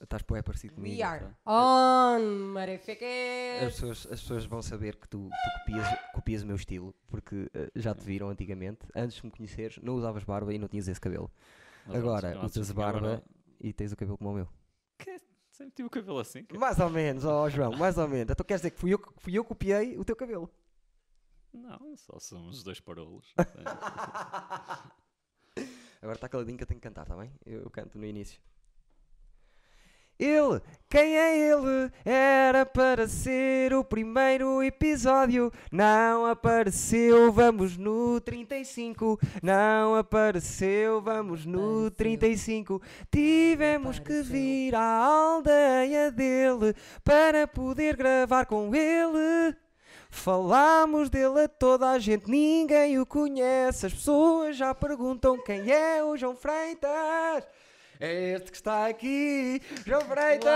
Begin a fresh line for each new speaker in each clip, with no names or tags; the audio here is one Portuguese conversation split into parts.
Estás bué parecido comigo.
We are
pá.
on,
As
motherfuckers.
pessoas, as pessoas vão saber que tu, tu copias, copias o meu estilo, porque eh, já te viram antigamente. Antes de me conheceres, não usavas barba e não tinhas esse cabelo.
Mas
Agora,
pronto,
usas
agora-
barba e tens o cabelo como o meu.
Que? é, Sempre tive o cabelo assim. cara.
Mais ou menos, ó João, mais ou menos. Então queres dizer que fui eu, que- fui eu que copiei o teu cabelo?
Não, só são os dois parolos.
Agora está caladinho que eu tenho que cantar, está bem? Eu canto no início. Ele, quem é ele? Era para ser o primeiro episódio. Não apareceu, vamos no 35. Não apareceu, vamos no
Apareceu.
35. Tivemos que
Apareceu.
vir à aldeia dele para poder gravar com ele. Falámos dele a toda a gente, ninguém o conhece. As pessoas já perguntam quem é o João Freitas. É este que está aqui, João Freitas!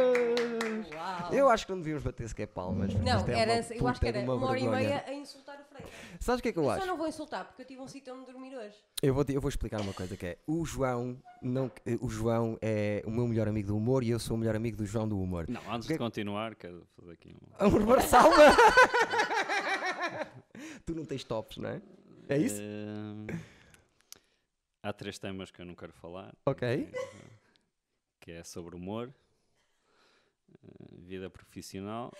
Uau.
Eu acho que não devíamos bater sequer palmas. porque
Não,
isto é uma
era, eu acho
puta
que era
de
uma, hora e
vergonha.
meia a insultar o Freitas.
Sabes o que é que eu
Eu
acho?
só não vou insultar porque eu tive um sítio onde dormir hoje.
Eu vou, te- eu vou explicar uma coisa que é o João não eh, o João é o meu melhor amigo do humor e eu sou o melhor amigo do João do humor.
Não, antes
Que-
de continuar, quero fazer aqui um.
Amor Barçalva! tu não tens tops, não é? É isso?
Ehm, há três temas que eu não quero falar. é,
Ok.
Que é sobre humor, eh, vida profissional,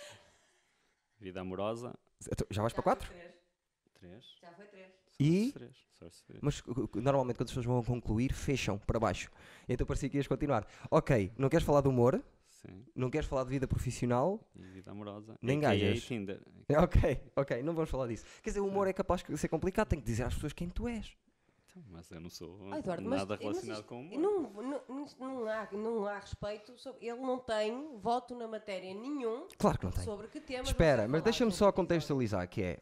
vida amorosa.
Então, Já vais para quatro?
Três.
Já foi três.
Só esses
E?
Três. Só esses três.
Mas cu- cu- normalmente quando as pessoas vão concluir, fecham para baixo. Então parecia que ias continuar. Ok, não queres falar de humor,
Sim.
não queres falar de vida profissional.
E vida amorosa.
Nem
AKA
gajas.
Tinder.
Ok, ok, não vamos falar disso. Quer dizer, o humor é capaz de ser complicado, tem que dizer às pessoas quem tu és.
Então, Mas eu não sou
Ah, Eduardo, mas-
nada
mas
relacionado
isto-
com o humor.
Não, não, não, há, não há respeito. Sobre, ele não tem voto na matéria nenhum
Claro que não tem.
sobre que tema.
Espera, mas deixa-me só contextualizar que é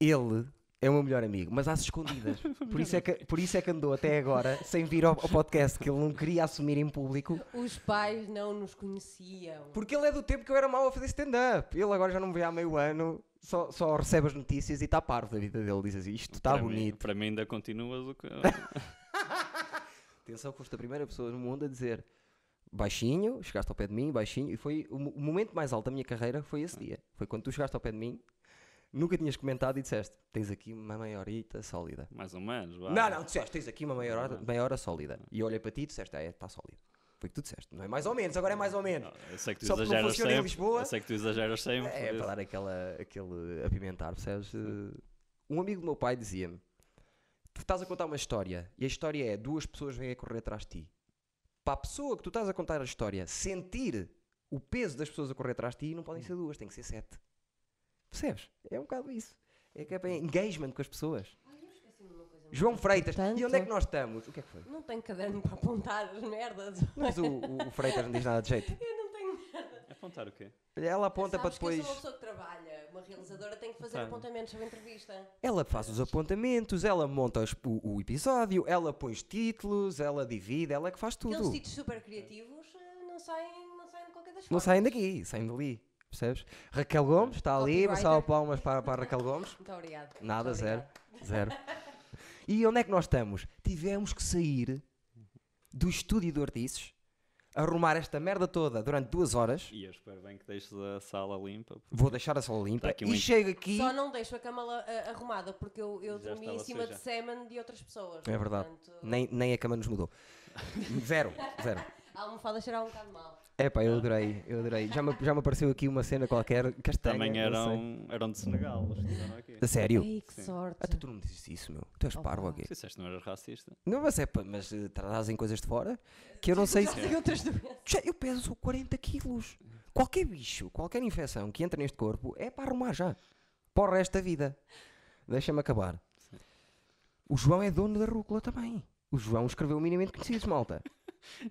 ele é o meu melhor amigo, mas às escondidas. Por isso é que, por isso é que andou até agora sem vir ao, ao podcast que ele não queria assumir em público.
Os pais não nos conheciam.
Porque ele é do tempo que eu era mau a fazer stand-up. Ele agora já não me vê há meio ano, só, só recebe as notícias e está parvo da vida dele. Diz assim: isto está
Para mim-
bonito.
para mim ainda continuas o que.
Atenção, foste a primeira pessoa no mundo a dizer baixinho, chegaste ao pé de mim, baixinho, e foi o, mo- o momento mais alto da minha carreira foi esse dia. Foi quando tu chegaste ao pé de mim, nunca tinhas comentado e disseste: tens aqui uma maiorita sólida.
Mais ou menos. vá.
Não, não, disseste, tens aqui uma maior, maior sólida. E eu olhei para ti e disseste, ah, está sólida. Foi o que tu disseste, não é mais ou menos, agora é mais ou menos.
Eu sei que tu
Só porque não
exageras
funciona em
sempre.
Lisboa.
Eu sei que tu exageras sempre.
É, para dar aquela, aquele apimentar, percebes? Eh, Um amigo do meu pai dizia-me: Tu estás a contar uma história e a história é duas pessoas vêm a correr atrás de ti. Para a pessoa que tu estás a contar a história sentir o peso das pessoas a correr atrás de ti, não podem ser duas, tem que ser sete. Percebes? É um bocado isso. É que é bem engagement com as pessoas. João Freitas, e onde é que
importante.
nós estamos? O que é que foi?
Não tenho caderno para apontar as merdas.
Mas o, o- o Freitas não diz nada de jeito.
Eu não tenho merda.
Apontar o quê?
Ela aponta para
Sabes Que eu
depois.
sou uma pessoa que trabalha, uma realizadora tem que fazer
Tá.
apontamentos sobre entrevista.
Ela faz os apontamentos, ela monta os- o, o episódio, ela põe os títulos, ela divide, ela é que faz
Aqueles
tudo.
títulos super criativos eh, não saem, não saem de qualquer das
Não
formas.
saem daqui, saem dali. Percebes? Raquel Gomes está ali, uma
Copywriter.
salva de palmas para, para a Raquel Gomes.
Muito obrigado.
Nada,
Muito
zero.
obrigado.
Zero. E onde é que nós estamos? Tivemos que sair do estúdio do Artices, arrumar esta merda toda durante duas horas.
E eu espero bem que deixes a sala limpa. porque
Vou deixar a sala limpa
Tá aqui um
e
in-
chego aqui.
Só não deixo a cama la- a- arrumada porque eu, eu
Já
dormi em
estava
cima
suja.
de sêmen de outras pessoas.
É verdade.
Portanto,
Nem, nem a cama nos mudou. Zero, zero.
a almofada cheirava um bocado mal.
Epá,
Ah.
eu adorei, eu adorei. Já me, já me apareceu aqui uma cena qualquer, castanha,
Também
não sei.
eram, eram de Senegal, eles estiveram aqui.
A sério?
Ai, que
Sim.
sorte.
Até tu não me dizes isso, meu. Tu és
Opa.
parvo ou quê?
Tu disseste que não eras racista.
Não, mas é pá, mas eh, trazem coisas de fora que eu não sei
Já
se...
É.
tenho outras doenças.
Já, eu peso 40 quilos. Qualquer bicho, qualquer infecção que entra neste corpo é para arrumar já. Para o resto da vida. Deixa-me acabar. O João é dono da rúcula também. O João escreveu minimamente conhecidos, malta.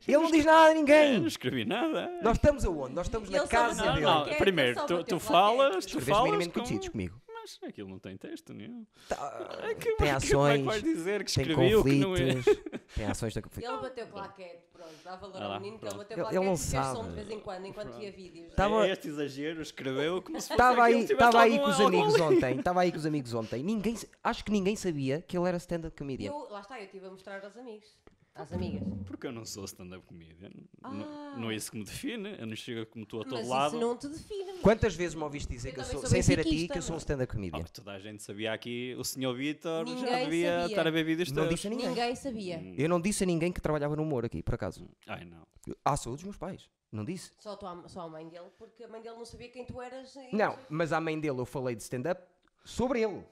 Ele não diz nada a
Eu não
ninguém.
escreveu nada.
Nós estamos aonde? Nós estamos na
Ele só
casa
bateu
não,
dele.
não.
plaquetas,
Primeiro,
só
tu,
bateu
tu falas,
plaquetas.
tu
Escreveste
falas
minimamente
com...
conhecidos comigo.
Mas aquilo não tem texto nenhum.
Tá,
É que-
tem
que- como é que
ações,
vais dizer que
tem
escreveu que não é?
conflitos, tem ações, tem conflitos.
Ele bateu claquete, pronto, dá valor
Ah
ao
lá,
menino que ele
pronto.
bateu
Ele-
claquete
ele não
e fez som
sabe. Tá,
de vez em quando, enquanto via vídeos.
Tava-
É Este exagero escreveu como se fosse
Estava aí,
aquilo que
estava aí
tivesse
com os
algum-
amigos
algum-
ontem, estava aí com os amigos ontem. Ninguém, sa- acho que ninguém sabia que ele era stand-up comedian.
Eu, lá está, eu estive a mostrar aos amigos. às amigas.
Porque eu não sou stand-up comedian. N-
Ah.
Não é isso que me define. Eu não chego como tu a todo
Mas
lado.
isso não te define.
Quantas vezes me ouviste dizer
Eu
que eu
também
sou,
sou
sem ser a ti,
benfiquista,
que eu sou um
não é?
stand-up
Ah,
comedian?
toda a gente sabia aqui. O senhor Vitor já
Ninguém
devia
sabia.
estar a ver vídeos
Não
teus.
disse a ninguém.
Ninguém sabia.
Eu não disse a ninguém que trabalhava no humor aqui, por acaso.
Ai, não.
À saúde dos meus pais. Não disse.
Só, a tua- só a mãe dele, porque a mãe dele não sabia quem tu eras. e-
Não, mas à mãe dele eu falei de stand-up sobre ele.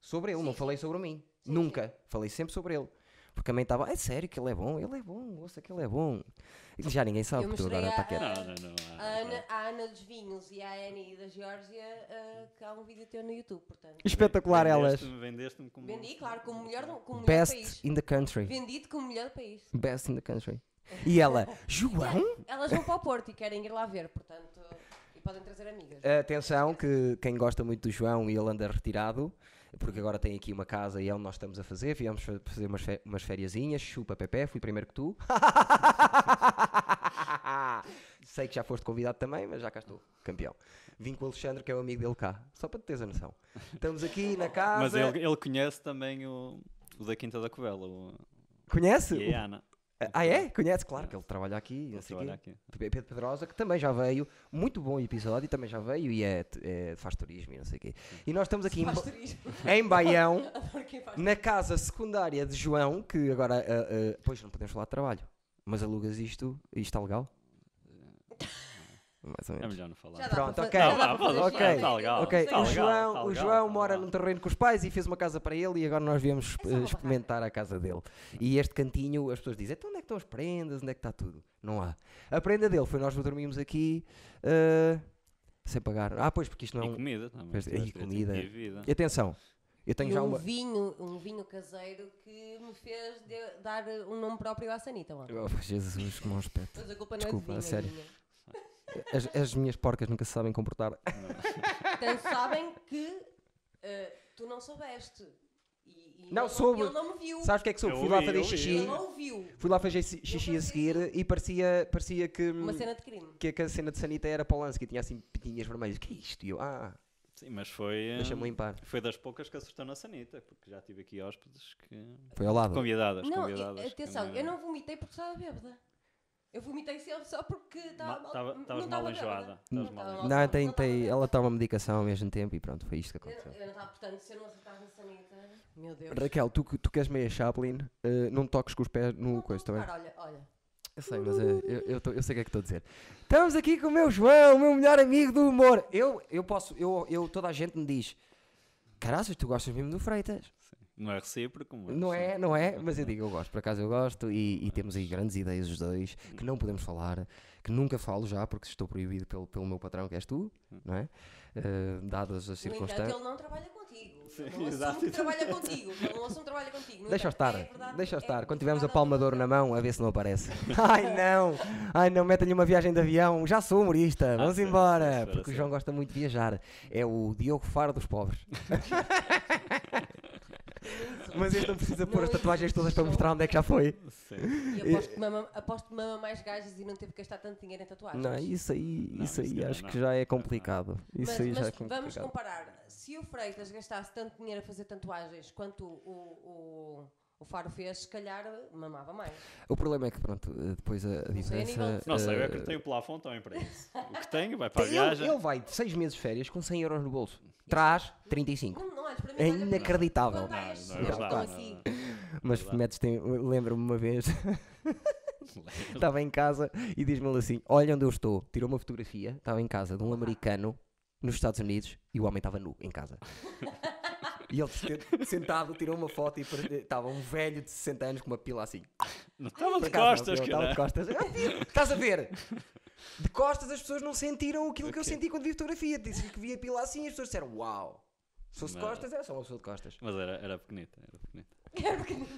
Sobre ele, não falei sobre mim. Nunca. Falei sempre sobre ele. Porque a mãe estava, é sério que ele é bom, ele é bom, ouça que ele é bom. E já ninguém sabe,
Eu
porque tu
mostrei
agora
a-
está quieto.
Não, não, não.
A Ana, a Ana dos Vinhos e a Annie da Geórgia, ah, que há um vídeo teu no YouTube, portanto.
Espetacular elas.
Vendeste-me vendeste como. um-
Vendi, claro, como mulher do, como mulher do país.
Best in the country.
Vendido como mulher do país. É,
Best in the country. E ela, João?
Elas vão para o Porto e querem ir lá ver, portanto. E podem trazer
Eh,
amigas.
Atenção, que quem gosta muito do João e ele anda retirado, porque agora tem aqui uma casa e é onde nós estamos a fazer, viemos fa- fazer umas, fe umas fériasinhas, chupa Pepe, fui primeiro que tu. Sei que já foste convidado também, mas já cá estou, campeão. Vim com o Alexandre, que é o amigo dele cá, só para te teres a noção. Estamos aqui na casa.
Mas ele, ele conhece também o, o da Quinta da Covela, o,
Conhece?
e a Ana.
Ah, é? Conhece, claro, que ele trabalha aqui. não
Ele
sei o quê.
trabalha aqui.
Pedro Pedrosa, que também já veio, muito bom episódio, também já veio e é, é- faz turismo e não sei o quê. E nós estamos aqui em,
Faz
Ba-
turismo.
em Baião,
Adoro quem faz
na casa secundária de João, que agora. ah, ah, pois não podemos falar de trabalho, mas alugas isto e está legal? Mais ou
É
menos.
melhor não falar.
Já dá
Pronto,
para
ok.
fazer-
Não,
já dá
vá,
para fazer
ok,
chegar.
tá legal,
Ok,
tá
o
legal.
João,
tá
o
legal,
João
tá
mora
legal. é
num terreno com os pais e fez uma casa para ele e agora nós viemos
só
eh,
uma barraca.
experimentar a casa dele. E este cantinho, as pessoas dizem, então onde é que estão as prendas, onde é que está tudo? Não há. A prenda dele foi nós dormimos aqui eh, sem pagar. Ah, pois, porque isto não é
E
um...
comida também.
Pois,
tu
e
vais ter
comida.
tipo de vida.
E atenção, eu tenho
E
já
um
uma...
vinho, um vinho caseiro que me fez de- dar um nome próprio à Sanita. mano.
Oh, Jesus, que mau aspecto.
Mas a culpa
Desculpa,
não é
a
de vinho,
sério.
é minha.
As, as minhas porcas nunca se sabem comportar.
Então sabem que eh, tu não soubeste. E, e
Não
ele
soube.
Ele não me viu.
Sabes o que é que sou?
Eu
Fui lá
ouvi, eu
fazer
ouvi, eu
xixi,
Ele não ouviu.
fui lá fazer xixi a seguir e parecia, parecia que...
Hum.
Uma cena de crime.
que a cena de Sanita era Polanski, tinha assim pitinhas vermelhas. O que é isto? E eu, ah,
Sim, mas foi.
deixa-me
hum,
limpar.
Foi das poucas que acertou na sanita, porque já tive aqui hóspedes que.
Foi ao lado.
Convidadas,
Não, e-
convidadas. que
atenção, eu não vomitei porque estava bêbada. Eu vomitei só- só porque estava
Ma- tava-
não
tavas
estava
mal
bêbada.
enjoada, tavas
Não
mal
estava
enjoada.
Não,
mal,
tem,
estava
tem,
bêbada.
ela toma medicação ao mesmo tempo e pronto, foi isto que
Eu, não-
aconteceu.
eu não estava, portanto, se eu não acertasse na sanita. Meu Deus.
Raquel, tu, que- tu que és meia Chaplin, eh, não toques com os pés no tá
Não
coisa,
estou a
também.
tocar, olha, olha.
Eu sei, mas eh, eu, eu, tô- eu sei o que é que estou a dizer. Estamos aqui com o meu João, o meu melhor amigo do humor. Eu, eu posso, eu, eu, toda a gente me diz, caraças, tu gostas mesmo do Freitas.
Não é recíproco, mas.
Não
sim.
é, não é? Mas eu digo, eu gosto, por acaso eu gosto e, e temos aí grandes ideias os dois que não podemos falar, que nunca falo já porque estou proibido pelo, pelo meu patrão que és tu, não é? Eh, dadas as
No entanto,
circunstâncias.
ele não trabalha contigo.
Sim,
ele não
exato.
assume que trabalha contigo. Ele não assume que trabalha contigo. No
Deixa
entanto,
estar,
é verdade-
deixa
é
estar. Quando
verdade
tivermos a
da
palma de ouro na mão, a ver se não aparece. Ai não, ai não, metem-lhe uma viagem de avião. Já sou humorista, vamos
Ah, sim, sim,
embora.
senhora,
Porque o
sim.
João gosta muito de viajar. É o Diogo Faro dos pobres. Mas este não precisa pôr as tatuagens todas para mostrar onde é que já foi.
Sim.
E aposto que, mama, aposto que mama mais gajas e não teve que gastar tanto dinheiro em tatuagens.
Não, isso aí,
Não,
isso
isso
aí
calhar
acho que
não.
já é complicado. Isso
mas
aí já
mas
é
vamos
complicado.
comparar. Se o Freitas gastasse tanto dinheiro a fazer tatuagens quanto o, o, o Faro fez, se calhar mamava mais.
O problema é que, pronto, eh, depois a- a
Não sei, a nível
diferença.
de-
Não sei, eu
eh,
é que tenho plafond também para isso. O que tenho vai para a
tem- ele,
viagem.
ele vai de 6 meses de férias com 100 euros no bolso. Traz 35.
Não, não olhes para mim.
É
olha para mim.
inacreditável.
Quando há
Não,
estes
não é
senhores que estão assim,
verdade,
assim?
aqui.
Mas
É verdade.
metes, tem- lembro-me uma vez, estava em casa e diz-me ele assim: Olha onde eu estou. Tirou uma fotografia, estava em casa de um americano nos Estados Unidos e o homem estava nu em casa. E ele sen- sentado tirou uma foto e pare- estava um velho de 60 anos com uma pila assim.
Não estava
Por
de
acaso, não,
costas,
eu estava de
cara.
costas. Ah, filho, Estás a ver? De costas as pessoas não sentiram aquilo que eu
Ok.
senti quando vi fotografia. Disse que vi a pila assim e as pessoas disseram: Uau! Se fosse de
Mas-
costas, era só uma pessoa de costas.
Mas era, era pequenita, era pequenita.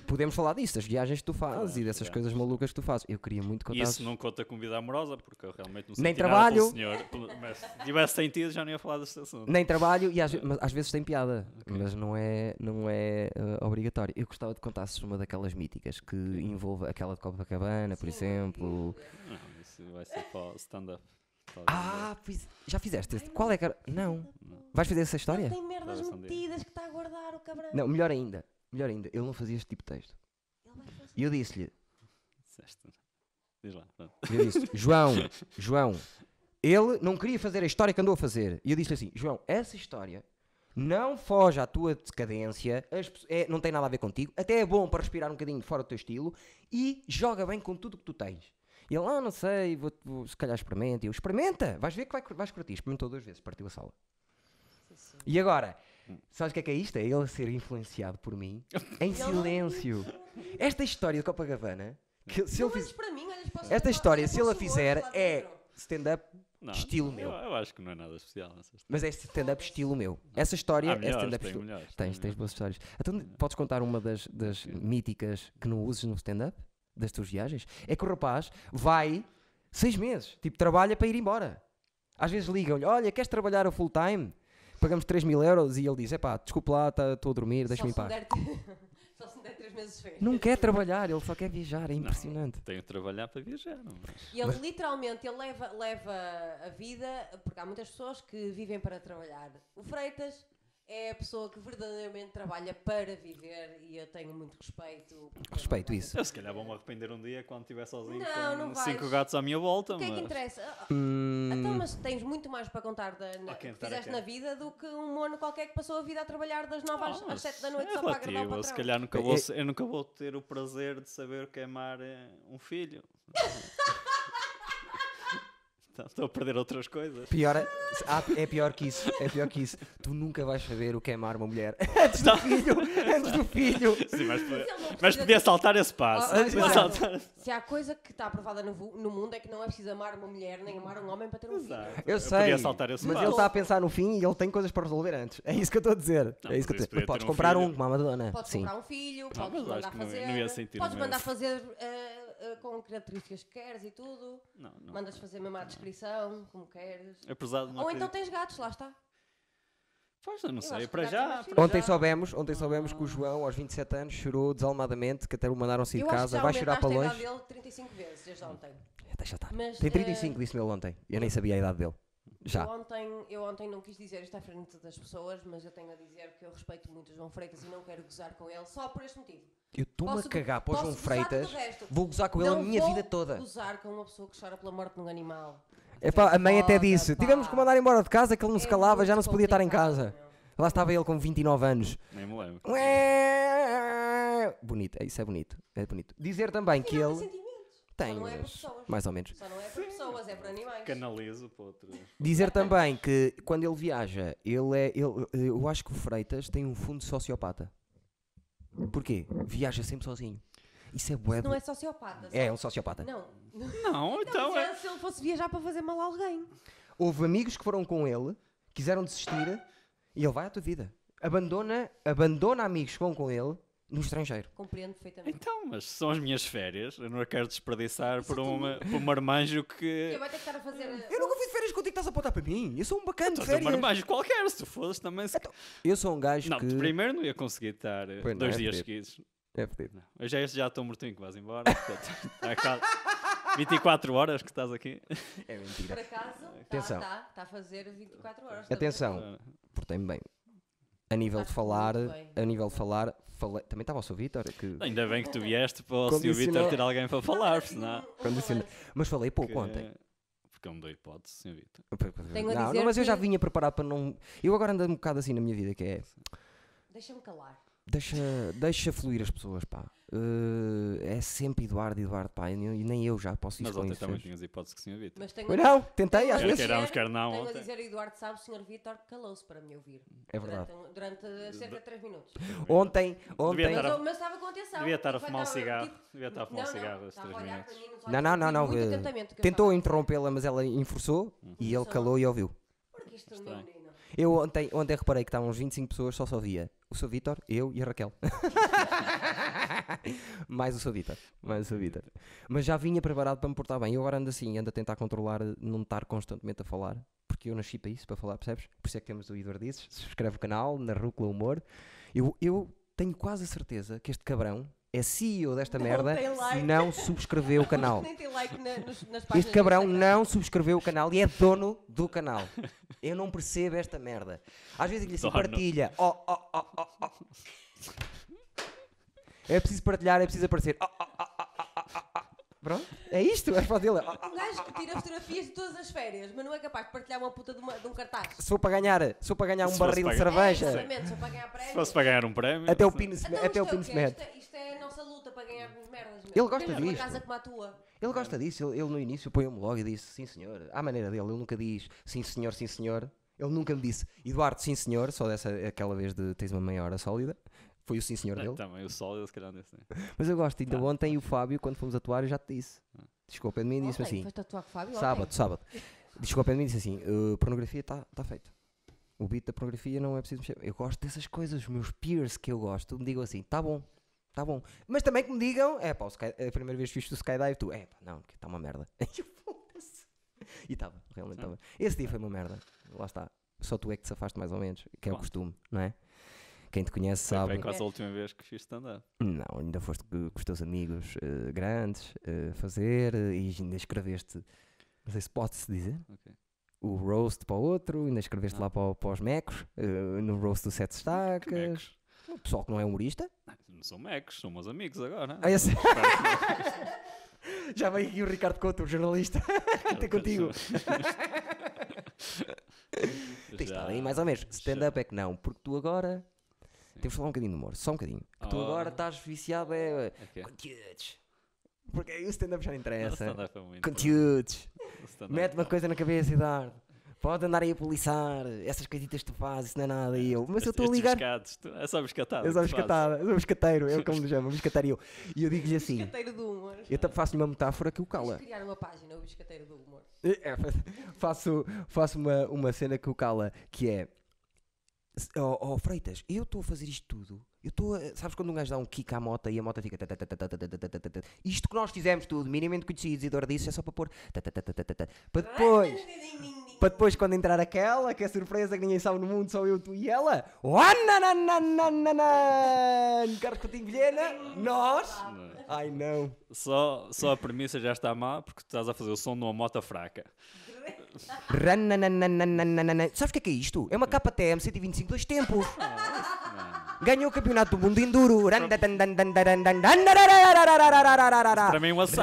Podemos falar disso, das viagens que tu fazes
Claro,
e dessas
claro.
coisas malucas que tu fazes. Eu queria muito
E
contar.
isso não conta com vida amorosa, porque eu realmente não senti
Nem
nada
trabalho.
pelo senhor. Pelo- Mas se tivesse sentido, já não ia falar deste assunto.
Nem trabalho e às, mas às vezes tem piada, mas não é, não é eh, obrigatório. Eu gostava de contar-se uma daquelas míticas que envolve aquela de Copacabana, por exemplo.
Não, isso vai ser para o stand-up. Talvez.
Ah, fiz- já fizeste? este? Qual é que era? Não. Vais fazer essa
Ele
história?
tem merdas
Olha, são
metidas que está a guardar o cabrão.
Não, melhor ainda. Melhor ainda, ele não fazia este tipo de texto.
Ele vai fazer.
E eu disse-lhe:
Disseste. Diz lá. pronto.
E eu disse, João, João, ele não queria fazer a história que andou a fazer. E eu disse assim, João, essa história não foge à tua decadência, as pesso- é- não tem nada a ver contigo, até é bom para respirar um bocadinho fora do teu estilo e joga bem com tudo o que tu tens. E ele, ah, não sei, vou, vou- se calhar experimenta. E eu, experimenta, vais ver que vai, cur- vais curtir. Experimentou duas vezes, partiu a sala. E agora, sabes o que é que é isto? É ele ser influenciado por mim em silêncio. Esta história de Copacabana, que se
Não
ele fizer.
olhes para mim, olhas para os
Esta
olhos
história,
para
se ela
os olhos
fizer,
lá
é
dentro.
stand-up,
Não,
Estilo
eu,
meu.
eu acho que não é nada especial. Essa história.
mas é stand-up estilo meu. Essa história
Há
é
melhores,
stand-up
tem
estilo.
melhores. tem
Tens, tens
melhores.
boas histórias. Então podes contar uma das, das míticas que não uses no stand-up? Das tuas viagens? É que o rapaz vai seis meses, tipo, trabalha para ir embora. Às vezes ligam-lhe: Olha, queres trabalhar a full-time? Pagamos 3 mil euros e ele diz: Epá, desculpe lá, tá- estou a dormir,
Só
deixa-me em
se me
paz.
der- Só se me der três meses de férias.
Não quer trabalhar, ele só quer viajar, é impressionante.
Tenho de trabalhar para viajar. Não, é? mas...
E ele literalmente ele leva, leva a vida, porque há muitas pessoas que vivem para trabalhar. O Freitas é a pessoa que verdadeiramente trabalha para viver e eu tenho muito respeito. porque ele
Respeito
não vai-
isso.
Eu se calhar vou-me arrepender um dia quando estiver sozinho
Não,
com
não vais.
cinco gatos à minha volta.
O que é que
mas-
interessa? Ah,
Hum,
Então, mas tens muito mais para contar da, na,
Ah, quem
que
está
fizeste
aqui?
na vida do que um mono qualquer que passou a vida a trabalhar das 9 às,
Ah,
às 7 da
isso
noite
é
só para agradar o
relativo.
patrão.
Se calhar nunca
É-
vou, se- eu nunca vou ter o prazer de saber o que é amar eh, um filho. Então, Estou a perder outras coisas.
Pior é, ah, é pior que isso, é pior que isso. Tu nunca vais saber o que é amar uma mulher. Antes do filho, antes do filho.
Sim, mas, podia-
ele não
mas
precisa
podia
de-
saltar esse passo.
Ah,
Podia
claro.
saltar esse-
Se há coisa que está aprovada no, vu- no mundo é que não é preciso amar uma mulher nem amar um homem para ter um filho.
Exato.
Eu sei,
podia saltar
mas
esse
ele tá-
passo.
está a pensar no fim e ele tem coisas para resolver antes. É isso que eu estou a dizer.
Não,
é isso que eu estou a
mas
dizer.
isso
Mas
podia ter
podes
um
comprar
filho.
um com uma Madonna.
Podes
Sim.
comprar um filho,
Ah,
podes
mas
mandar
acho que não-
fazer.
não ia sentir
podes
o
mandar
mesmo.
fazer ah, ah, com características que queres e tudo.
Não, não.
Mandas fazer mesmo à descrição, como queres.
Apesar de não
Ou então
acreditar-
tens gatos, lá está.
Pois, eu não
Eu acho
sei.
que
Para
um já
já.
temos
para
Ontem
já-
soubemos, ontem soubemos que o João, aos 27 anos, chorou desalmadamente, que até o mandaram sair de
eu acho que
casa,
já
vai chorar para
aumentaste a idade
longe.
dele 35 vezes desde ontem.
Deixa estar.
Mas,
Tem
eh,
35, disse-me ele ontem. Eu nem sabia a idade dele. Já.
Eu ontem, eu ontem não quis dizer isto à frente das pessoas, mas eu tenho a dizer que eu respeito muito o João Freitas e não quero gozar com ele só por este motivo.
Eu estou-me a
Posso-
cagar para o
posso
João
gozar do
Freitas.
resto.
Vou gozar com ele a
Não
minha
vou
vida toda.
gozar com uma pessoa que chora pela morte de um animal.
Epá, a mãe até
Foda,
disse:
pá.
tivemos que mandar embora de casa, que ele não se
É
calava,
muito
já não se podia estar em
complicado,
casa.
meu.
Lá estava ele com 29 anos.
Nem me lembro.
Ué! Bonito, é isso é bonito. É bonito. Dizer também que
Não tem
ele
sentimentos.
tem.
não é para
mas
pessoas.
Mais ou menos.
Só não é para pessoas, é para animais.
Canalizo para outro.
Dizer também que quando ele viaja, ele é. Ele, eu acho que o Freitas tem um fundo sociopata. Porquê? Viaja sempre sozinho. Isso é bué.
Não
do-
é sociopata.
É,
só-
um sociopata.
Não.
Não, então é.
Mas se ele fosse viajar para fazer mal a alguém.
Houve amigos que foram com ele, quiseram desistir e ele vai à tua vida. Abandona, abandona amigos que vão com ele no estrangeiro.
Compreendo perfeitamente.
Então, mas são as minhas férias. Eu não a quero desperdiçar por, uma, por um marmanjo que.
Eu vou ter que estar a fazer. eh,
Eu nunca fui de férias contigo, estás a apontar para mim. Eu sou um bacana de
Mas um
férias.
marmanjo qualquer, se tu fosses também. Se...
Eu sou um gajo
Não,
que.
de primeiro não ia conseguir estar eh,
Pois não,
dois
é
dias
fedido.
seguidos.
É fedido.
Não. Eu já, este já estou mortinho que vais embora. portanto, está quase 24 horas que estás aqui.
É
Por
mentira.
acaso,
Atenção.
está tá, tá a fazer 24 horas. um,
Atenção, portei-me bem. A nível de
Estás
falar,
Ah, muito bem.
a nível de falar, falei- também estava ao seu Vítor, que
Ah, Ainda bem que tu vieste para o Sr.
Condicionou-
Vitor ter alguém para falar, senão.
um
condiciona. Mas falei é? pouco
que-
ontem.
Porque eu me dou hipótese, Sr. Vitor.
Tenho a
Não,
dizer
não, mas eu já
que-
vinha preparado para não. Eu agora ando um bocado assim na minha vida, que é.
Deixa-me calar.
Deixa, deixa fluir as pessoas, pá. Eh, é sempre Eduardo, Eduardo, pá. E nem- e nem eu já posso isso
Mas
com
ontem
isso.
também tinhas hipótese que o Sr. Vitor.
Mas tenho
Pois não, tentei tá às
Quer
vezes.
queiramos, quer não,
Tenho
ontem.
a dizer, Eduardo sabe, o Sr. Vitor calou-se para me ouvir.
É verdade.
Durante, durante cerca de 3 minutos.
Ontem,
Devia
ontem.
estar a-
Mas, mas estava com atenção.
Devia estar a
Enquanto
fumar um
estava,
cigarro.
tipo,
Devia estar a fumar um
não, não,
cigarro aos
estava
3
a olhar para
minutos.
mim nos olhos
Não, não,
e
não,
ouvi
não.
muito
eh,
atentamente o que eu
Tentou
estava a dizer.
interrompê-la, mas ela enforçou
Uhum.
e ele
Forçou.
calou e ouviu.
Porque isto é um menino.
Eu ontem, ontem reparei que estavam uns 25 pessoas, só só via o seu Vitor, eu e a Raquel. mais o seu Vitor, mais o seu Vitor. Mas já vinha preparado para me portar bem. Eu agora ando assim, ando a tentar controlar, não estar constantemente a falar, porque eu nasci para isso, para falar, percebes? Por isso é que temos o Eduardices, subscreve o canal, na Rúcula Humor. Eu, eu tenho quase a certeza que este cabrão é CEO desta
Não
merda
tem like.
se não subscreveu o canal.
Nem tem like na, nos, nas páginas.
Este
do
cabrão
Instagram.
não subscreveu o canal e é dono do canal. Eu não percebo esta merda. Às vezes ele assim,
Dono.
partilha. oh, Ó, ó, ó, ó, ó. oh. É preciso partilhar, é preciso aparecer. Ó, ó, ó, ó, ó, ó, ó, ó. Pronto, é isto, é fácil. Ah, ah,
Um gajo que tira fotografias de todas as férias, mas não é capaz de partilhar uma puta de, uma- de um cartaz.
Se for para ganhar, se for para ganhar um
Se fosse
barril de
para
É,
cerveja,
exatamente, só para ganhar
Se
prémios.
fosse para ganhar um prémio.
até o
se-
pino se,
Então,
até
isto
o pino
é
se
quê?
mete.
Isto é- Isto é a nossa luta para ganharmos merdas. meu.
Ele gosta
Temos uma
disto.
casa como a tua.
Ele gosta disso, ele, ele no início apoiou-me logo e disse sim senhor, à maneira dele, ele nunca diz sim senhor, sim senhor. Ele nunca me disse Eduardo, sim senhor, só dessa aquela vez de tens uma meia hora sólida. Foi o sim senhor
Ah,
dele.
Também o sólido, se calhar, desse. né?
Mas eu gosto, ainda
Ah,
ontem o Fábio, quando fomos atuar, eu já te disse. Desculpa, ele me disse
Ontem,
assim.
Foste tatuar com o Fábio?
Sábado,
ontem.
sábado. Desculpa, ele me disse assim: "Uh, pornografia está tá feito. O beat da pornografia não é preciso mexer. Eu gosto dessas coisas, os meus peers que eu gosto me digam assim: está bom, está bom. Mas também que me digam: é pá, o sky, a primeira vez que fiz o skydive, tu, é pá, não, que está uma merda. E eu, "Foda-se." E estava, realmente
Sim.
estava. Esse dia foi uma merda, lá está. Só tu é que te safaste mais ou menos, que é o
Pronto.
costume, não é? Quem te conhece
Foi
sabe.
bem quase a última vez que fiz stand-up.
Não, ainda foste co- com os teus amigos eh, grandes eh, fazer eh, e ainda escreveste, não sei se pode-se dizer,
Ok.
o roast para o outro, ainda escreveste
Ah.
lá para, o- para os mecos, eh, no roast do Sete Estacas,
Mecos.
o pessoal que não é humorista.
Não são mecos, são meus amigos agora.
Ah, esse-
Espero
Já veio aqui o Ricardo Couto, o jornalista,
que-
até contigo. Tens
Já-
estado aí mais ou menos. Stand-up é que não, porque tu agora. Temos de falar um bocadinho de humor, só um bocadinho. Que tu agora
Oh.
estás viciado é.
Ok.
Conteúdos. Porque aí o stand-up já não
Não,
interessa.
stand-up é muito-
Conteúdos.
stand-up é
Mete uma
não.
coisa na cabeça e dá. Pode andar aí a poliçar, essas coisitas que tu fazes, isso não é nada. E eu, mas eu
Estes-
estou a
estes
ligar.
biscates, tu- é só biscatada.
Eu sou
que tu fazes.
biscatada, eu sou biscateiro, é como me chama, biscateiro. E eu, e eu digo-lhe assim:
Biscateiro do humor.
eu ta- faço-lhe uma metáfora que o
Tens de
cala.
criar uma página, o biscateiro do humor.
É, faço faço uma, uma cena que o cala, que é. "S- ó ó, Freitas, eu estou a fazer isto tudo. Eu estou a. Sabes quando um gajo dá um kick à moto e a moto fica. tatatatatatatatata? Isto que nós fizemos tudo, minimamente conhecidos e dor disso, é só para pôr. tatatatatata. Para depois. Para depois, quando entrar aquela, que é surpresa que ninguém sabe no mundo, só eu, tu e ela. Wananananananan! Carlos Coutinho Vilhena, nós. Ai não.
Só, só a premissa já está má porque tu estás a fazer o som de uma moto fraca.
Ranananananananana. Sabes o que é que é isto? É uma KTM 125 dois tempos. Ganhou o campeonato do mundo de enduro.
Para
Para
mim, um assajo.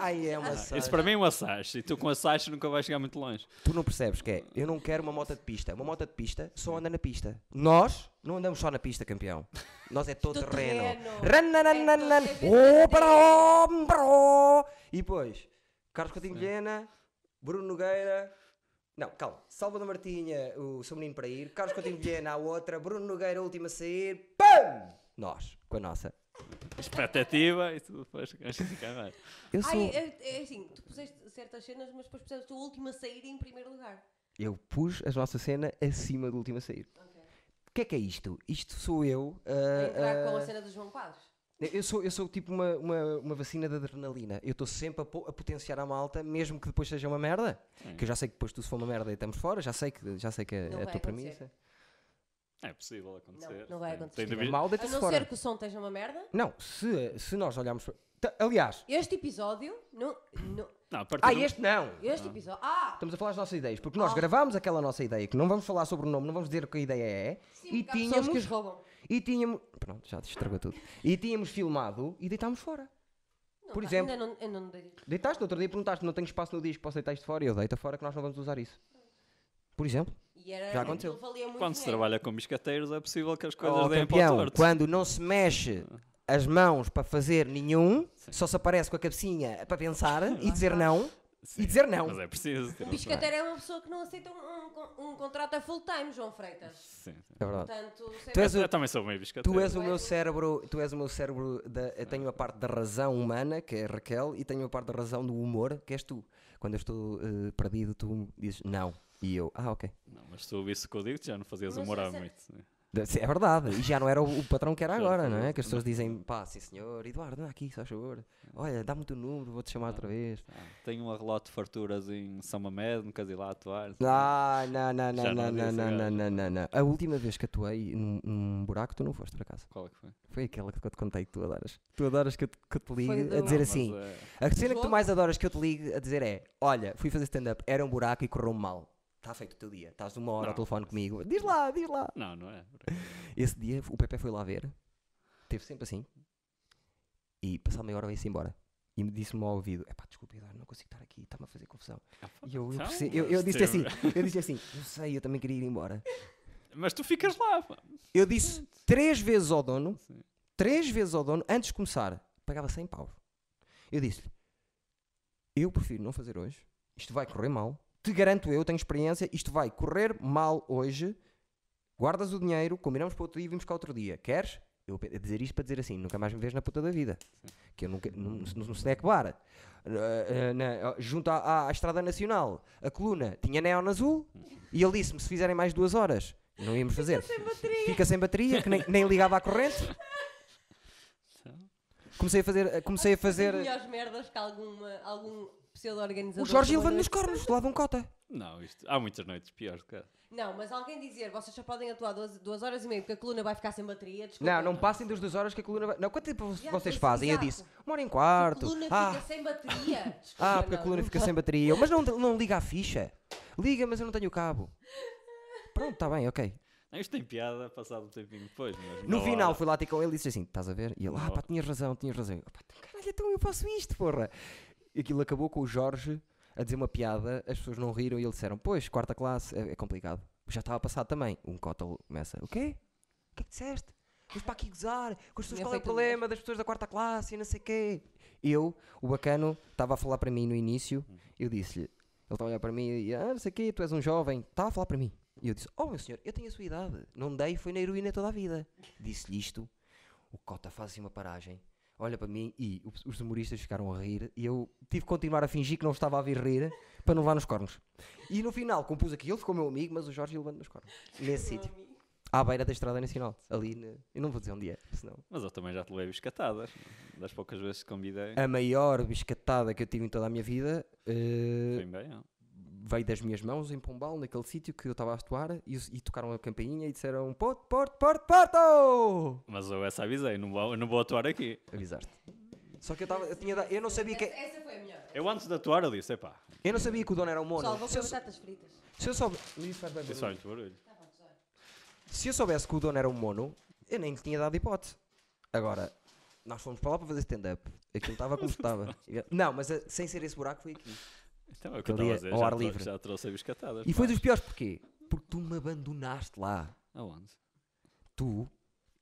Ai, é uma
Isso para mim é um assajo. E tu com assajo nunca vais chegar muito longe.
Tu não percebes que é, eu não quero uma moto de pista. Uma moto de pista só anda na pista. Nós não andamos só na pista, campeão. Nós é todo
Todo
terreno.
terreno.
Rananananan.
É todo terreno.
Oh, para oh, para oh. E depois, Carlos Coutinho Vilhena, Bruno Nogueira. Não, calma. Salvador Martinha, o seu menino para ir. Carlos Coutinho Vilhena, a outra. Bruno Nogueira, a última a sair. PAM! Nós, com a nossa.
Expectativa e tu depois vais ficar mais.
Eu
Ai,
sou.
é, é assim, tu puseste certas cenas, mas depois puseste o último a sair em primeiro lugar.
Eu pus a nossa cena acima do último a sair.
Ok.
O que é que é isto? Isto sou eu.
A
ah,
entrar com
ah,
a cena do João Quadros.
Eu sou, eu sou tipo uma, uma, uma vacina de adrenalina. Eu estou sempre a, po- a potenciar a malta, mesmo que depois seja uma merda.
Sim.
Que eu já sei que depois tu se for uma merda e estamos fora, já sei que, já sei que é
Não
a
vai
tua
acontecer.
premissa.
É possível acontecer.
Não, não vai
Tem-
acontecer.
tem de
É
vir-
mal
A
deita-se
não
fora.
ser que o som esteja uma merda.
Não, se, se nós olharmos. para- Ta- Aliás,
Este episódio. Não, não,
Não, a partir
ah,
do-
este não!
este episódio. Ah!
Estamos a falar das nossas ideias, porque nós
Ah.
gravámos aquela nossa ideia que não vamos falar sobre o nome, não vamos dizer o que a ideia é.
Sim,
e
porque há pessoas que
tínhamos.
os roubam.
E tínhamos. Pronto, já te estragou tudo. E tínhamos filmado e deitámos fora.
Não,
Por
tá,
exemplo-
Ainda não, eu não dei.
Deitaste no outro dia perguntaste: não tenho espaço no disco, posso deitar isto fora? E eu deito fora que nós não vamos usar isso. Por exemplo.
E era,
Já aconteceu.
aquilo valia muito
Quando se
dinheiro.
trabalha com biscateiros é possível que as coisas
Oh,
deem para o
campeão,
torto.
quando não se mexe as mãos para fazer nenhum, só se aparece com a cabecinha para pensar e dizer não.
Sim,
e dizer não.
Mas é preciso. ter
Um
noção.
biscateiro é uma pessoa que não aceita um, um con- um contrato a full time, João Freitas.
Sim, sim.
É verdade.
Portanto, sei
Tu
lá,
és o-
Eu também sou meio biscateiro.
Tu és o
Tu
meu
és o-
cérebro, tu és o meu cérebro, da, eu tenho a parte da razão humana, que é a Raquel, e tenho a parte da razão do humor, que és tu. Quando eu estou eh, perdido, tu dizes não. E eu, ah, ok.
Não, mas se tu ouvisse o que eu digo, já não fazias
Mas
humor há
essa-
muito. né?
Deve ser- É verdade, e já não era o, o patrão que era
Já não
agora,
foi
não é?
ele.
Que as pessoas dizem, pá, sim senhor, Eduardo, anda aqui, só favor. Olha, dá-me o teu número, vou-te chamar outra vez.
Ah, tenho um arrelote de farturas em São Mamed, nunca ir lá atuar.
Ah, não, não, não,
Já
não, não,
não disse
não, não,
agora.
não, não, não. A última vez que atuei num, num buraco, tu não foste para casa.
Qual é que foi?
Foi aquela que eu te contei que tu adoras. Tu adoras que eu te, que eu te ligue a
do-
dizer
Não,
assim.
mas, eh,
A cena que tu
Jogo?
é, mais adoras que eu te ligue a dizer é: Olha, fui fazer stand-up, era um buraco e correu mal. Tá está feito o teu dia, estás uma hora ao
Não.
telefone comigo, diz lá, diz lá.
Não, não é.
Esse dia o Pepe foi lá ver, teve sempre assim, e passado meia hora veio-se embora. E me disse-me ao ouvido: é pá, desculpa, Eduardo, não consigo estar aqui, está-me a fazer confusão. E eu, eu,
Então,
perce- eu, eu
mas
disse assim:
teve-
eu disse assim, eu sei, eu também queria ir embora.
Mas tu ficas lá. pá.
Eu disse três vezes ao dono,
Sim.
três vezes ao dono, antes de começar, pagava 100 paus. Eu disse-lhe: Eu prefiro não fazer hoje, isto vai correr mal. Te garanto eu, tenho experiência, isto vai correr mal hoje. Guardas o dinheiro, combinamos para outro dia e vimos cá outro dia. Queres? Eu a dizer isto para dizer assim: nunca mais me vês na puta da vida. Que eu nunca. num, num snack bar. eh, eh, na- junto à, à- à Estrada Nacional, a coluna tinha neon azul e ele disse-me: se fizerem mais duas horas, não íamos fazer.
Sem bateria.
Fica sem bateria, que nem, nem ligava à corrente.
Então,
Comecei a fazer. eh, Comecei a fazer
Melhores merdas que alguma, algum pseudo-organizador.
o Jorge
falou
levando
na-
nos cornos, do lado de um cota.
Não, isto. Há muitas noites piores do que essa.
Não, mas alguém dizer, vocês só podem atuar duas, duas horas e meia porque a coluna vai ficar sem bateria. Desculpa.
Não, não passem das duas horas que a coluna. vai- Não, quanto tempo vo-
Yeah,
vocês
pois,
fazem? Eu
exato.
disse, uma hora em
A
quarto.
coluna
Ah,
fica sem bateria. Desculpa,
ah, porque a
não,
coluna
não
fica
pode.
sem bateria. Eu, Mas não, não liga a ficha. Liga, mas eu não tenho o cabo. Pronto, está bem, ok.
Não, isto tem piada passado um tempinho depois. Mas
No
na
final
hora-
fui lá ter com ele e disse assim: estás a ver? E ele, ah,
Não.
pá, tinhas razão, tinhas razão. Eu, pá, então, caralho, então eu faço isto, porra. E aquilo acabou com o Jorge a dizer uma piada, as pessoas não riram e ele disseram: pois, quarta classe, é, é complicado. Já estava passado também. Um cota começa: o quê? O que é que disseste? Mas para aqui gozar, com as pessoas,
Tinha
qual é o
feito o
problema das pessoas da quarta classe e não sei o quê? Eu, o bacano, estava a falar para mim no início, eu disse-lhe, ele estava a olhar para mim e ah, não sei o quê, tu és um jovem, estava a falar para mim. E eu disse, oh meu senhor, eu tenho a sua idade, não dei, foi na heroína toda a vida. Disse-lhe isto, o Cota faz assim uma paragem, olha para mim e o- os humoristas ficaram a rir e eu tive que continuar a fingir que não estava a vir rir para não levar nos cornos. E no final compus aquilo, ficou meu amigo, mas o Jorge levando nos cornos. Nesse
Meu
sítio.
amigo.
À beira da Estrada Nacional. Ali, na- eu não vou dizer onde é, senão.
Mas eu também já te levei biscatadas. é? Das poucas vezes que convidei.
A maior biscatada que eu tive em toda a minha vida eh,
Foi bem, não?
veio das minhas mãos em Pombal, naquele sítio que eu estava a atuar, e, os- e tocaram a campainha e disseram: Porto, Porto, Porto, Porto!
Mas eu essa avisei, não vou, não vou atuar aqui.
Avisaste. Só que eu, tava, eu, tinha, da- eu, não sabia
Essa,
que,
essa foi a melhor.
Eu antes de atuar eu disse, epá,
eu não sabia que o dono era um
Pessoal,
mono.
vou
Se
comer
eu, sou-
batatas fritas.
se eu soube- Mas isso faz bem
isso
barulho.
faz muito barulho.
Tá bom, já.
Se eu soubesse que o dono era um mono, eu nem lhe tinha dado hipótese. Agora, nós fomos para lá para fazer stand-up. Aquilo estava como estava. Não, mas eh, sem ser esse buraco foi aqui.
Então é o que eu
Aquele dia
estava a dizer,
ao
já,
ar
trou-
livre.
já trouxe a biscatadas.
E foi
pá.
dos piores porquê? Porque tu me abandonaste lá.
Aonde?
Tu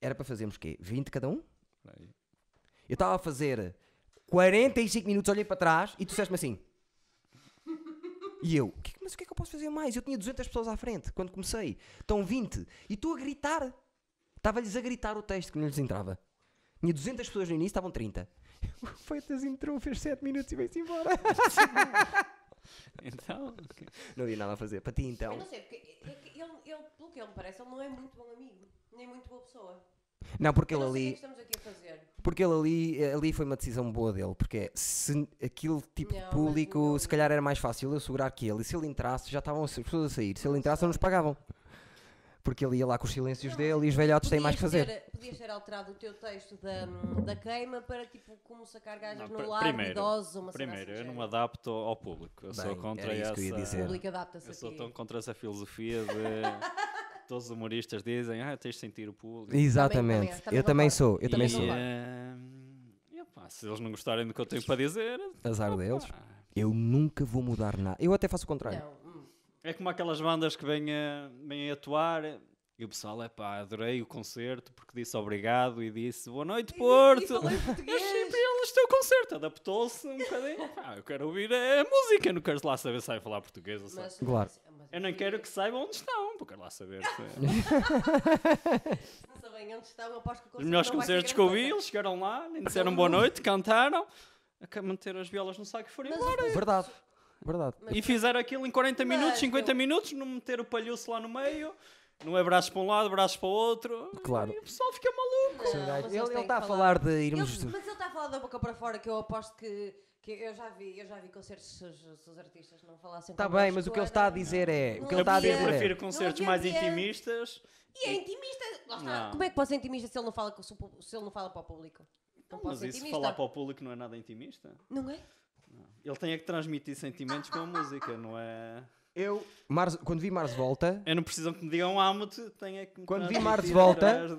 era para fazermos quê? 20 cada um?
Espera aí.
Eu estava a fazer 45 minutos, olhei para trás e tu disseste-me assim. E eu, "O que é que- mas o que é que eu posso fazer mais? Eu tinha 200 pessoas à frente quando comecei, estão 20, e tu a gritar. Estava-lhes a gritar o texto que não lhes entrava. Tinha 200 pessoas no início, estavam 30. Foi até entrou, fez 7 minutos e veio-se embora.
Então, ok.
Não havia nada a fazer. Para ti
Eu
então.
não sei, porque é que ele, ele- pelo que ele me parece, ele não é muito bom amigo. Nem muito boa pessoa.
Não, porque
Eu
ele
não sei o que é que
ali.
estamos aqui a fazer.
Porque ele ali, ali foi uma decisão boa dele, porque se aquele tipo
Não,
de
mas
público,
não.
se calhar era mais fácil eu segurar que ele, e se ele entrasse, já estavam as pessoas a sair, se ele entrasse, não nos pagavam. Porque ele ia lá com os silêncios
Não,
dele e os velhotes têm Ah, mais que
Podias
fazer.
ter- Podias ter alterado o teu texto da, da queima para tipo como sacar gajas
Não,
no
pr-
lar,
primeiro,
idosos, uma cena
Primeiro,
assim
eu
do
não
género.
adapto ao público. Eu sou
Bem,
contra
era isso
essa.
que eu ia
O
dizer.
público adapta-se
eu
a
sou
ti.
tão contra essa filosofia de todos os humoristas dizem, ah, tens de sentir o público.
Exatamente,
também, também
eu também
concordo.
sou, eu
E,
também sou.
eh, epá, se eles não gostarem do que eu tenho para dizer,
Azar deles,
pá,
eu nunca vou mudar nada. Eu até faço o contrário.
Não, hum.
é como aquelas bandas que vêm a, vêm a atuar. E o pessoal, é pá, adorei o concerto porque disse obrigado e disse boa noite,
E
Porto.
falou em
Eu
português.
sempre eles teu concerto, adaptou-se um bocadinho. Pá, eu quero ouvir a, a música, não quero lá saber se vai falar português ou se-
Mas-
Claro.
mas-
Eu não quero que saibam onde estão, porque eu quero lá saber. se- é.
Não sabem onde estão, eu aposto que o
Os
concerto
melhores
não vai ser
concertos que eu vi,
grande
eles chegaram lá, nem disseram boa noite, cantaram, aca- meteram as violas no saco e foram
Mas-
embora.
Verdade, verdade.
E fizeram aquilo em 40
Mas
minutos, 50
eu-
minutos, não meter o palhoço lá no meio, não é braços para um lado, braços para o outro.
Claro.
E o pessoal fica maluco.
coisa. Não, mas eles
um Ele ele
têm
está a
que
falar de irmos.
Ele- mas ele está a falar da boca para fora que eu aposto que, que eu já vi, eu já vi concertos se os, se os artistas não falassem
Está
connosco,
Tá bem, mas o que ele
era-
está a dizer é. O que ele
Eu,
está a
havia-
eu
dizer é.
prefiro concertos
havia
mais
dinheiro.
intimistas.
E é intimista. Lá está.
Não.
Como é que pode ser intimista se ele não fala, com o seu pub- se ele não fala para o público? Não pode
Mas
ser
isso
intimista.
falar para o público não é nada intimista.
Não é?
Ele tem é que transmitir sentimentos com a música, não é?
Eu, Mars, quando vi Mars Volta,
Eu não preciso que me digam amo-te, tenho é que me
Quando
estar
vi
a
Mars
meter
Volta-
atrás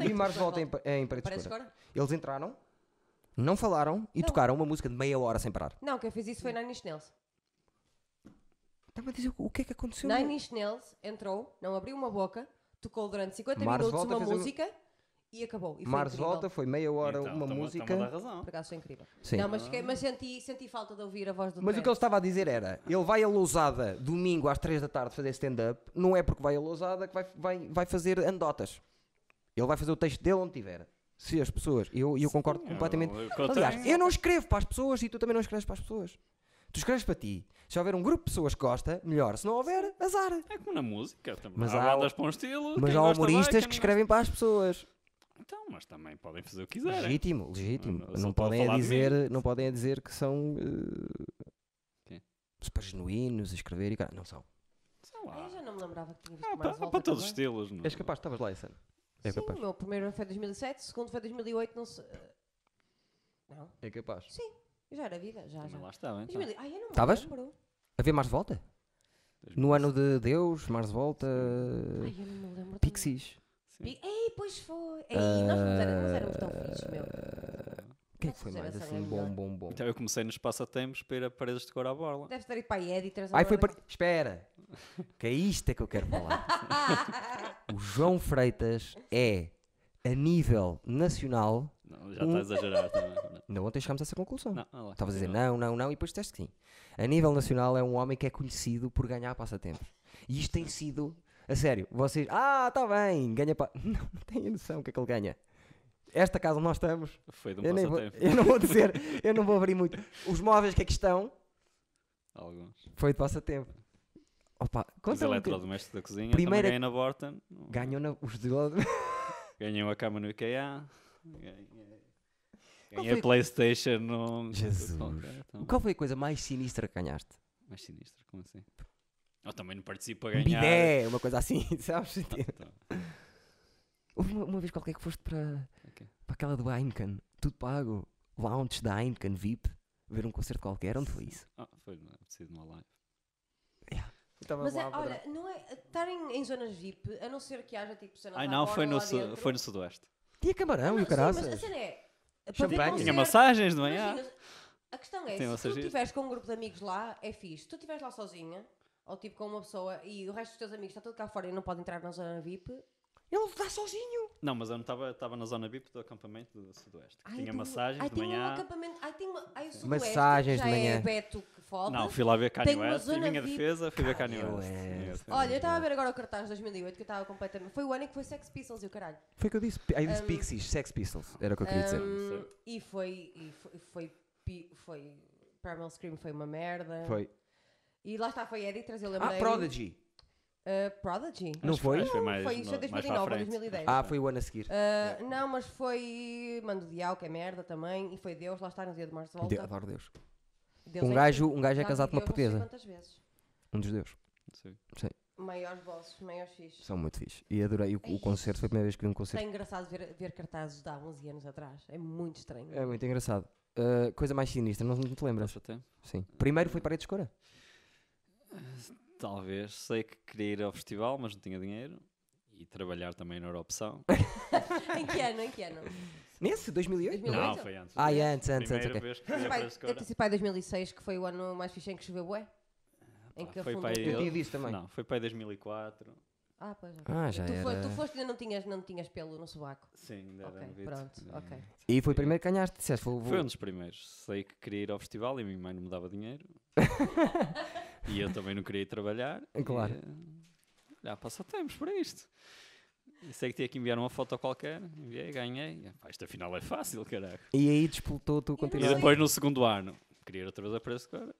de-
vi Mars Volta em, em Parede
Parece
Escura.
agora?
Eles entraram, não falaram e
Não.
tocaram uma música de meia hora sem parar.
Não, quem fez isso foi Nine Inch Nails.
Estava a dizer o que é que aconteceu?
Nine Inch Nails entrou, não abriu uma boca, tocou durante 50
Mars
minutos
Volta
uma
fez um-
música e acabou. E foi
Mars
incrível.
Volta foi meia hora,
Então,
uma
toma-
música.
toma da razão.
Por acaso foi incrível.
Sim.
Não, mas, fiquei- mas senti, senti falta de ouvir a voz do
Mas o que ele
Dredd.
estava a dizer era: ele vai a Lousada domingo às 3 da tarde fazer stand-up, não é porque vai a Lousada que vai, vai, vai fazer anedotas. Ele vai fazer o texto dele onde tiver. Se as pessoas, eu, eu concordo completamente.
é eu- eu
Aliás,
concordo.
eu não escrevo para as pessoas e tu também não escreves para as pessoas. Tu escreves para ti. Se houver um grupo de pessoas que gosta, melhor. Se não houver, azar.
É como na música, também.
Mas
há,
há-
bandas para um estilo.
Mas
quem
há
gosta vai,
humoristas
quem
que
não
escrevem para as pessoas.
gosta- Então, mas também podem fazer o que quiserem.
Legítimo, legítimo.
Eu só
Não,
estou a
podem é
falar de
dizer, não podem é dizer que são eh,
Quê?
super genuínos a escrever e cara, não são.
Sei lá.
Ah, eu já não me lembrava que tinha visto Mars
Há Ah, para,
Volta.
há para todos os
também.
estilos, não é?
És capaz, estavas lá esse ano. É
Sim,
capaz.
o meu primeiro foi 2007, o segundo foi 2008, não sei... eh, Não,
É capaz.
sim, eu já era viva, já, já.
Também lá estava, então.
2000... Ai, eu não me
Estavas?
lembro.
Havia mais volta? No ano de Deus, mais volta,
Ai, eu não me lembro. também.
Pixies.
Pi- Ei, pois foi. Ei, nós não era- nós éramos tão fixos, meu.
Quem é Ah, que foi
Nossa,
mais
geração
assim?
é melhor.
Bom, bom, bom.
Então eu comecei nos passatempos para ir a paredes de cor à borla.
Deve estar aí para a editor.
Ai, foi para... Espera! Que é isto é que eu quero falar. O João Freitas é, a nível nacional...
Não, já está a exagerar também.
Ainda ontem chegámos a essa conclusão.
Não, olha lá.
Estavas Hum. a dizer
Continua.
não, não, não, e depois disseste que sim. A nível nacional é um homem que é conhecido por ganhar passatempos. E isto tem sido, a sério, vocês, ah, está bem, ganha pa... Não, não têm noção o que é que ele ganha. Esta casa onde nós estamos,
Foi de um
eu, nem vou-
passatempo.
eu não vou dizer, eu não vou abrir muito. Os móveis que aqui estão,
Alguns.
foi de passatempo. Opa, conta-me
Os
um bocadinho.
eletrodomésticos da cozinha.
Primeira-
Também ganhei na Borton.
Ganham na, os de...
Ganhei uma cama no IKEA. Ganhei,
Qual
ganhei
foi-
a Playstation no...
Jesus.
Ok, então,
Qual foi a coisa mais sinistra que ganhaste?
Mais sinistro, como assim? Eu também não participo a
Um
ganhar.
bidé, uma coisa assim, sabes?
Então,
Houve uma, uma vez qualquer que foste para,
Ok.
para aquela do Heineken, tudo pago, lounge da Heineken VIP, ver um concerto qualquer, onde foi isso?
ah, foi não, preciso de uma live.
Mas é, olha, não é. Estarem em zonas VIP, a não ser que haja tipo cenas.
Ai
à
não,
borda
foi no,
lá
su-
dentro.
foi no Sudoeste.
Tinha camarão
Não,
e o
sim,
caraças.
Mas a cena é. para ver
Champanhe.
concerto-
Tinha massagens é? de manhã.
Imagina, A questão é:
Tem
se tu
massagista.
estiveres com um grupo de amigos lá, é fixe. Se tu estiveres lá sozinha, ou tipo com uma pessoa, e o resto dos teus amigos está todo cá fora e não pode entrar na zona VIP.
Ele está sozinho.
Não, mas eu não estava estava na zona VIP do acampamento do Sudoeste. que
ai,
tinha
do-
massagens
ai,
de
tem um
manhã.
acampamento. Ai, tem uma. Ai, o sudoeste,
Massagens
já
de manhã.
É Beto que foda.
Não, fui lá ver Kanye
Tem uma
West. Em
zona
minha
VIP.
defesa, fui ver Kanye
Kanye
West.
West.
Sim, eu-
Olha, eu estava a ver agora o cartaz de 2008 que eu estava completamente. Foi o ano em que foi Sex Pistols e o caralho.
Foi o que eu disse. Aí eu
Um,
disse Pixies, Sex Pistols. Era o que eu queria dizer.
Hum, e foi. E foi, foi, pi- foi. Primal Scream foi uma merda.
Foi.
E lá está, foi Editors, eu lembrei.
Ah, Prodigy.
Uh, Prodigy.
Não
Acho que-
foi?
acho que Foi mais,
foi isso em
no- mais para a
2009 ou
frente.
2010.
Ah, foi o ano a seguir.
Uh, não, mas foi Mando Dial, que é merda também. E foi Deus, lá está no dia de março de volta.
De, adoro Deus.
Deus
Um
é
gajo,
incrível.
um gajo é
Já
casado com
vi
uma
Deus não
portuguesa.
sei quantas vezes.
Um dos deuses.
Sim.
Maiores bosses, maiores fixe.
São muito fixe. E adorei o, o
Ai.
concerto. Foi a primeira vez que vi um
É
concerto.
engraçado ver, ver cartazes de há 11 anos atrás. É muito estranho.
É muito engraçado. Ah, coisa mais sinistra, não, não te lembras?
Acho até.
Sim. Primeiro foi Parede Escura.
Talvez. Sei que queria ir ao festival, mas não tinha dinheiro. E trabalhar também não era opção.
em que ano? Em que ano?
Nesse, 2008?
Não,
não,
não.
foi antes.
Ah, é, antes, antes, antes.
Primeira
ok.
vez que fui a
Pai,
Paris
deve ter sido pai 2006, que foi o ano mais fixe em que choveu bué. Em
Pá,
que
Ah, foi
afundou
pai
tudo.
Eu
Eu-
tinha visto também.
Não, foi para aí 2004.
Ah, pois ok.
Ah, já
tu, fo-
era.
tu foste e não tinhas, não tinhas pelo no sobaco.
Sim, ainda
Ok,
era um novito.
pronto,
Ainda
ok.
era-
E foi o primeiro que ganhaste, disseste, vou, vou.
Foi um dos primeiros. Sei que queria ir ao festival e a minha mãe não me dava dinheiro. e eu também não queria ir trabalhar.
É claro.
E, já passou tempos para isto. E sei que tinha que enviar uma foto qualquer. Enviei, ganhei. E, pá, isto afinal é fácil, caralho.
E aí disputou tu
E
Não.
continuar.
depois no segundo ano, queria ir outra vez a preço de Cor.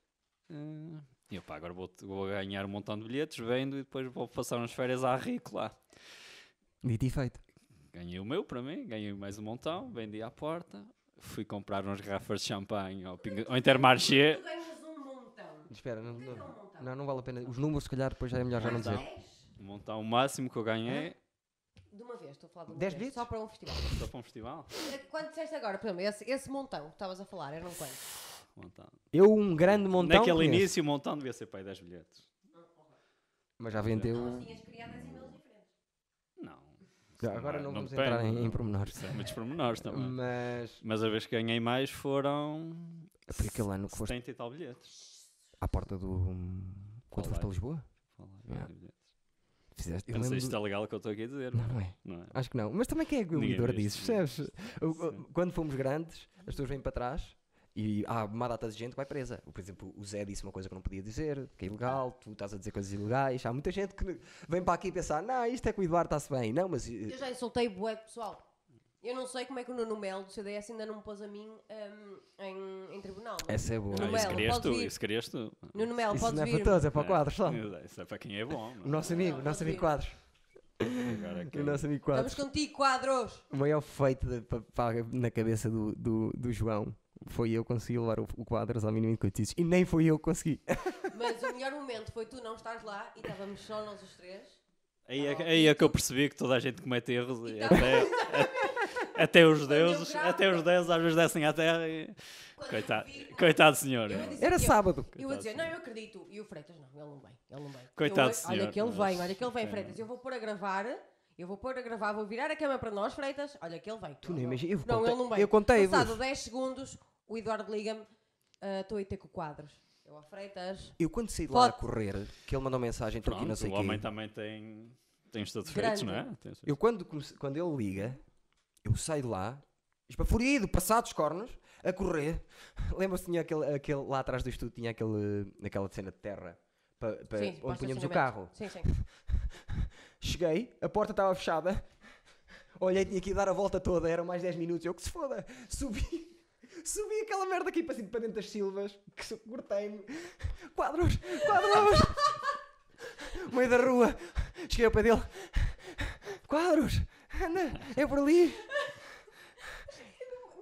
Eh, E eu, pá, agora vou, vou ganhar um montão de bilhetes, vendo e depois vou passar umas férias à Rico lá.
Dito e feito.
Ganhei o meu para mim, ganhei mais um montão, vendi à porta. Fui comprar umas garrafas de champanhe ao, Ping- ao Intermarché.
Tu ganhas um montão.
Espera, não,
é um
não,
montão?
não, não vale a pena. Os números, se calhar, depois já é melhor já não
Mais
dizer. É.
10
Um montão máximo que eu ganhei
de uma vez, estou a falar de uma
Dez
vez.
bilhetes?
Só para um festival.
só para um festival.
É Quando disseste agora, por exemplo, esse, esse montão que estavas a falar, era um quanto?
Um montão.
Eu, um grande montão.
Naquele
conheço.
início, o montão devia ser para aí 10 bilhetes.
Mas já vendeu.
Elas tinhas criado assim, as e-mails diferentes.
Não.
Já, agora
é-
não, vamos
tem,
entrar em,
não- é.
em pormenores.
Isso é muitos pormenores também.
Hum. Mas.
Mas a vez que ganhei mais foram
Foi aquele ano que foste
70 e tal bilhetes.
à porta do. Quando foste para
Colégio.
Lisboa?
Foi lá,
Yeah.
bilhetes.
Fizeste.
Eu
Eu
não sei
lembro.
se está legal o que eu estou aqui a dizer,
Não, não é.
não é?
Acho que não. Mas também quem é que o
Ninguém
medidor
vê
disso?
este
Percebes? O- o-
Sim.
Quando fomos grandes, as pessoas vêm para trás e há uma data de gente que vai presa. Por exemplo, o Zé disse uma coisa que não podia dizer, que é ilegal, tu estás a dizer coisas ilegais. Há muita gente que ne- vem para aqui pensar, não, isto é que o Eduardo está-se bem. Não, mas. eh,
Eu já insultei bué de pessoal. Eu não sei como é que o Nuno Melo do CDS ainda não me pôs a mim hum, em, em tribunal. mas-
Essa é boa.
Não,
Nuno
Ah, isso
Melo,
querias
pode
tu,
vir.
isso querias tu.
Nuno Melo,
Isso
podes
não é
vir.
para todos, é para o quadro só.
É, Isso é para quem é bom.
O
não é?
nosso amigo, o
Não,
nosso
pode
amigo
vir.
quadros.
Agora é
O
quem-
nosso amigo quadros.
Estamos contigo, quadros.
O maior feito de- pa- pa- na cabeça do, do, do João foi eu conseguir levar o, o quadros ao mínimo de cortiços. E nem foi eu que consegui.
Mas o melhor momento foi tu não estares lá e estávamos só nós os três.
Aí, é, que- aí é que eu percebi que toda a gente comete erros. e
Então-
Até, a- até os
Olha o
deuses,
grau.
até os deuses às vezes descem à terra e.
Quando
Coitado,
vi-
coitado senhor.
Eu disse-
Era
eu-
sábado.
Eu a dizer,
Coitado,
não,
senhor.
eu acredito. E o Freitas, não, ele não vem, ele não vem.
assim? Coitado,
eu,
senhor.
Olha que ele vem, olha que ele vem,
Nossa,
Freitas. Eu vou pôr a gravar, eu vou pôr a gravar, vou virar a câmera para nós, Freitas. Olha que ele vem.
Tu nem
Ele
imagina- eu
Não,
contei-
ele não vem.
eu contei-vos.
Passado 10 segundos, o Eduardo liga-me, "Ah, estou aí ter com o quadros. Eu, ó, Freitas.
Eu quando saí de lá a
Pode.
correr, que ele mandou mensagem, estou aqui não
Pronto,
sei
o
quê.
homem tá- também tem, tem os seus defeitos, não é?
Grande.
Tem os seus-
Eu quando, comece- quando ele liga, eu saio de lá, espaforido, passados cornos, a correr. Lembra-se tinha aquele, aquele lá atrás do estudo tinha aquele, aquela cena de terra pa, pa-
Sim, assim para o
onde punhamos o
estacionamento.
carro.
Sim, sim.
Cheguei, a porta estava fechada, olhei, tinha que ir dar a volta toda, eram mais 10 minutos, eu que se foda, subi. Subi aquela merda aqui para, cima- para dentro das silvas, que se- cortei-me. Quadros, quadros! meio da rua, cheguei ao pé dele. Quadros, anda, é por ali.
Mas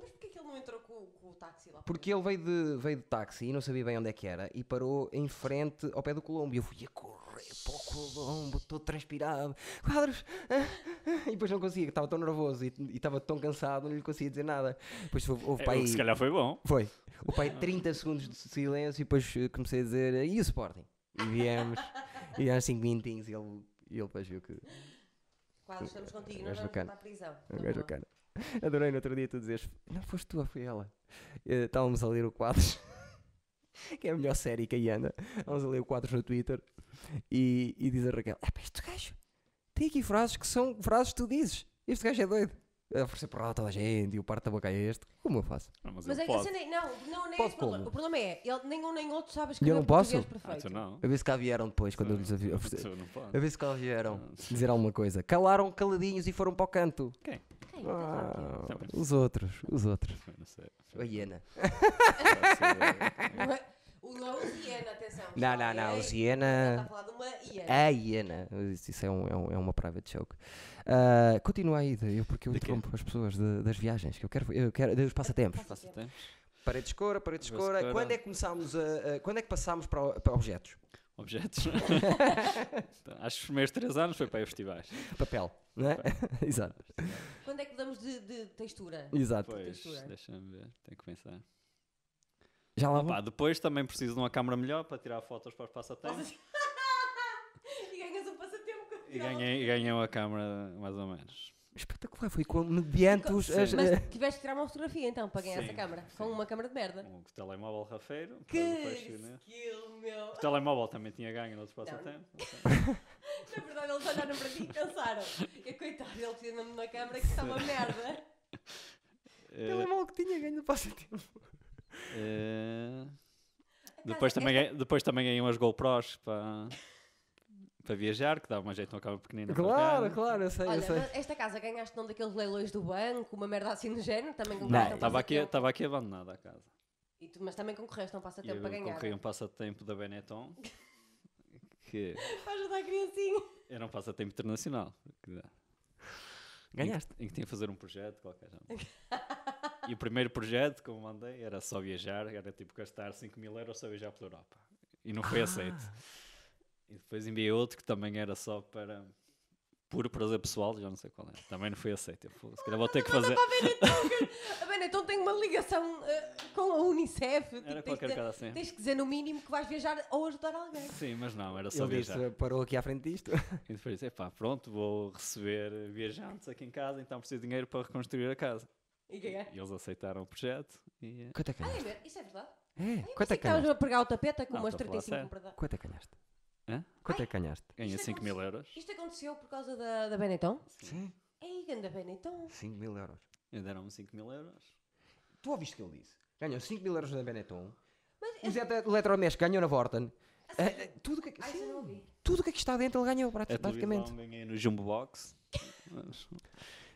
porquê que ele não entrou com, com o táxi lá?
Porque ele veio de, veio de táxi e não sabia bem onde é que era e parou em frente ao pé do Colombo. E eu fui a correr para o Colombo, todo transpirado, quadros. ah, ah, E depois não conseguia, estava tão nervoso e e estava tão cansado, não lhe conseguia dizer nada. Depois houve, houve
É,
para
o
aí.
que se calhar foi bom.
Foi. O pai 30 segundos de silêncio e depois eh, comecei a dizer e o Sporting? E viemos, e há 5 minutinhos e ele, e ele depois viu que.
Quadros, estamos contigo,
é um Gajo
nós vamos
bacana.
para a prisão.
Um
Na
gajo
boa.
bacana. Adorei no outro dia tu dizes, não foste tu, ou foi ela. Eh, Estávamos a ler o Quadros, que é a melhor série que aí anda. Estávamos a ler o Quadros no Twitter e, e diz a Raquel: é pá, este gajo tem aqui frases que são frases que tu dizes. Este gajo é doido. A oferecer por lá a toda a gente e o parto da boca é este. Como eu faço?
Não, mas
Mas
ele
é que
pode.
assim, nem- não, não, nem é
Pode
esse o problema.
como?
O problema é, ele, nem um nem outro sabe
E
escrever
eu não posso?
português
Ah, tu
perfeito.
não.
A ver se cá vieram depois, quando eu lhes
Tu-
ofereci.
tu não podes.
A ver se cá vieram dizer alguma coisa. Calaram caladinhos e foram para o canto.
Quem?
Quem? Então, claro que é.
Ah,
Tá bem.
os outros, os outros.
Eu Não sei. eh,
A hiena.
Não é- O não é hiena, atenção. é
Não, não, não. Os É? hiena.
Está a falar de uma hiena.
A hiena. Isso, isso é, um, é, um- é uma private joke. Ah, continua aí, de- eu, porque eu
De quê?
interrompo as pessoas de- das viagens, que eu quero, eu quero dos passatempos.
Passa tempo.
Parede escura, parede
Parede escura.
escura. Quando é que começámos a, a- quando é que passámos para, o- para objetos?
Objetos. Então, Acho que os primeiros três anos foi para aí festivais.
Papel, não é? exato,
Quando é que mudamos de, de textura?
exato.
Pois,
Textura.
deixa-me ver, tenho que pensar.
Já lá
Pá,
vou.
depois também preciso de uma câmara melhor para tirar fotos para os passatempos.
Vocês- e ganhas um passatempo com
E ganhei, e ganhei uma câmara mais ou menos.
Espetacular, foi com mediante os.
Sim.
as- eh,
Mas tiveste que tirar uma fotografia então para ganhar
Sim,
essa câmara.
sim.
Com uma câmara de merda.
Um telemóvel rafeiro. para
Que
depois chegar, né?
skill, meu.
O telemóvel também tinha ganho noutros passatempos.
Na verdade, eles olharam para ti e pensaram: eu, coitado, ele tinha mesmo na câmara que estava merda.
Pelo
Eh,
mal é que tinha ganho no passatempo.
eh, Depois
Ah,
também, ganhei- depois também ganhei umas GoPros para, para viajar, que dava um jeito uma câmara pequenina. para
Claro,
viajar.
claro, eu sei, eu
Olha,
sei.
mas esta casa ganhaste não daqueles leilões do banco, uma merda assim do género, também concorreste
Não,
a um
Estava aqui,
passatempo.
estava aqui abandonada a casa.
E tu- mas também concorreste a um
E
Então
passatempo
eu
para ganhar.
né?
coloquei um passatempo da Benetton, que
Para ajudar a criancinha.
era um passatempo internacional. que dá.
Ganhaste.
Em que, em que tinha que fazer um projeto qualquer. já não sei. e o primeiro projeto que eu mandei era só viajar, era tipo gastar 5 mil euros só viajar pela Europa.
Ah.
E não foi aceito. E depois enviei outro que também era só para puro prazer pessoal, já não sei qual é. Também não fui aceito. Eu, foda-se, se calhar vou ter que fazer.
A Benetton tem então uma ligação eh, com a Unicef. Tipo,
Era
tens,
qualquer
de-
coisa assim.
tens que dizer no mínimo que vais viajar ou ajudar alguém.
Sim, mas não, era só
Ele disse, é.
viajar.
parou aqui à frente disto.
E depois disse, epá, pronto, vou receber eh, viajantes aqui em casa, então preciso de dinheiro para reconstruir a casa.
E quem é?
E eles aceitaram o projeto e... eh,
Quanto é que
Ah,
ganhaste?
é ver- isso é verdade.
É,
Eu
quanto
pensei
é
que
que
estavas
ganhaste?
a pregar o tapete com
Não,
umas
Ah, estou a
35
falar sério.
para dar.
Quanto é que ganhaste?
Hã?
Quanto é que ganhaste?
Ganhei
Isto é
5 mil euros.
Isto aconteceu por causa da, da Benetton?
Sim,
Ei, ganda Benetton.
5 mil euros.
E deram-me 5 mil euros.
Tu ouviste o que ele disse? Ganhou 5 mil euros na Benetton.
Mas,
Os elet- eletrodomésticos ganhou na Vorten. Eh, eh, Tudo o que,
Ah, isso eu não ouvi.
sim, tudo o que aqui está dentro ele ganhou,
A
prati-
televisão
praticamente.
ganhei no Jumbo Box. Mas,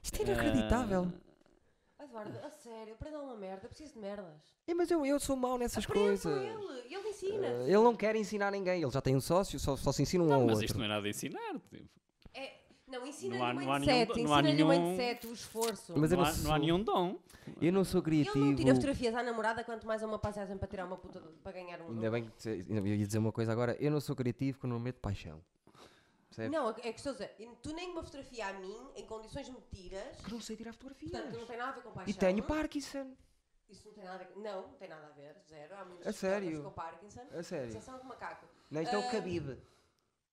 Isto é inacreditável.
eh,
Eduardo, a sério, aprenda uma merda, eu preciso de merdas.
É, mas eu, eu sou mau nessas
Aprenda com
coisas.
ele, ele ensina.
Eh, ele não quer ensinar ninguém, ele já tem um sócio, só, só se ensina um ao
mas
outro.
isto não é nada a ensinar. tipo.
É, não, ensina-lhe
Não há-
o
não há
mindset,
nenhum- não há
ensina-lhe o
nenhum-
mindset, o esforço.
Mas eu
não,
não
há, não há
sou-
nenhum dom.
Eu não sou
ele
criativo.
não tira fotografias à namorada, quanto mais a uma passagem para tirar uma puta de- para ganhar um.
Ainda bem que te- ainda bem- eu ia dizer uma coisa agora, eu não sou criativo quando não meto paixão. Percebe?
Não, é que estou a dizer, tu nem uma fotografia a mim, em condições me tiras,
Porque não sei tirar fotografias.
portanto não tem nada a ver com paixão.
E tenho Parkinson.
Isso não tem nada a ver. Não, não tem nada a ver, zero. Há muitos
A sério?
fotógrafos com Parkinson.
A sério?
Exceção de macaco.
Não, isto é
Ah,
o Khabib.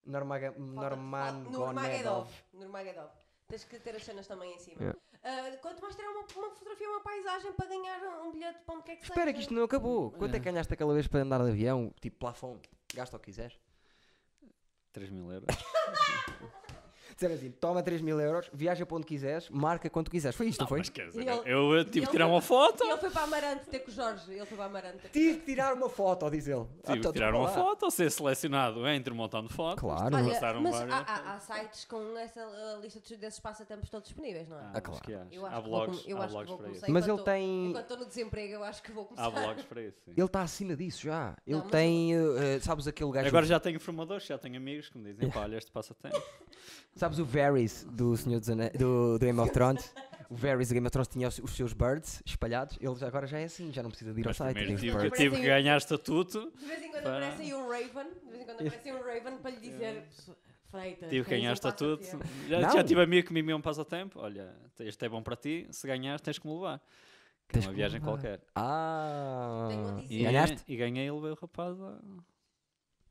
Normaga,
Falta-
Norman
fal- Nurmagomedov.
Gonedov.
Nurmagomedov. Tens que ter as cenas também em cima.
Yeah.
Ah, quanto mais tirar uma, uma fotografia, uma paisagem para ganhar um, um bilhete para onde quer que
Espera
seja.
que isto não acabou. Quanto é que ganhaste aquela vez para andar de avião? Tipo, plafond. Gasta o que quiseres.
3 mil euros.
Disseram assim, toma 3 mil euros, viaja para onde quiseres, marca quanto quiseres. Foi isto, não foi?
Mas quer dizer,
E ele-
eu, eu
e
tive
ele
que tirar
foi-
uma foto.
E ele foi para Amarante ter com o Jorge. Ele foi para Amarante ter com o
Tive que tirar uma foto, diz ele. Ah,
Tive
então,
que tirar
toma
uma
lá.
foto, ser selecionado entre um montão de fotos.
Claro.
Jorge.
passaram
mas
várias-
há, há- há sites com essa uh, lista de- desses passatempos todos disponíveis, não é?
Ah,
Ah,
acho que
claro.
há. há
que vou
blogs,
com- eu
há
acho que
blogs
vou
para isso.
começar.
Mas
enquanto
ele tem-
Enquanto estou no desemprego, eu acho que vou começar.
Há blogs para isso. sim.
Ele está acima disso já. Ele
Não, mas-
tem, eh, eh, sabes aquele gajo,
Agora já tenho informadores, já tenho amigos que me dizem: pá, olha este passatempo.
sabes o Varys do Senhor dos Ane- do, do Game of Thrones? O Varys do Game of Thrones tinha os, os seus birds espalhados. Ele já- agora já é assim, já não precisa de ir ao
Mas
site.
primeiro
tem os
tive, que-
birds.
tive que ganhar estatuto,
De vez em quando
Para-
aparece aí um Raven. De vez em quando aparece aí um Raven para lhe dizer. Freitas.
tive que
tens
ganhar
um
estatuto.
passatempo."
Já,
Não.
já tive amigo que me enviou um passatempo: olha, este é bom para ti, se ganhar tens que me levar. Que é
Tens
uma
que
viagem
levar.
qualquer.
Ah,
Tenho a dizer.
e ganhaste?
E ganhei e levei o rapaz a.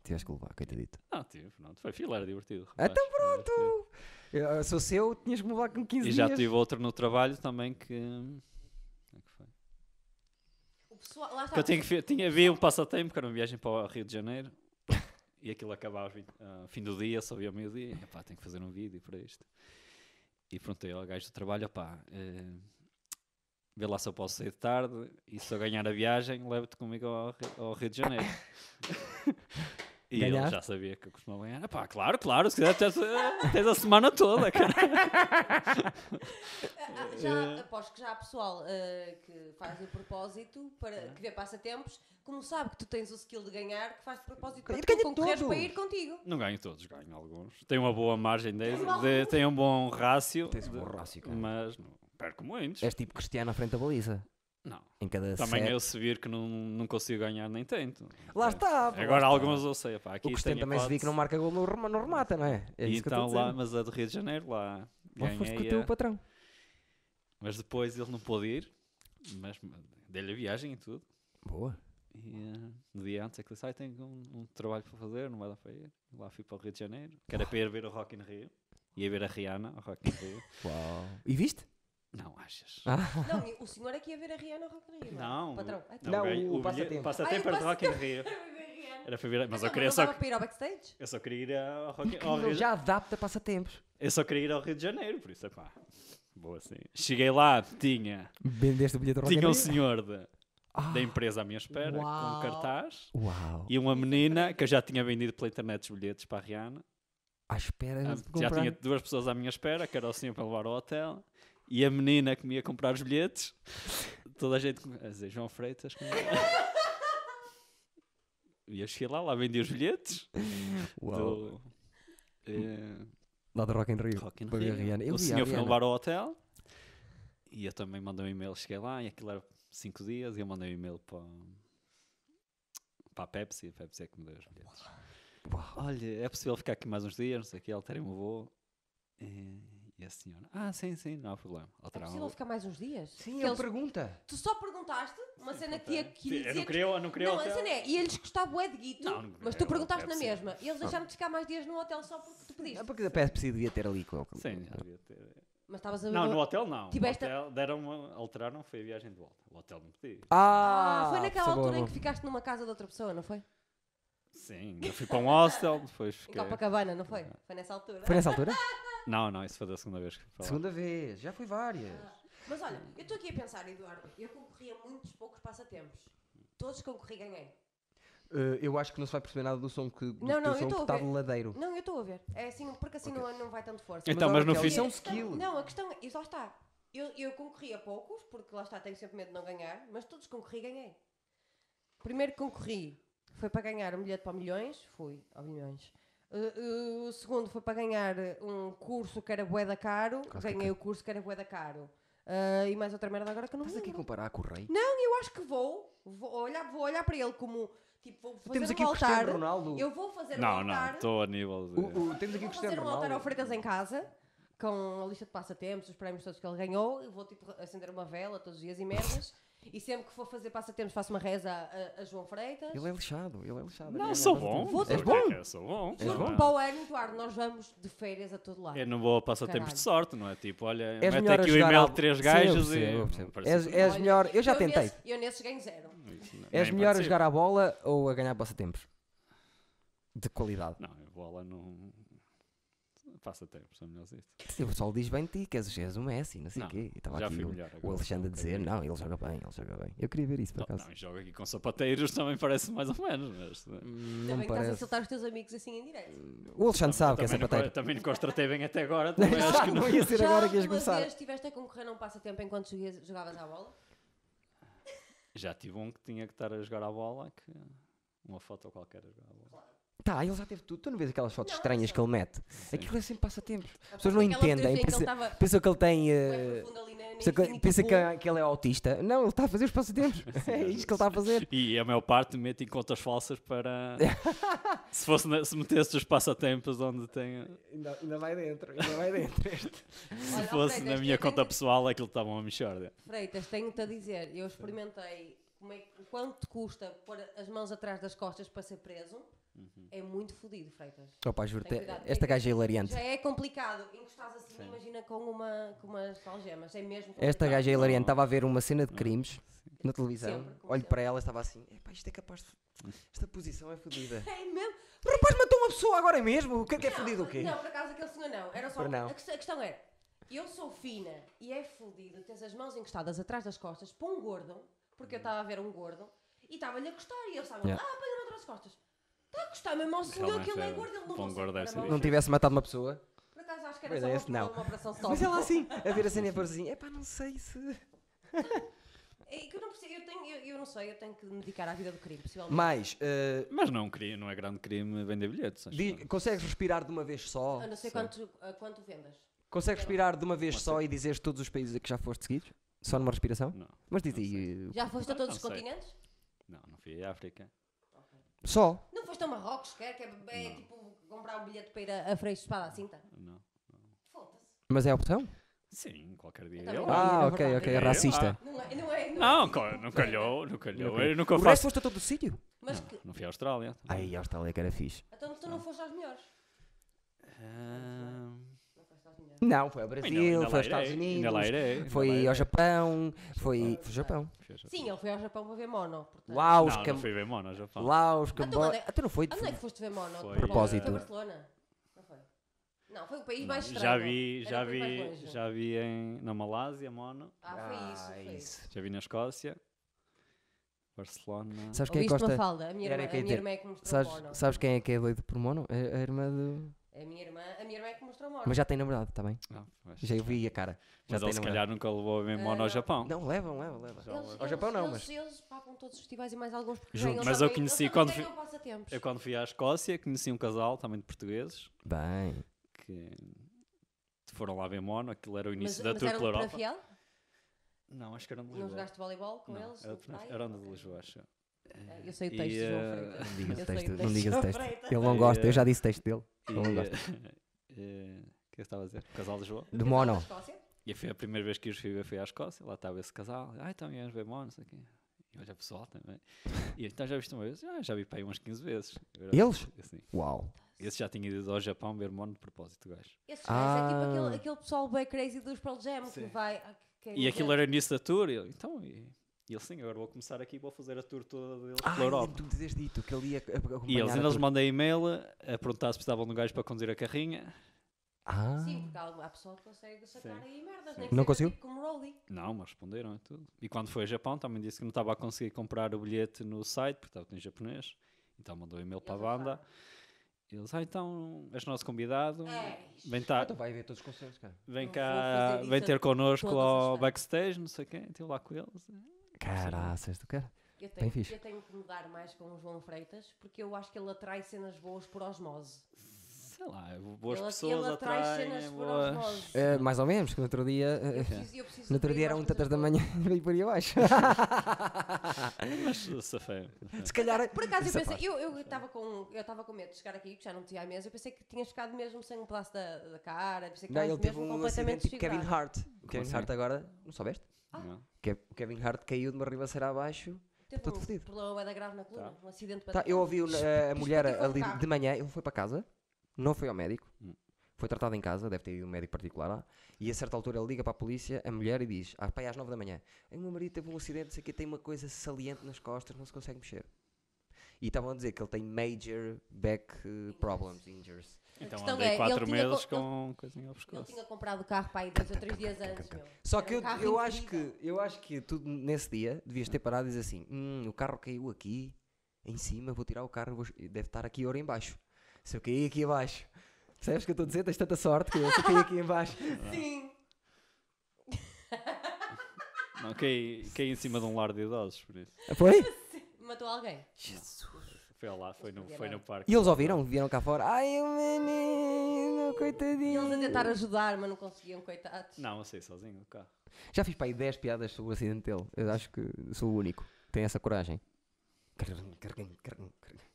Tiveste que levar, coitadito.
Não, tive, não, foi fila, era divertido. rapaz.
Então
Era divertido.
pronto! Eu sou seu, tinhas que me levar com 15
E já
dias.
tive outro no trabalho também que. como é que foi?
O pessoal, lá está.
Que eu tinha, que fi- tinha havia um passatempo, que era uma viagem para o Rio de Janeiro. E aquilo acabava ao fim- ao fim do dia, só via ao meio-dia. E, Epá, tenho que fazer um vídeo para isto. E perguntei ao gajo do trabalho, opá, eh, vê lá se eu posso sair de tarde e se eu ganhar a viagem, levo-te comigo ao, Ri- ao Rio de Janeiro. e ele
Ganhaste?
já sabia que eu costumava ganhar. Epá, claro, claro, se quiser tens, eh, tens a semana toda, cara.
Ah, ah,
Eh.
já, aposto que já há pessoal ah, que faz o propósito,
Eh.
para, que vê passatempos, como sabe que tu tens o skill de ganhar, que faz de propósito para
E
tu
ganha
concorreres
todos.
para ir contigo.
Não ganho todos, ganho alguns. Tenho uma boa margem, de,
Tens alguns?
de, tenho um bom rácio.
Tens um
de-
bom rácio, cara.
Mas não perco muitos.
És tipo Cristiano à frente da baliza.
Não.
Em cada
Também
set.
eu se vir que não, não consigo ganhar, nem tento.
Lá
É.
está. pá, lá
Agora
está.
alguns eu sei, pá,
O
aqui
Cristiano
tem
também se vê que não
hipótese.
marca gol, não rema- não remata, não é? É
E
isso que eu estou
então
a
lá,
dizer.
mas a do Rio de Janeiro lá
Lá foste com o
ganhei,
teu
eh,
patrão.
mas depois ele não pôde ir, mas dei-lhe a viagem e tudo.
Boa.
E eh, no dia antes é que ele disse, "Ai, tenho um, um trabalho para fazer, não vai dar para ir. Lá fui para o Rio de Janeiro, que era para ir ver o Rock in Rio. Ia ver a Rihanna ao Rock in Rio.
Uau. E viste?
Não, achas?
Ah,
Não, e o senhor aqui ia ver a Rihanna ao Rock in Rio, é?
Não,
Patrão.
não,
Não,
ganhei-
o
o,
passatempo.
bilhete- o passatempo
Ai, o
era do Rock in Rio. Era para ver, mas eu queria
não
só,
dava para ir ao backstage? É
eu só queria ir ao Rock in ao
Ele
Rio.
já adapta passatempos.
Eu só queria ir ao Rio de Janeiro, por isso é pá. Boa assim. Cheguei lá, tinha,
Vendeste o bilhete ao Rock in
tinha um
Rio?
senhor de-
Ah,
da empresa à minha espera,
Uau.
com um cartaz,
Uau.
e uma menina que eu já tinha vendido pela internet os bilhetes para a Rihanna.
À espera
Ah,
de
Já
comprar.
tinha duas pessoas à minha espera, que era o senhor para levar ao hotel, e a menina que me ia comprar os bilhetes. Toda a gente, come- a dizer, João Freitas. como é?" E eu cheguei lá, lá vendi os bilhetes
Uau.
do eh,
Lá do Rock in Rio.
Rock in
Para ver a
Rio.
Rihanna. Eu
o
vi a
senhor foi
Rihanna.
levar ao hotel e eu também mandei um e-mail, cheguei lá e aquilo era 5 dias e eu mandei um e-mail para, para a Pepsi, a Pepsi é que me deu os bilhetes.
Uau.
Olha, é possível ficar aqui mais uns dias, não sei o que, alterem o voo. E, e a senhora, ah, sim, sim, não há problema.
É
Alteraram
possível
o-
ficar mais uns dias?
Sim,
Porque
ele
eles-
pergunta.
Tu só perguntaste uma cena que ia que ia
Sim, eu não
dizer que-
queria, eu não queria
Não,
hotel.
a cena é, e eles gostavam é de guito,
Não, não-
mas
é,
tu
é
perguntaste na
possível.
mesma. E eles deixaram-te ficar mais dias no hotel só porque tu pediste.
Ah, porque a Pepsi devia ter ali com ele.
é
Sim, já devia ter.
Mas estavas a
Não, no hotel não.
Tiveste-
Tiveste... Hotel, deram uma, alteraram, foi a viagem de volta. O hotel não pedi.
Ah,
Ah,
foi naquela
boa,
altura em
boa.
que ficaste numa casa de outra pessoa, não foi?
Sim, eu fui para um hostel, depois
Em
fiquei.
Copacabana, não foi? Foi nessa altura.
Foi nessa altura?
Não, não, isso foi da segunda vez que fui para lá.
Segunda vez, já fui várias.
Ah.
Mas olha, eu estou aqui a pensar, Eduardo, eu concorri a muitos poucos passatempos. Todos que concorri ganhei.
Eh, eu acho que não se vai perceber nada do som que do
Não,
teu
não, eu
som
tô
que
a
está
ver.
do ladeiro.
Não, eu estou a ver. É assim, porque assim não, não vai tanto força.
Então, mas no
olha que
fim-
Isso é um
a questão-
skill.
Não, a questão é, e lá está. Eu, eu concorri a poucos, porque lá está, tenho sempre medo de não ganhar, mas todos que concorri ganhei. Primeiro que concorri foi para ganhar um bilhete para milhões, fui ao milhões. Uh, uh, o segundo foi para ganhar um curso que era bué da caro,
Quase que
ganhei o curso que era bué da caro. Uh, e mais outra merda agora que eu não
Estás
me
aqui a
lembro.
comparar com o rei?
Eu acho que vou, vou olhar, vou olhar para ele como, tipo, vou fazer
Temos
um
aqui o
altar.
Cristiano Ronaldo.
Eu vou fazer um
Não,
altar.
não, estou a nível de.
O- o- temos aqui o
Vou fazer
Cristiano
um altar ao
Ronaldo.
Freitas em casa com a lista de passatempos, os prémios todos que ele ganhou. Eu vou tipo acender uma vela todos os dias e merdas. e sempre que for fazer passatempos, faço uma reza a, a João Freitas.
Ele é lixado, ele é lixado.
Não,
Ele
sou
é
bom.
Vou-
é
És bom?
Eu sou bom.
És
sou
bom?
bom.
Para o ano, Eduardo, nós vamos de férias a todo lado.
Eu É, não vou passar tempos
Caralho.
de sorte, não é? Tipo, olha,
És
mete
melhor a
aqui o
jogar
e-mail
algo-
de três
Sim, eu
gajos
percebo,
e.
eu
não
percebo.
parece
És-
que-
és-
Olha,
melhor- eu já tentei.
Nesse, eu nesses ganho zero.
isso não-
És
nem
melhor a
participo.
jogar à bola ou a ganhar passatempos? De qualidade.
Não, eu vou lá num. Passa tempo, sou melhor isso.
O pessoal diz bem de ti, que és, és o Messi, não sei o
Não,
quê. E Estava
já
aqui
fui
o,
melhor
o
agora,
Alexandre a
um
dizer, não, ele joga bem, ele joga bem. Eu queria ver isso, por
Não,
acaso.
não, jogo aqui com sapateiros também parece mais ou menos, mas. eh,
Não
Também
me
que estás a
parece.
insultar os teus amigos assim em direto.
O Alexandre sabe que é
também, não,
sapateiro.
co- também não constatei bem até agora, também acho
Sabe,
que não.
não ia ser agora que ias
alguma
começar.
vez estiveste a concorrer a um passatempo enquanto joguias- jogavas à bola?
Já tive um que tinha que estar a jogar a bola, que uma foto qualquer a jogar a bola.
Tá, ele já teve tudo. Tu não vês aquelas fotos
Não,
estranhas
não.
que ele mete?
Sim.
Aquilo é sempre passatempos. As
A
pessoas não
parte daquela
entendem.
fotografia
Pensa,
que ele estava
pensam que ele tem.
bué
eh,
profundo ali na- na
Pensa que,
infinity
pensa que,
pool.
que ele é autista. Não, ele está a fazer os passatempos. é isto que ele está a fazer.
E a maior parte mete em contas falsas para. se, fosse na- se metesse os passatempos onde tenha.
Ainda, vai dentro, ainda vai dentro.
Se
Olha,
fosse
Alfredo,
na
este
minha
eu tenho
conta
que-
pessoal, aquilo estava uma mexorda.
Freitas, tenho-te a dizer, eu experimentei como é, que- quanto te custa pôr as mãos atrás das costas para ser preso.
Uhum.
É muito fodido, Freitas.
Opa, juro
Tem cuidado.
esta gaja é hilariante.
Já é complicado. Encostás assim, imagina com, uma, com umas algemas. É mesmo complicado.
Esta gaja é hilariante. Estava a ver uma cena de crimes na televisão.
Sempre, como
Olho
sempre.
para ela e estava assim: Epá, isto é capaz de. Esta posição é fodida.
É mesmo.
O rapaz matou uma pessoa agora mesmo. O que é que é fodido? O quê?
Não, por acaso aquele senhor não. Era só.
Por não.
A, quest- a questão era: eu sou fina e é fodido ter as mãos encostadas atrás das costas para um gordo,
Uhum.
porque eu estava a ver um gordo e estava-lhe a costar e ele estava
Yeah.
ah, pega-me atrás das costas. Está a costar mesmo ao senhor
Realmente
que ele é
é-
gordo, ele não
para um
consegue
gordo
pôr a
deve ser
mão.
Não tivesse matado uma pessoa.
Por acaso acho que
Pois
era só
é,
uma,
esse não.
uma operação só.
Mas ela assim, a ver a cena e a pôr assim: Epá, não sei se.
É que eu não percebo, eu, tenho, eu, eu não sei, eu tenho que me dedicar à vida do crime, possivelmente.
Mas, eh,
Mas não, é um crime- não é grande crime vender bilhetes. acho
Diz-
eu.
consegues respirar de uma vez só?
Eu Ah, não sei quanto, a quanto vendas.
Consegues respirar de uma vez só e dizeres todos os países a que já foste seguidos? Só numa respiração?
Não.
Mas diz
não
aí.
Já foste a
Ah,
todos os
não sei.
continentes?
Não, não fui à África.
Só?
Não foste a Marrocos, quer? Que é, é tipo comprar um bilhete para ir a, a Freixo de Espada à cinta?
Não.
Foda-se.
Mas é a opção?
Sim, qualquer dia.
Eu também
eu-
não.
Ah,
é
ok,
verdade.
ok, é
Eu-
racista.
ah,
Não é, não é.
Não,
é.
co- não calhou, não calhou. Eu nunca
O resto
faço.
foste a todo o sítio?
Mas
Não,
que,
não fui à Austrália.
Ai, a Austrália que era fixe.
então tu não foste aos melhores.
Ah,
Não foste aos melhores.
Não, foi ao
ainda-
Brasil,
ainda lá
foi aos Estados
irei, Ainda lá
Unidos,
irei. ainda lá
foi
irei.
ao Japão, foi foi ao Japão.
Fui ao Japão.
Sim, ele foi ao Japão para ver mono. Portanto.
Laos,
Não, não
Cam-
fui ver Mono, ao Japão.
Laos,
Então, onde
Camboja.
é-
Até não foi.
Onde é que foste ver mono?
Foi-
Foi
Propósito.
Foi Barcelona? Não foi? Não, foi o país mais estranho.
Já vi,
Era
já
o país mais
vi,
longe.
já vi em, na Malásia, Mono.
Ah, foi isso. Foi isso.
Já vi na Escócia. Barcelona.
Sabes quem é que
Ouviste
gosta?
uma falda? A minha
Era
irmã,
o que eu
a
ia
minha
dizer.
irmã é que mostrou mono.
Sabes, sabes quem é que é doido por mono? A, a irmã do.
A minha irmã, a minha irmã é que mostrou mono.
Mas já tem namorado, está bem?
Ah, mas-
Já vi a cara. Já
Mas
tem
ele se
namorado.
calhar nunca levou a ver Mono
não.
ao Japão.
Não, levam, levam, levam.
Eles-
Ao Japão não,
eles,
mas-
Eles papam todos os festivais e mais alguns porque
Juro.
ganham
Mas
também-
eu conheci
eles também
quando
ganham passatempos.
Eu quando fui à Escócia conheci um casal também de portugueses
Bem.
que foram lá ver Mono, aquilo era o
Mas,
início
mas
da Tour
era
pela
para
Europa.
fiel?
Não, acho que eram de
Não
Lisboa.
jogaste voleibol com
Não,
eles?
era
no
de, Fran-
praia?
eram de
Ok.
Lisboa, acho. eu.
Ah, Eu sei o
E,
texto, de João
eh,
Freitas.
Não digas
Eu
texto,
sei o
não digas
João
texto.
Freitas.
Ele não
E,
gosta, eu
eh,
já disse texto dele.
E,
Não
eh, que eu estava a dizer? O casal de João.
De
Casal da
mono.
Escócia?
E foi a primeira vez que os fui ver, foi à Escócia, lá estava esse casal. Ah, então íamos ver monos aqui. E olha o pessoal também. E eu, então já viste uma vez? Ah, já vi para aí umas 15 vezes. Eu era-
Eles?
Assim,
Uau.
esse já tinha ido ao Japão ver mono de propósito, gajo.
Esses gajos é
Ah.
tipo aquele, aquele pessoal bem crazy dos Pearl Jam que vai. ah, que- que-
E aquilo era nisso da tour. E eu, então, e, e ele sim, agora vou começar aqui, vou fazer a tour toda deles
Ah,
pela Europa.
tu dizes dito que ele ia ac- acompanhar
E eles
a
ainda nos
tua-
mandam e-mail a perguntar se precisavam de um gajo para conduzir a carrinha.
Ah,
Sim, porque há, há pessoal que consegue sacar
Sim.
aí merdas.
Sim.
nem que
Não
seja
conseguiu?
Tipo como Rolly.
Não, mas responderam e tudo. E quando foi ao Japão também disse que não estava a conseguir comprar o bilhete no site, porque estava em japonês. Então mandou e-mail para a
eles acharam.
banda. Eles, ah, então és nosso convidado.
Eis.
Vem,
Ah,
tá,
então vai ver todos os concertos, cara.
É. Vou-
vem
vou
cá,
fazer
vem
isso
ter connosco
todas as
ao
feiras.
backstage, não sei quem. Estive lá com eles.
Caraças, tu cara.
Eu tenho,
fixe.
eu tenho que mudar mais com o João Freitas porque eu acho que ele atrai cenas boas por osmose.
Sei lá, boas
ele,
pessoas
ele atrai
atraem
cenas por
boas-
osmose.
Eh, mais ou menos, que no outro dia. eh,
Eu preciso, eu preciso
no outro
abrir
dia era
mais
um tantas
coisas
da
boas.
manhã e veio por aí abaixo.
Mas safé.
Se calhar.
Por acaso eu
Essa
pensei,
parte.
eu eu estava com, eu estava com medo de chegar aqui, que já não tinha a mesa, eu pensei que tinhas ficado mesmo sem um pedaço da, da cara, pensei que
Não,
estavas
ele teve
mesmo
um
completamente
acidente tipo Kevin
desfigurado.
Hart. O Kevin
assim?
Hart agora. Não soubeste?
Ah,
Não.
Que- O Kevin Hart caiu de uma ribanceira abaixo.
Teve
Todo
um
Tá fodido.
problema bué da grave na coluna, um acidente bué
Tá,
da
eu
grave.
ouvi o- a, a mulher
explodiu um
ali
carro.
de manhã, ele foi para casa, não foi ao médico,
Hum.
foi tratado em casa, deve ter ido um médico particular lá, e a certa altura ele liga para a polícia, a mulher, e diz, ah, pai, às 9 da manhã, o meu marido teve um acidente, sei que tem uma coisa saliente nas costas, não se consegue mexer. E estavam a dizer que ele tem major back eh, problems, injuries.
Então
questão
andei
é, ele
4
tinha co-
meses
ele-
com coisinha ao
Ele
pescoço.
tinha comprado o carro para aí dois ou três dias antes, meu.
Só
Era
que
um
eu,
carro
eu acho
incrível.
que eu acho que tu nesse dia devias ter parado e dizer assim, "Hum, o carro caiu aqui em cima, vou tirar o carro, vou- deve estar aqui ouro em baixo. Se eu caí aqui abaixo. Percebes o que eu estou a dizer? Tens tanta sorte que eu se eu caí aqui em baixo.
Sim.
Não, caí, caí em cima de um lar de idosos, por isso.
Foi?
Matou alguém.
Foi lá, foi no, foi no parque.
E eles ouviram, vieram cá fora. Ai, o menino,
E
coitadinho.
eles a tentar ajudar, mas não conseguiam, coitados.
Não, eu saí sozinho do carro.
Já fiz para aí 10 piadas sobre o acidente dele. Eu acho que sou o único. que Tem essa coragem.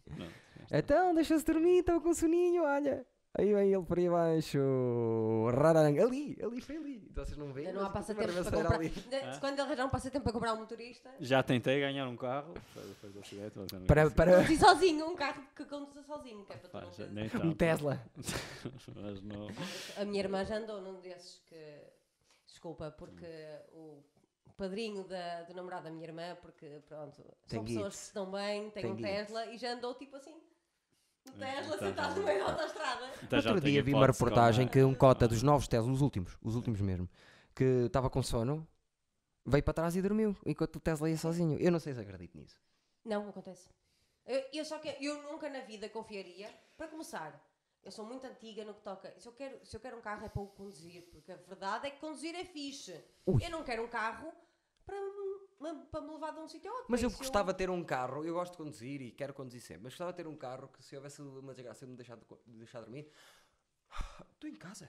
Não,
Então, deixa-se dormir, estava com soninho, olha. Aí vem ele por aí abaixo. Rarang. Ali, ali foi ali. Então, Vocês não veem?
Ainda não há
mas aquilo
passatempo
tem uma
para
ribanceira
comprar.
ali.
Ainda-
Ah.
Quando ele arranjar um passatempo para comprar um motorista,
Já tentei ganhar um carro, foi depois do acidente, mas eu não
Para,
consegui.
para
conduzir sozinho, um carro que conduza sozinho, que é para tu
Pá,
não
já-
teres-
nem
um
tanto.
Tesla.
Mas não. Então
A minha irmã já andou num desses que. Desculpa, porque o padrinho da, do namorado da minha irmã, porque pronto,
Tem
são pessoas
guites.
que se dão bem, têm
Tem
um
guites.
Tesla e já andou tipo assim. No
É,
Tesla,
tá
sentado
bom.
no meio da autostrada.
Então já
Outro
tenho
dia vi uma
hipótese com
reportagem
a-
que um cota dos novos Tesla, os últimos, os últimos mesmo, que estava com sono, veio para trás e dormiu, enquanto o Tesla ia sozinho. Eu não sei se acredito nisso.
Não, acontece. Eu, eu só que eu nunca na vida confiaria. Para começar, eu sou muito antiga no que toca. Se eu quero, se eu quero um carro é para o conduzir, porque a verdade é que conduzir é fixe.
Ui.
Eu não quero um carro para, me- para me levar de um sítio ao outro.
Mas
É
eu
que se
gostava de ter um carro, eu gosto de conduzir e quero conduzir sempre, mas gostava de ter um carro que se houvesse uma desgraça eu me deixar de, co- de deixar dormir. Estou em casa.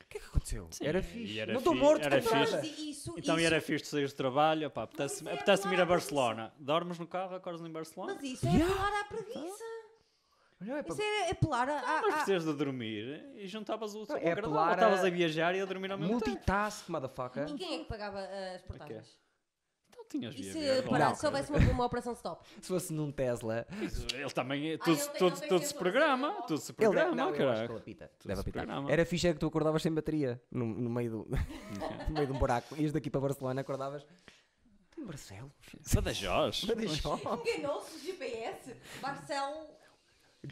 O que é que aconteceu?
Sim,
era
e
fixe.
era
não estou
fi-
morto,
era
estou
Mas
fixe.
nada.
e é isso,
um
Então
isso,
era fixe de sair do trabalho, opá, apetece-me
Mas é
apetece-me ir a
claro,
Barcelona. Dormes no carro, acordas em Barcelona.
Mas isso é
Yeah.
apelar à preguiça.
Não, é, para-
Isso é apelar à. à-
Então, Mas
à-
precisas de dormir e juntavas o seu
é
agradável.
apelar a-
Estavas a viajar e a dormir ao mesmo tempo.
Multitask,
né?
motherfucker.
E quem é que pagava ah, as portagens?
Então tinhas
E
de
se,
ver.
é parar,
Não.
se houvesse uma, uma operação stop?
Se fosse num Tesla,
Ele também.
Ah,
é-
ele tem-
Tudo, tudo,
ele tem
tudo
que
se
ter-
programa. Tudo se
ele deve,
programa,
não, eu acho que
caralho.
ele apita.
Tu
Deve
se
apitar.
programa.
Era fixe é que tu acordavas sem bateria no, no meio do, no meio de um buraco. Ias daqui para Barcelona, acordavas. Tem Barcelos?
Badajoz.
Badajoz?
Enganou-se o GPS? Barcelo.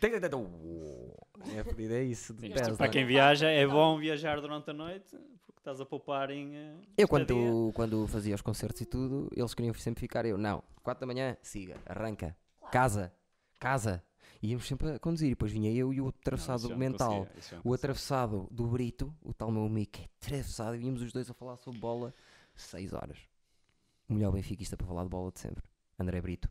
Tem- tem- tem- tem- Uou. É fodido, é isso. de
Sim,
Tesla.
para quem
Não
viaja,
faz
é
questão.
bom viajar durante a noite porque estás a poupar em. eh,
Eu
estadia.
quando, quando fazia os concertos e tudo, eles queriam sempre ficar. Eu, não, 4 da manhã, siga, arranca, casa, casa. E íamos sempre a conduzir. E depois vinha eu e o
Não, isso
atravessado
já não
mental.
conseguia, isso já não
O atravessado do Brito, o tal meu amigo que é atravessado, e vínhamos os dois a falar sobre bola 6 horas. O melhor benfiquista para falar de bola de sempre. André Brito,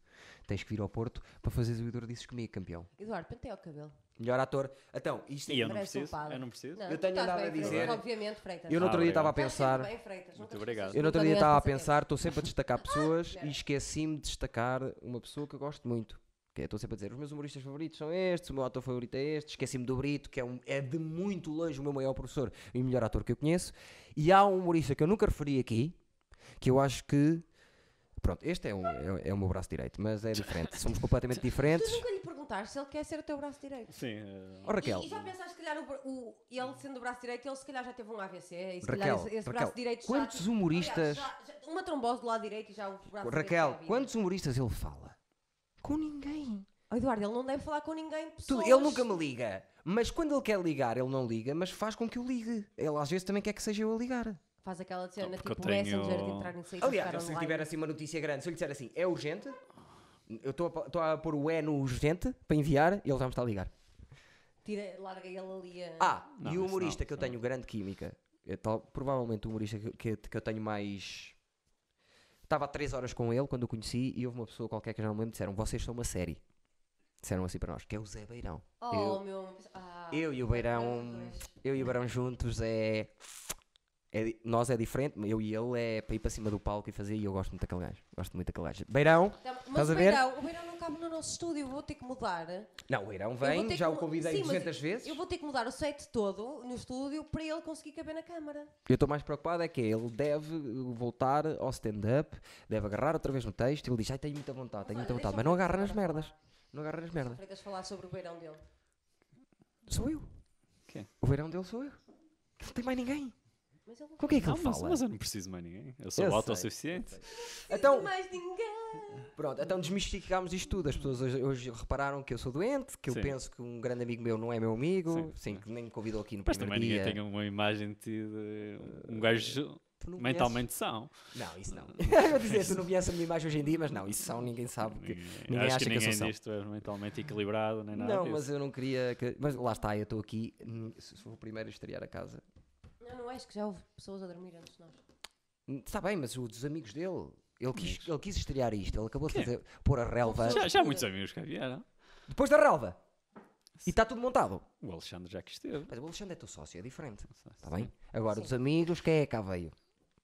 tens que vir ao Porto para fazeres o Idor Disses comigo, campeão.
Eduardo, penteia o cabelo.
Melhor ator. Então, isto
E eu não
Parece um
preciso.
padre.
eu não preciso.
Não,
Eu
tu
tenho
estás
nada
bem,
a dizer.
Freitas, Obviamente, Freitas.
Eu no
Ah,
outro dia estava a
obrigado.
Estás
pensar.
sempre bem, Freitas, nunca te
obrigado.
esqueças
Eu no outro dia
nunca
estava a
dessas ideias. Ah,
pensar, estou sempre a destacar pessoas
espera.
e esqueci-me de destacar uma pessoa que eu gosto muito, Que eu estou sempre a dizer, os meus humoristas favoritos são estes, o meu ator favorito é este, esqueci-me do Brito, que é, um, é de muito longe o meu maior professor e melhor ator que eu conheço. E há um humorista que eu nunca referi aqui, que eu acho que. Pronto, este é, um, é, é o meu braço direito, mas é diferente. Somos completamente
Tu
diferentes.
nunca lhe perguntaste se ele quer ser o teu braço direito.
Sim, eh,
Oh, Raquel,
E, e já pensaste, se calhar, o, bra- o- ele sendo o braço direito, ele se calhar já teve um AVC. E se
Raquel,
calhar esse, esse
Raquel,
braço direito já-
quantos humoristas-
Aliás, já- já- uma trombose do lado direito e já o braço direito.
Raquel,
já é a vida.
quantos humoristas ele fala? Com ninguém.
Oh, Eduardo, ele não deve falar com ninguém.
Tudo.
Pessoas.
Ele nunca me liga. Mas quando ele quer ligar, ele não liga, mas faz com que eu ligue. Ele às vezes também quer que seja eu a ligar.
Faz aquela cena
Não, porque
tipo
eu tenho-
Messenger de entrar em sair e
Aliás,
ficar
eu, se lhe
online.
tiver assim uma notícia grande, se eu lhe disser assim, é urgente, eu estou a pa- estou a, pôr o E no urgente para enviar e ele já me está a ligar.
Tira, larga ele ali a...
Ah,
Não,
e
isso
o humorista
não,
que eu
isso não.
tenho grande química, é tal, provavelmente o humorista que, que, que eu tenho mais. Estava há 3 horas com ele quando o conheci e houve uma pessoa qualquer que eu já não me lembro disseram: Vocês são uma série. Disseram assim para nós, que é o Zé Beirão.
Oh,
eu-
meu... Ah,
Eu e o
os
Beirão,
dois.
eu e o Beirão juntos é, é di- nós é diferente, eu e ele é para ir para cima do palco e fazer e eu gosto muito daquele gajo, gosto muito daquele gajo. Beirão,
Tá, Mas
Estás
o,
a ver?
Beirão, o Beirão não cabe no nosso estúdio, vou ter que mudar.
não, o Beirão
Eu vou
vem,
ter
já
que
o
mu-
convidei
Sim, mas
200 vezes.
Eu vou ter que mudar o set todo no estúdio para ele conseguir caber na câmara.
Eu estou mais preocupado é que ele deve uh, voltar ao stand-up, deve agarrar outra vez no texto, ele diz, ai tenho muita vontade, tenho muita
Olha, deixa
vontade,
o
mas não
Freitas
agarra nas
agora
merdas,
falar.
não agarra nas
Deixa o
merdas.
Freitas falar sobre o Beirão dele.
Sou eu.
Quem?
O Beirão dele sou eu. Não tem mais ninguém.
Mas ele não
Com quem é que
não,
ele
mas,
fala?
mas eu não preciso mais ninguém. Eu sou
Eu sei,
autossuficiente.
então...
Então,
mais ninguém.
Pronto, então desmistificámos isto tudo. As pessoas hoje, hoje repararam que eu sou doente, que eu
Sim.
penso que um grande amigo meu não é meu amigo, sim,
Sim, sim.
que nem me convidou aqui no
Mas também
primeiro
ninguém
dia.
tem uma imagem de ti de um gajo
Tu não
mentalmente são.
conheces- Não, isso não. eu ia dizer, tu não conheces a minha imagem hoje em dia, mas não, isso são, ninguém sabe. Que... ninguém
acho
acha que
que
eu sou
ninguém
são.
diz que tu és mentalmente equilibrado nem nada.
Não,
disso.
mas eu não queria. que- Mas lá está, eu estou aqui, hum, se se for o primeiro a estrear a casa.
Não, não és que já houve pessoas a dormir antes de nós.
Hum, Está bem, mas o dos amigos dele. Ele quis,
Amigos.
ele quis estrear isto, ele acabou de
Quem?
fazer, pôr a relva.
Sim.
já, já há muitos amigos que vieram.
Depois da relva! E está tudo montado.
O Alexandre já que esteve.
Mas o Alexandre é teu sócio, é diferente. Está
Sim.
bem? Agora,
Sim.
dos amigos, quem é que cá veio?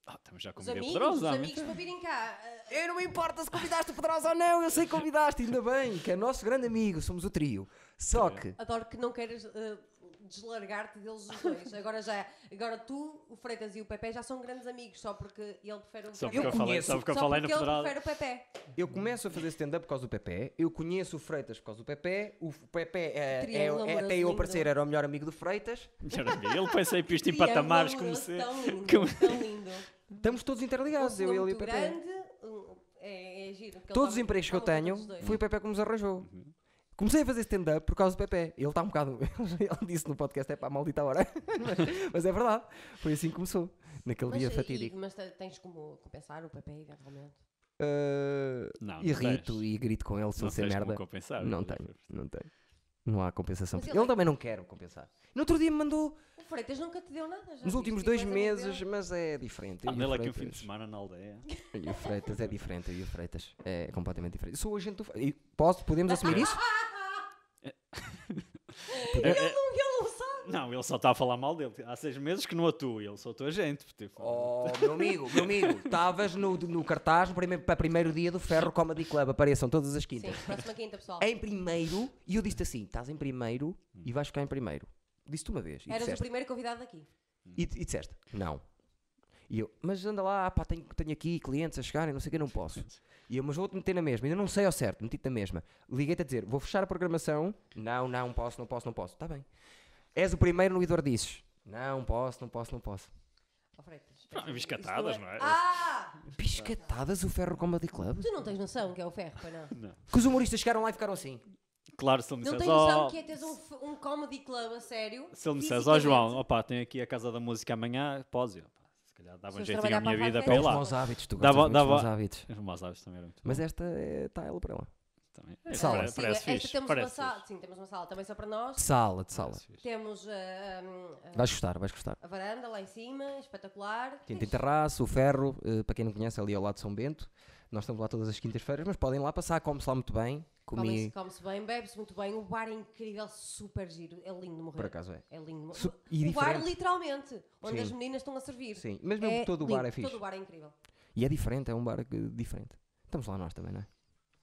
Ah, estamos já com
Os
Maria
amigos, os
Pedrosa. há
amigos
muito
para virem cá. ah,
Eu não me importa se convidaste o Pedrosa ou não, eu sei que convidaste, ainda bem, que é nosso grande amigo, somos o trio. Só que.
Adoro que não queiras ah, deslargar-te deles os dois. Agora já, agora tu, o Freitas e o Pepe já são grandes amigos, só porque ele prefere o
tempo. Só
Pepe.
porque eu, falei,
conheço-
só porque eu
Só
falei na
porque ele
Pedrosa.
prefere o Pepe.
Eu começo a fazer stand-up por causa do Pepe, eu conheço o Freitas por causa do Pepe, o F- Pepe é, é-
Triângulo
é- até
amoroso
eu
lindo.
aparecer era o melhor amigo do Freitas.
Melhor amigo. Ele pensei isto em
Triângulo
patamares como
amoroso,
se.
Tão lindo,
como-
tão lindo.
Estamos todos interligados, eu, ele e o Pepe.
grande, um- é, é giro. porque ele
Todos os
dá-
empregos que eu
dá luta
tenho,
pelos dois.
foi o Pepe que nos arranjou. Comecei a fazer stand-up por causa do Pepe. Ele está um bocado. Ele disse no podcast: é para a maldita hora. mas, mas é verdade. Foi assim que começou. Naquele dia
e-
fatídico.
mas te- tens como compensar o Pepe eventualmente.
Ah,
Não, não
irrito
tens.
e grito com ele se
Não
ele ser
tens como
merda.
compensar.
Não
já
tenho,
foste.
não tenho. Não há compensação.
Mas
Ele,
ele é-
também não quer compensar. No outro dia me mandou,
O Freitas nunca te deu nada já.
nos
viste? Tipo,
últimos
E
dois
tu és amigo
meses,
dele.
mas é diferente. Eu
Ah,
e o
nele aqui um fim de
Freitas-
semana na aldeia.
eu E o Freitas é diferente, eu e o Freitas é completamente diferente. Sou agente do. Fre- e Posso, podemos assumir isso? é,
um- Ele não, ele não sabe.
É, Não, ele só está a falar mal dele. Há seis meses que não atua, ele só atua gente. Tipo,
Oh, meu amigo, meu amigo, estavas no, no cartaz no primeiro, para primeiro dia do Ferro Comedy Club, apareçam todas as quintas.
Sim, próxima quinta, pessoal.
Em primeiro, e eu disse assim: estás em primeiro e vais ficar em primeiro. Disse-te uma vez. E
Eras o
disseste,
primeiro convidado aqui.
E, e disseste, não. E eu, mas anda lá, pá, tenho, tenho aqui clientes a chegarem, não sei o que, não posso. E eu, mas vou-te meter na mesma, ainda não sei ao certo, meti-te na mesma. Liguei-te a dizer, vou fechar a programação, não, não posso, não posso, não posso. Está bem. És o primeiro no Eduardo Dizes. Não posso, não posso, não posso.
Ó Freitas.
Pá, biscatadas, não é?
Ah!
Piscatadas o Ferro Comedy Club?
Tu não tens noção que é o ferro, pois não?
Que os humoristas chegaram lá e ficaram assim.
Claro, se ele me
Não
disseres,
tens noção
"Oh,
que é teres um, f- um comedy club a sério.
Se ele me dissesse, ó João, opá, tenho aqui a Casa da Música amanhã, podes ir. opá, Se calhar dava um
Pessoas
jeitinho à
trabalhar
minha
para a Farfetch.
vida para ir
Pelos
lá.
É bons hábitos, tu
Dava-
gostas muito dos
dava-
bons hábitos.
Os maus hábitos também eram muito
Mas esta está ela para lá.
bons também. É,
Sala.
pare-
Sim,
Parece
esta
fixe.
Temos
Parece
uma sala,
fixe.
sim, temos uma sala também só para nós.
De sala, de sala.
Parece fixe.
Temos ah, hum, ah,
Vais gostar, vais gostar.
a varanda lá em cima, espetacular.
Quinta em
Tens-
Terraço, o Ferro, eh, para quem não conhece, ali ao lado de São Bento. Nós estamos lá todas as quintas-feiras, mas podem lá passar, come-se lá muito bem.
Come-se
Comi,
come-se bem, bebe-se muito bem, o bar é incrível, super giro, é lindo de morrer.
por acaso é.
É lindo de morrer.
Su- e
o bar
diferente.
literalmente, onde
Sim.
as meninas estão a servir. É
Sim, mas mesmo todo o
lindo,
bar é fixe.
Todo o bar é incrível.
E é diferente, é um bar eh, diferente. Estamos lá nós também, não é?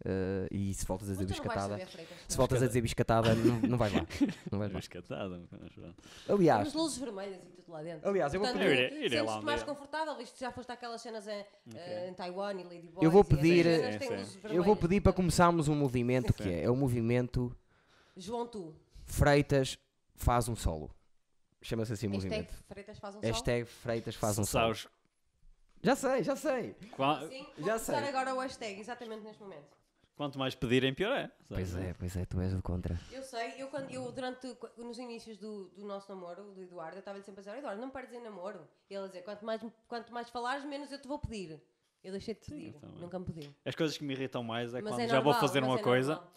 Eh, e se voltas a
Mas tu
dizer
Então não vais
biscatada.
saber, Freitas.
Se voltas a dizer biscatada, não, não vais lá. Não vais lá.
Escatada, mas é pronto.
Tem
Aliás,
umas luzes vermelhas e tudo lá dentro.
aliás, eu vou
Portanto,
pedir.
Ah, Eu irei- irei lá
sentes-te
um
mais
dia.
confortável, visto que já foste àquelas cenas em, eh, em Taiwan e Ladyboy.
Eu vou pedir-
Sim, sim.
Eu vou pedir para começarmos um movimento que é, é o movimento
João, tu.
Freitas faz um solo. Chama-se assim o
Hashtag
movimento.
Freitas faz um sol.
Hashtag Freitas faz um solo.
Sabes
Já sei, já sei.
qua-
Sim, vou
Já
começar
sei.
agora o hashtag, exatamente neste momento.
quanto mais pedirem, pior é. sabes?
Pois é, pois é, tu és o contra.
Eu sei, eu, quando, eu durante, nos inícios do, do nosso namoro, do Eduardo, eu estava-lhe sempre a dizer, Eduardo, não me pares de dizer namoro. E ele a dizer, quanto mais, quanto mais falares, menos eu te vou pedir. Eu deixei de pedir,
eu também.
nunca me pediu.
As coisas que me irritam mais é
Mas
quando
é
já
normal,
vou fazer
mas
uma
é
coisa
normal.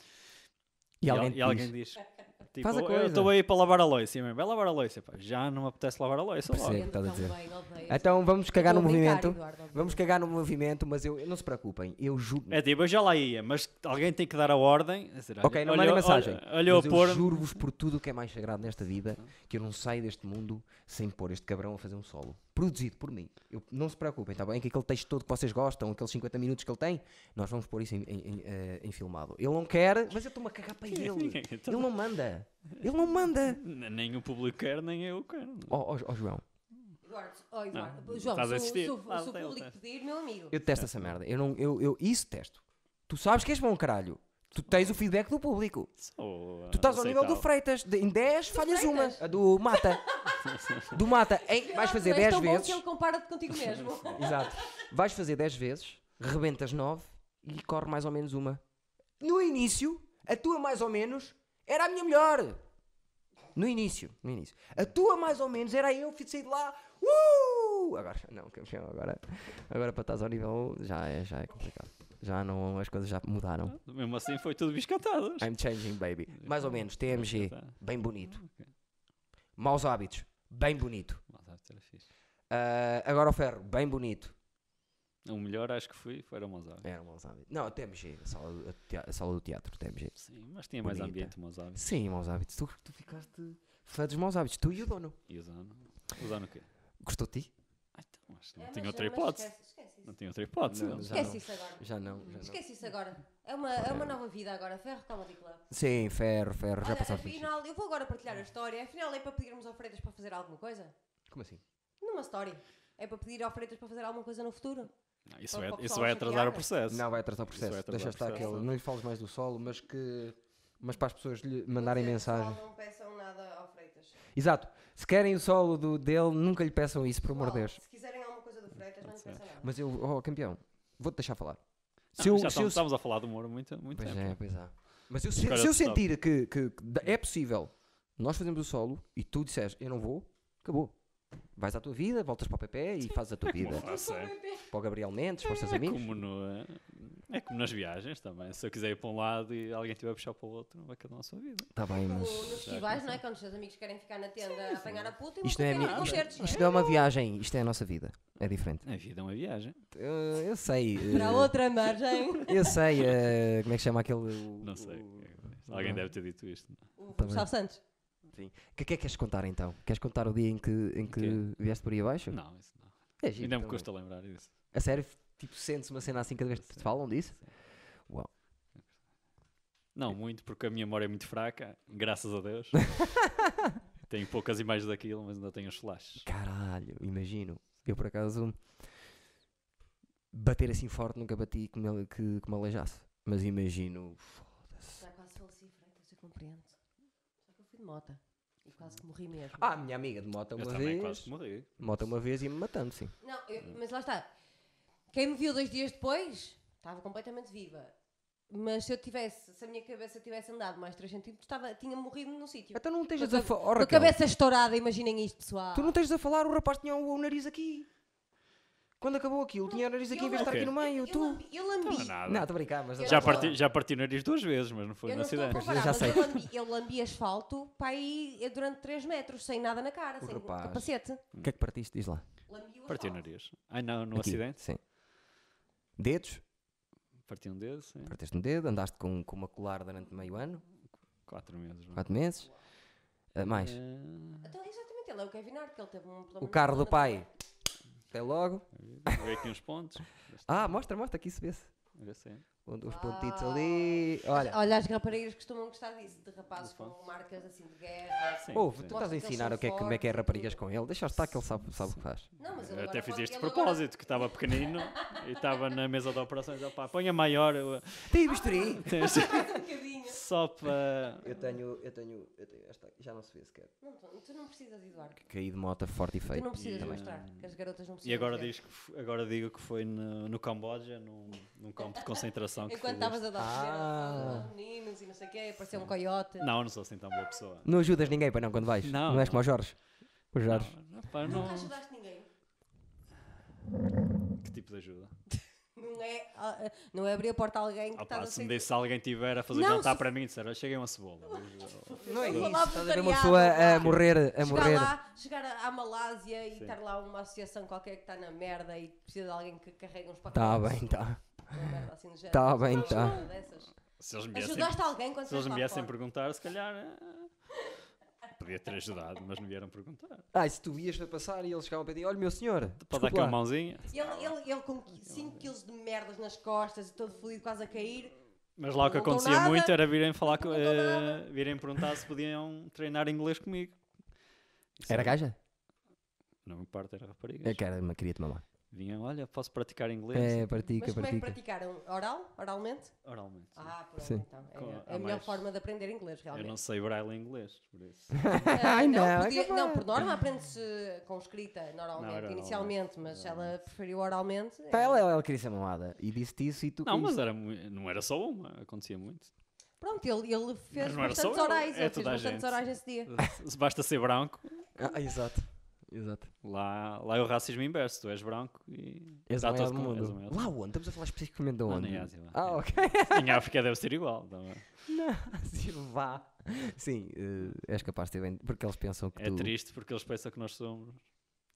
E alguém
al-
te diz,
diz. Tipo,
Faz a
eu
coisa."
estou aí para lavar a louça. E a mãe, vai lavar a louça. Pá, já não me apetece lavar a louça.
Percebo.
Logo.
que estás a dizer.
Também, odeio.
Então vamos cagar no
Estou a brincar,
movimento.
Eduardo, odeio.
Vamos cagar no movimento, mas eu, não se preocupem, eu juro.
É tipo, eu já lá ia, mas alguém tem que dar a ordem. Quer dizer,
Ok,
olha-
não mandem
olha-
mensagem.
Olha, olhou a
mas
pôr.
eu juro-vos por tudo o que é mais sagrado nesta vida que eu não saio deste mundo sem pôr este cabrão a fazer um solo. Produzido por mim. Eu- não se preocupem, está bem? Que aquele texto todo que vocês gostam, aqueles 50 minutos que ele tem, nós vamos pôr isso em, em- em, eh, em filmado. Ele não quer, mas eu estou-me a cagar para ele. ele não manda. Ele não manda.
N- Nem o público quer, nem eu quero.
Ó ó, ó, João,
Eduardo, oh, Eduardo.
Não,
João,
estás a
se, o-
assistir.
se o-
Ah,
se o
tem,
público
tem.
pedir, meu amigo.
eu testo essa merda. Eu não, eu, eu isso testo. Tu sabes que és bom, caralho. Tu tens o feedback do público.
Sou,
Tu estás ao nível do Freitas, de- em 10 falhas
Freitas?
uma. A do Mata. do Mata, em, vais fazer
Mas é
10
tão bom
vezes.
que ele compara-te contigo mesmo.
Exato. Vais fazer 10 vezes, rebentas 9 e corre mais ou menos uma. No início, a tua mais ou menos era a minha melhor. No início, no início. A tua mais ou menos era eu, fiz sair de lá. Uh! Agora, não, campeão, agora, agora para estás ao nível 1 já é, já é complicado. Já não, as coisas já mudaram.
Mesmo assim foi tudo biscatado.
I'm changing, baby. Mais ou menos, TMG,
Tá.
bem bonito. Maus hábitos, bem bonito.
Mas deve ter fixe.
Ah, agora o ferro, bem bonito.
O melhor acho que fui, foi o Mozart.
Era um Maus Hábitos. Não, a TMG, a sala, do- a tea- a sala do teatro, TMG.
Sim, mas tinha mais
Bonita.
ambiente o Mozart.
Sim, Maus Hábitos, tu, tu ficaste fã dos Maus Hábitos, tu e o dono.
E o Zano. O Zano o quê?
Gostou de ti?
Ah, então, acho que
É,
não
mas-
tinha outra
mas
hipótese.
Esquece, esquece
Não
isso.
tinha outra hipótese.
Não,
não.
já
Esquece isso agora.
Já não, já não.
Esquece isso agora. É uma, é uma nova vida agora. Ferro Comedy Club.
Sim, ferro, ferro, já
Olha,
passaste disso.
afinal, eu vou agora partilhar a história. Afinal, é para pedirmos ao Freitas para fazer alguma coisa?
Como assim?
Numa história. É para pedir ao Freitas para fazer alguma coisa no futuro?
Não, Isso
Para
vai,
o pessoal
isso vai atrasar o
chatear.
processo.
Não, vai atrasar o
Isso vai
processo,
atrasar
deixa
o
estar
processo.
aquele, não lhe fales mais do solo, mas que... Mas para as pessoas lhe mandarem
Vocês, pessoal,
mensagem.
Não peçam nada ao Freitas.
Exato, se querem o solo do, dele, nunca lhe peçam isso, por amor de
Pessoal,
Deus.
Se quiserem alguma coisa do Freitas, não lhe peçam nada.
Mas eu, oh campeão, vou-te deixar falar.
Não,
Se eu-
já
se eu-
estamos, estamos a falar do humor há muito, muito
Pois
tempo.
é, pois é. Mas eu, se,
Agora
se eu
tu sabes.
sentir que, que- que da- é possível nós fazemos o solo e tu disseres eu não vou, acabou. Vais à tua vida, voltas para o PP e fazes a tua vida.
Como faço, é?
Para o Gabriel Mendes, para os teus
É
amigos.
como, no, é como nas viagens também. Se eu quiser ir para um lado e alguém estiver a puxar para o outro, não vai cada um a sua vida.
Está Tá bem,
No-
mas.
assim?
Nos festivais, não é? Quando os seus amigos querem ficar na tenda a apanhar a puta e
Isto não, é a
vão
minha-
a concertos, não é?
isto não é uma viagem, isto é a nossa vida. É diferente.
A vida é uma viagem.
Eh, eu sei. eh,
Para outra margem,
eu sei. eh, como é que chama aquele. o-
Não sei.
Uh,
É,
o-
Alguém
não. é?
deve ter dito isto. não?
o
Tá bem.
Gustavo Santos.
O que é que queres contar então? Queres contar o dia em que, em que
quê?
vieste por aí abaixo?
Não, isso não.
É giro
Ainda me
também.
custa lembrar disso.
A sério, tipo, sentes uma cena assim cada vez que te falam disso? Uau.
Não, muito, porque a minha memória é muito fraca, graças a Deus. tenho poucas imagens daquilo, mas ainda tenho os flashes.
Caralho, imagino. Eu por acaso bater assim forte nunca bati que me, que, que me aleijasse. Mas imagino. Foda-se.
Já quase faleci, Freitas, eu compreendo. Só que eu fui de mota. E quase que morri mesmo.
Ah, minha amiga de moto
Eu
uma
também quase
vez.
que morri.
Moto uma vez e me matando, sim.
Não, eu- mas lá está. Quem me viu dois dias depois, estava completamente viva. Mas se eu tivesse, se a minha cabeça tivesse andado mais 3 centímetros, estava, tinha morrido num sítio.
Então não
Com a
estejas a
cabe-
falar.
com a cabeça estourada, imaginem isto, pessoal.
Tu não estejas a falar, o rapaz tinha o, o nariz aqui. Quando acabou aquilo, tinha o nariz aqui em vez de estar aqui no meio.
eu,
Tu.
lambi, eu lambi.
Não é nada.
Não, estou a brincar, mas.
já,
não vou-
parti, já parti o nariz duas vezes, mas não foi
Eu
um
não estou a
acidente.
comparar,
Já
mas
sei.
eu lambi, eu lambi asfalto para aí eh, durante 3 metros, sem nada na cara,
O
sem
rapaz.
capacete.
O que é que partiste? Diz lá.
Lambi o
Parti o
asfalto.
nariz. Ai não, no
Aqui,
acidente.
Sim. Dedos?
Parti um dedo, sim.
Partiste um dedo, andaste com, com uma colar durante meio ano,
Quatro meses. não é?
4 meses. Ah, mais.
É,
Então, exatamente, ele é o Kevin Hart, que ele teve um problema.
O carro do
na-
pai. Até logo.
Vê Eh, aqui uns pontos.
Ah, mostra, mostra aqui se vê-se.
Vê se é.
Uns
Ah.
pontitos ali. Olha,
Olha, as raparigas costumam gostar disso, de rapazes com
Não faço.
marcas assim de guerra.
Sim,
ouve,
sim.
tu estás a
Mostra que eles
ensinar
são
o que é que, como é que é
fortes e
raparigas
tudo.
com ele. Deixa estar que ele sabe, sabe o que faz.
Não, mas ele
Eu até
agora
fiz
pode-
este de
ele agora-
propósito, que estava pequenino e estava na mesa de operações. Opá, põe a maior eu-
Tem bisturi!
Mais um bocadinho.
só para.
Eu tenho, eu tenho, eu tenho esta, já não se vê sequer.
Não, tu- tu não precisas, Eduardo.
Caí de moto forte e
Tu
feio.
não precisas
E,
mostrar, que as garotas não precisam.
E agora,
ver.
diz que, f- agora digo que foi no, no Camboja, num, num campo de concentração. Que
Enquanto
fizeste.
estavas a dar
Ah.
ah. meninos e não sei o quê, apareceu um coiote.
Não, não sou assim tão boa pessoa.
Não ajudas ninguém, para não, quando vais. Não,
Não,
és
não.
como o Jorge. O Jorge.
Não, opá, não-
Nunca ajudaste ninguém.
Que tipo de ajuda?
Não é, ah, ah, não é abrir a porta a alguém que
Opá,
está a
se me
ser-
disse se alguém tiver a fazer
Não,
jantar
se-
para mim, disseram, cheguei uma cebola.
Não é
Vou
isso.
lá
Estás a ver uma
voluntariado,
pessoa a
vá.
morrer, a
chegar
morrer.
lá, chegar à à Malásia e
Sim.
estar lá uma associação qualquer que está na merda e precisa de alguém que carregue uns pacotes.
Tá bem, tá.
Uma merda assim do género.
Tá bem,
Não,
tá.
não, dessas.
Se eles me viessem,
Ajudaste alguém quando
é se eles
estiveste
me
lá
viessem
fora?
perguntar, se calhar. eh, Podia ter ajudado, mas não vieram perguntar.
Ah, e se tu ias a passar e eles chegavam para ti, olha, meu senhor.
Pode dar
desculpe
aqui um uma
lá."
mãozinha.
Ele, ele, ele com 5 kg de merdas nas costas e todo fluido quase a cair.
Mas lá o que
Não perguntou
acontecia
nada,
muito era virem falar co-
perguntou
eh,
nada.
virem perguntar se podiam treinar inglês comigo. Isso
Era gaja?
Não me parte, era raparigas.
É que era uma queria-te mamar.
Vinham, olha, posso praticar inglês
É,
Mas
pratica,
como é que
pratica.
praticaram? Oral? Oralmente?
É.
oralmente.
Ah, pronto,
Sim.
então. É
Com-
a-
há
a melhor
mais-
forma de aprender inglês,
Eu
realmente.
não sei braille inglês, por isso.
Ah,
Ai, não,
não,
é
podia-
capaz.
não, por norma aprende-se com escrita, normalmente,
Não, era
inicialmente, mas ela preferiu oralmente. é.
Pá, Tá, ela, ela queria ser mamada. E disse-te isso e tu.
não, mas
caíste.
era, mu- não era só uma, acontecia muito.
Pronto, ele, ele fez
Mas não era só
bastantes
eu,
orais,
é
ele fez
toda a
bastantes
gente.
orais nesse dia.
Se basta ser branco,
Ah, exato. Exato.
lá, lá é o racismo inverso. Tu és branco e.
És a
dá-te
maior
as
do
con- és um
mundo.
o maior.
Lá onde? Estamos a falar especificamente de
Lá
onde?
na Ásia, lá.
Ah,
É.
ok.
Em África deve ser igual. não é?
Na Ásia, vá. Sim, eh, és capaz de ter bem. Porque eles pensam que
É
tu
triste porque eles pensam que nós somos.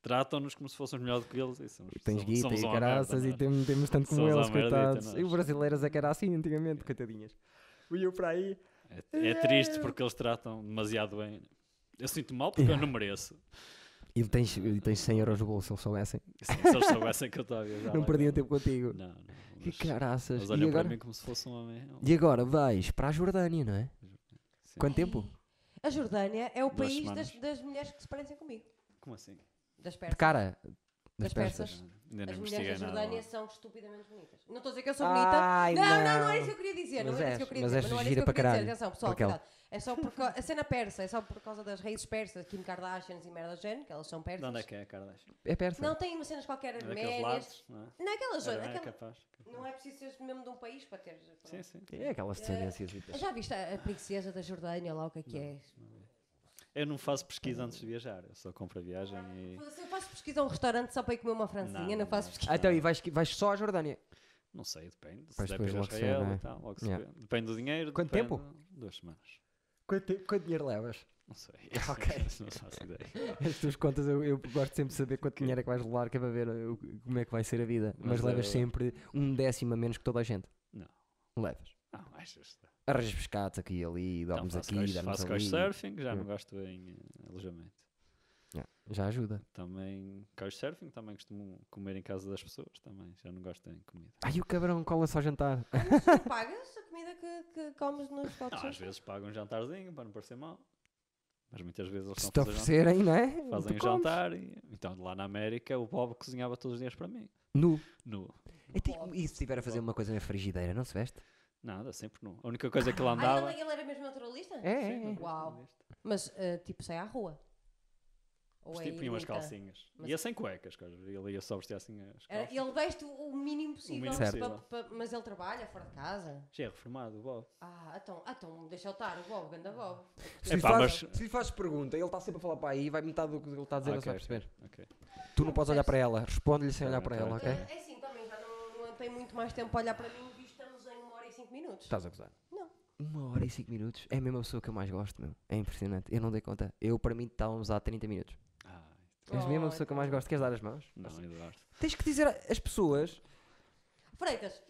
Tratam-nos como se fôssemos melhor do que eles. E somos,
tens
somos-
guita
somos
e
uma
caraças
merda,
e
não é?
temos, temos tanto como
Somos uma
eles,
merdita,
coitados.
nós.
E os brasileiros é que era assim antigamente, coitadinhas. E eu para aí.
É, é triste porque eles tratam demasiado bem. Eu sinto mal porque eu não mereço.
E tens, e tens 100 euros no bolso, se eles soubessem.
Assim, se eles soubessem que eu estava a viajar.
não
lá,
perdiam
então-
tempo contigo.
Não, não.
Que
Mas,
caraças.
eles
E
olham
agora,
para mim como se fosse um homem.
e agora vais para a Jordânia, não é?
Sim.
Quanto tempo?
A Jordânia é o
Duas
país das,
semanas.
das mulheres que se parecem comigo,
Como assim?
das
De
persas.
cara.
Das persas.
Ainda não
As
investiguei
mulheres da
nada.
Jordânia
lá.
são estupidamente bonitas. Não estou a dizer que eu sou bonita.
Ai,
não, não, não,
não.
era isso que eu queria dizer.
Mas
não era
és-
isso que eu queria
mas
dizer.
és
Mas não era
gira
isso que
para
eu queria dizer.
caralho,
Atenção, pessoal,
Raquel.
cuidado. É só por causa, a cena persa é só por causa das raízes persas, Kim Kardashian e merda do género, que elas são
De
persas.
onde é que é a Kardashian?
É persa.
Não, tem umas cenas qualquer
É daqueles
arménias.
lados, não é?
Naquela
Era
zona.
bem
aquela-
capaz.
Não é preciso seres mesmo de um país para ter.
Sim, sim.
É aquelas descendências. e tais.
Eh, Já viste a, a princesa da Jordânia lá, o que é que é?
Eu não faço pesquisa antes de viajar. Eu só compro a viagem e.
é? Se eu faço pesquisa a um restaurante só para ir comer uma francinha, não,
não, é.
faço
não.
pesquisa.
Ah, Então, e vais, vais só à Jordânia?
Não sei, depende. Se
Pois
der para
depois
ir a
logo se vê,
Israel
não é?
e tal, logo se
Yeah.
vê. Depende do dinheiro.
Quanto
depende-
tempo?
Duas semanas.
Quanto, dinheiro levas?
Não sei.
Ok.
não faço ideia.
As tuas contas, eu, eu gosto sempre de saber quanto dinheiro é que vais levar, que é para ver o- como é que vai ser a vida. Mas,
Mas,
levas
eh,
sempre um décimo a menos que toda a gente.
Não.
Levas.
Ah, achas? Então,
Arranjas pescados aqui e ali, dormes
faço
aqui,
couch-
dormes
Faço
ali.
couchsurfing, já
Yeah.
não gosto em eh, alojamento.
Yeah, Já ajuda.
Também couchsurfing, também costumo comer em casa das pessoas. Também já não gosto em comida.
Ai, o cabrão cola só jantar.
Tu pagas a comida que, que comes nos
Não, às
cotos?
vezes pago um jantarzinho para não parecer mal. Mas muitas vezes eles
Se
estão
te
a fazer jantar.
oferecerem, não é?
Fazem
Tu
um
comes.
jantar e... Então, lá na América, o Bob cozinhava todos os dias para mim.
Nu.
Nu.
É tipo- E se estiver a fazer uma coisa na frigideira, não se veste?
Nada, sempre nu. A única coisa que ele
Ah,
andava...
ele, ele era mesmo naturalista?
É,
Sim,
é, é.
nunca
Uau.
tinha visto.
Mas, eh, tipo, sai à rua. Ou
Vestia
é
tipo, umas
irrita?
calcinhas.
Mas-
Ia sem cuecas, coisa. Ele ia só vestir assim as
Era-
calças.
ele veste o o mínimo possível,
mínimo
pa-
possível.
pa- mas ele trabalha fora de casa.
Já é reformado, o Bob.
Ah, então, ah, então deixa eu estar, o Bob, ganda Bob.
lhe Epá, fazes-
se lhe fazes pergunta, ele está sempre a falar para aí, vai metade do que ele está a dizer,
Ah,
não se vai
ok,
perceber.
Ok.
Tu não podes olhar para ela, responde-lhe sem
Tá
olhar
bem,
para
tá
ela,
bem.
ok?
Então, É assim, também já não, não tem muito mais tempo a olhar para mim, visto que estamos em uma hora e cinco minutos.
Estás a gozar?
Não.
Uma hora e cinco minutos é a mesma pessoa que eu mais gosto, meu. É impressionante. Eu não dei conta. Eu, para mim, estávamos há 30 minutos.
Ah,
És a mesma
Oh,
pessoa que eu mais gosto. Queres dar as mãos?
não, Eduardo.
Tens que dizer às pessoas.
Freitas,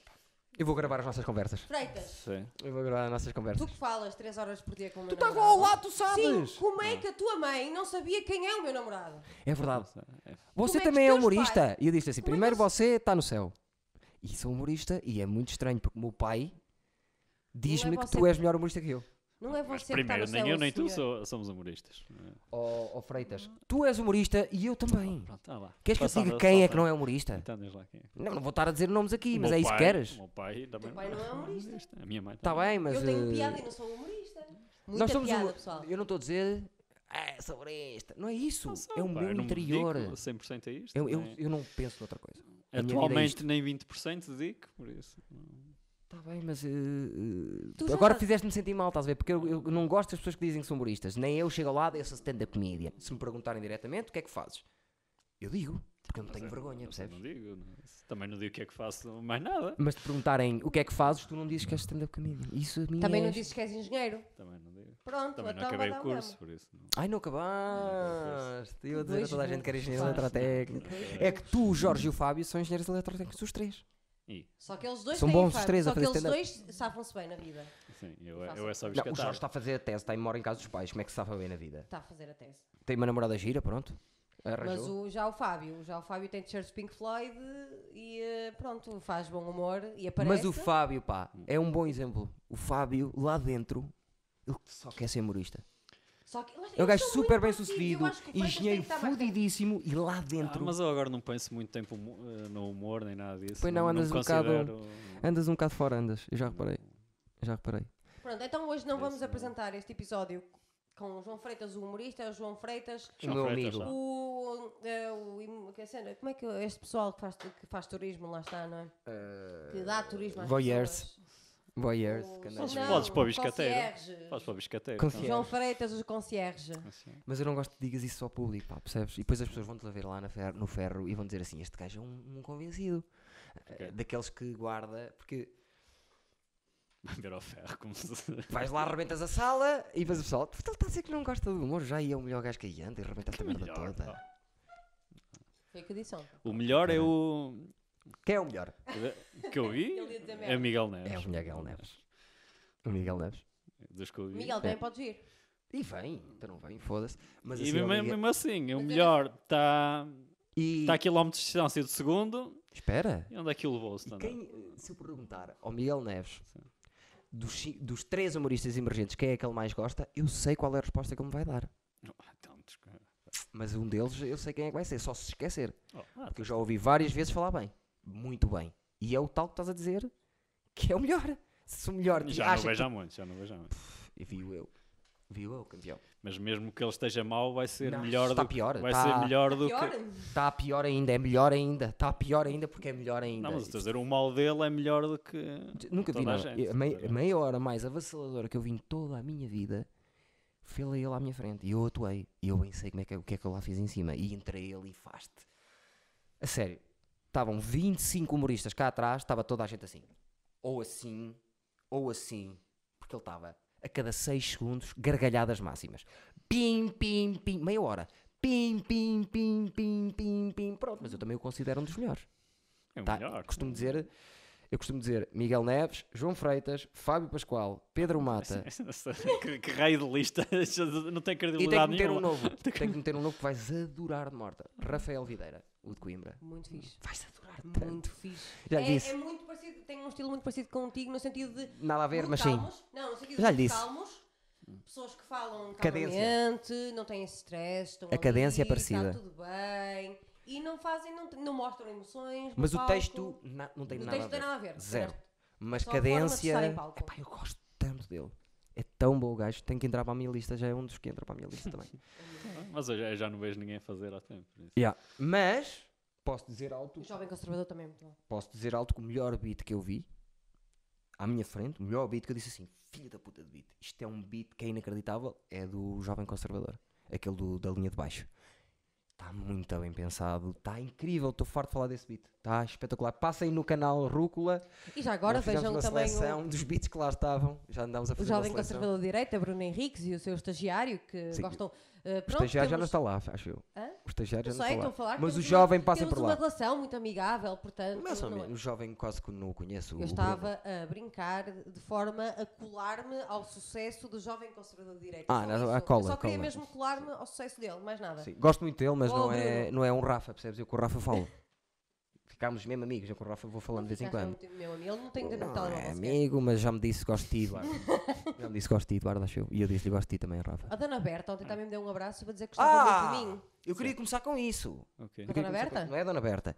Eu vou gravar as nossas conversas.
Freitas,
Sim.
Eu vou gravar as nossas
tu
conversas.
que falas três horas por dia com o meu
Tu estás lá
namorado.
ao lado, tu sabes!
Sim, como é que a tua mãe não sabia quem é o meu namorado?
É verdade.
Não sei. É,
Você
Como é que
também é
os teus
humorista. E eu disse assim:
Como é que
primeiro
eles-
você está no céu. E sou humorista e é muito estranho porque o meu pai diz-me
leva
que
ao
tu
centro.
és melhor humorista que eu.
Não é
Mas
você que
primeiro,
está no
nem
céu,
eu nem tu
senhor.
so- somos humoristas. não é?
Ó ó Freitas, tu és humorista e eu também.
Pronto, tá lá.
Queres que eu te
Passando
diga
a
quem é
salva-
que não é humorista?
Então diz lá quem é.
Não, não vou estar a dizer nomes aqui,
O
mas
meu
é isso que
pai- O
queres.
meu pai também
pai não é humorista.
A minha mãe
Está
também.
bem, mas.
Eu tenho
eh,
piada e não sou humorista. Muita
nós somos
piada,
humo-
pessoal.
Eu não estou a dizer. É, sobre esta. Não é isso.
Não sei,
é o
pá,
meu
eu não me
interior.
dedico 100% a isto.
Eu, eu,
não é?
eu não penso noutra coisa. a minha vida é
Atualmente
isto.
nem 20% dedico, por isso. não.
Está bem, mas. eh, eh,
Tu já tá-
agora
estás-
fizeste-me sentir mal, estás a ver? Porque eu, eu não gosto das pessoas que dizem que são humoristas. Nem eu chego ao lado, eu sou stand-up comedian. Se me perguntarem diretamente, o que é que fazes? Eu digo, porque eu não
Mas
tenho
eu-
vergonha,
eu
percebes? Hum.
Não digo, não- também não digo o que é que faço mais nada.
Mas te perguntarem o que é que fazes, tu não dizes que és stand-up comedian. Isso a mim
Também
é...
não dizes que és engenheiro.
Também não digo.
Pronto,
Também não
então vai
acabei
dar
o
o
curso,
mesmo.
por isso. não-
Ai, não acabaste. Eu a dizer a
dois
toda a gente que era
burros,
engenheiro
pá.
eletrotécnico. É que tu, o Jorge e o Fábio são engenheiros eletrotécnicos os três.
Ih,
Só que eles dois
São
têm
bons os
fama.
três a
Só que
fazer
eles dois safam-se bem na vida.
sim, eu,
Faço
eu é só
Não, o Jorge
biscatar.
está a fazer a tese, está a morar em casa dos pais. Como é que se safa bem na vida?
Está a fazer a tese.
Tem uma namorada gira, pronto.
Mas
Arranjou.
o, já o Fábio, já o Fábio tem t-shirts Pink Floyd e eh, pronto, faz bom humor e aparece.
Mas o Fábio, pá, é um bom exemplo. O Fábio, lá dentro, ele só quer ser humorista.
Só que, mas
É um
eu
gajo
sou
super
muito
bem
partido,
sucedido,
eu acho que o Freitas
engenheiro
tem que estar mais-
fudidíssimo e lá
Ah,
dentro.
mas eu agora não penso muito tempo humo- eh, no humor nem nada disso.
Pois não, andas um bocado-
considero-
Andas um bocado fora, andas. Eu já reparei. Eu já reparei.
Pronto, então hoje
É
não vamos
assim.
Parece-me.
apresentar este episódio com o João Freitas, o humorista, é o João Freitas,
O
João
meu
Freitas,
amigo.
lá.
o. eh, o im- que é cena- como é que este pessoal que faz, que faz turismo lá está, não é? Que dá turismo às
Eh, voyeurs.
pessoas.
Voyeurs.
Os-
canalhas.
Podes-
não,
podes pôr
o
biscateiro.
concierge.
Faz para o biscateiro.
Confi-
João Freitas, o concierge.
então. Assim.
Mas eu não gosto que digas isso ao público, pá, percebes? E depois as pessoas vão-te ver lá na fer- no ferro e vão dizer assim: este gajo é um, um convencido. Eh,
Ok.
Daqueles que guarda, porque
Vai ver ao ferro como se...
vais lá, arrebentas a sala e depois o pessoal, "Puta, ele está a dizer que não gosta do humor, já e é o melhor gajo que aí anda e arrebenta esta merda
Melhor,
toda.
pá.
Foi o que eu disse ontem.
O melhor é o...
Quem é o melhor?
Que eu vi
Ele ia dizer
é
merda.
Miguel Neves.
É o Miguel Neves. O Miguel Neves.
Dos que eu vi.
Miguel, também podes vir.
E vem, então não vem, foda-se. Mas
E
assim, é o
mesmo,
Miguel-
mesmo assim, é o
Mas era-
melhor. Está
e...
tá a quilómetros de distância do segundo.
Espera.
E onde é que o levou-se?
E
Tandar?
quem, se eu perguntar ao Miguel Neves, dos, ci- dos três humoristas emergentes, quem é que ele mais gosta, eu sei qual é a resposta que ele me vai dar.
Não, há Ah, tantos. cara.
Mas um deles eu sei quem é que vai ser, só se esquecer.
Oh, ah,
Porque eu já ouvi várias vezes falar bem. Muito bem. E é o tal que estás a dizer que é o melhor. Se o melhor que
já não
acha
vejo
que...
há muitos, já não vejo há muitos.
E Viu eu. Viu eu, campeão.
Mas mesmo que ele esteja mal, vai ser
Não,
melhor
está
do que-
pior,
Vai
está-
ser melhor do
Pior?
que.
Está pior ainda, é melhor ainda. Está pior ainda porque é melhor ainda.
Não, mas estou a dizer, o mal dele é melhor do que.
Nunca vi
toda a
nada.
gente,
A mei-
toda a
a meia hora mais avassaladora que eu vi em toda a minha vida foi ele à minha frente. E eu atuei. E eu bem sei como é que, é- o que é que eu lá fiz em cima. E entrei ele e faste. A sério. Estavam 25 humoristas cá atrás, estava toda a gente assim. Ou assim, ou assim. Porque ele estava a cada 6 segundos, gargalhadas máximas. Pim, pim, pim. Meia hora. Pim, pim, pim, pim, pim, pim. Pronto, mas eu também o considero um dos melhores.
É o
Tá,
melhor.
Costumo dizer, eu costumo dizer Miguel Neves, João Freitas, Fábio Pascoal, Pedro Mata.
que, que raio de lista. Isso não tem
E tem que
credibilidade
meter um
nenhuma.
novo. tem que meter um novo que vais adorar de morta. Rafael Videira, o de Coimbra.
Muito fixe.
Vais adorar tanto.
Muito fixe.
Já
é,
disse.
é muito parecido, tem um estilo muito parecido contigo no sentido de
Nada a ver,
muito
mas sim.
calmos. Não, no sentido
Já
de
lhe disse.
calmos. Pessoas que falam
Cadência.
calmamente, não têm esse stress, estão
A cadência é
ali,
parecida.
Está tudo bem. E não fazem, não, não mostram emoções. no
Mas o
palco.
texto na- não tem
O
nada
texto
a ver.
tem nada a ver.
Zero.
certo?
Mas
Só a forma de
cadência.
estar em palco.
Epá, eu gosto tanto dele. É tão bom o gajo. Tem que entrar para a minha lista. Já é um dos que entra para a minha lista também.
Mas eu já, eu já não vejo ninguém fazer há tempo. por isso.
Yeah. Mas posso dizer alto
O jovem conservador também é muito bom.
posso dizer alto que o melhor beat que eu vi à minha frente, o melhor beat que eu disse assim, filha da puta de beat, isto é um beat que é inacreditável, é do Jovem Conservador, aquele do- da linha de baixo. Está muito bem pensado, está incrível, estou farto de falar desse beat, está espetacular. Passem no canal Rúcula,
E já agora
nós fizemos
vejam
uma
também
seleção
o,
dos beats que lá estavam, já andámos a
o
fazer uma
jovem
seleção.
conservador de direita, Bruno Henriques, e o seu estagiário, que
Sim.
gostam. eh,
O
pronto,
estagiário já não
temos-
está lá, acho eu.
Hã?
O estagiário
Não
já não
sei,
está
estou a
lá.
falar. que
Mas o
temos
jovem
uma,
passa
temos
por lá.
uma relação muito amigável, portanto.
Mais ou
não é-
menos, o jovem quase que não o conheço. o Bruno.
Eu estava a brincar de forma a colar-me ao sucesso do jovem conservador de direita.
Ah,
Só
não,
isso.
a cola,
Eu só queria
cola.
mesmo colar-me ao sucesso dele, mais nada.
Sim, Gosto muito dele, mas
Oh,
não, é,
Bruno.
não é um Rafa, percebes? Eu com o Rafa falo. ficámos mesmo amigos. Eu com o Rafa vou falando de vez em
Ficaste
quando.
é muito Meu amigo, ele não tem grande
Não
telemóvel
é
sequer.
amigo, mas já me disse que gosto de ti, Eduardo. já me disse que gosto de ti, Eduardo, acho eu. E eu disse-lhe gosto de ti também, Rafa.
A Dona Berta ontem também me deu um abraço para dizer que
Ah!
gostava muito de mim.
Eu queria começar com isso. Eu
Ok.
Com a
queria
Dona
começar com-
Berta?
Não é, Dona Berta?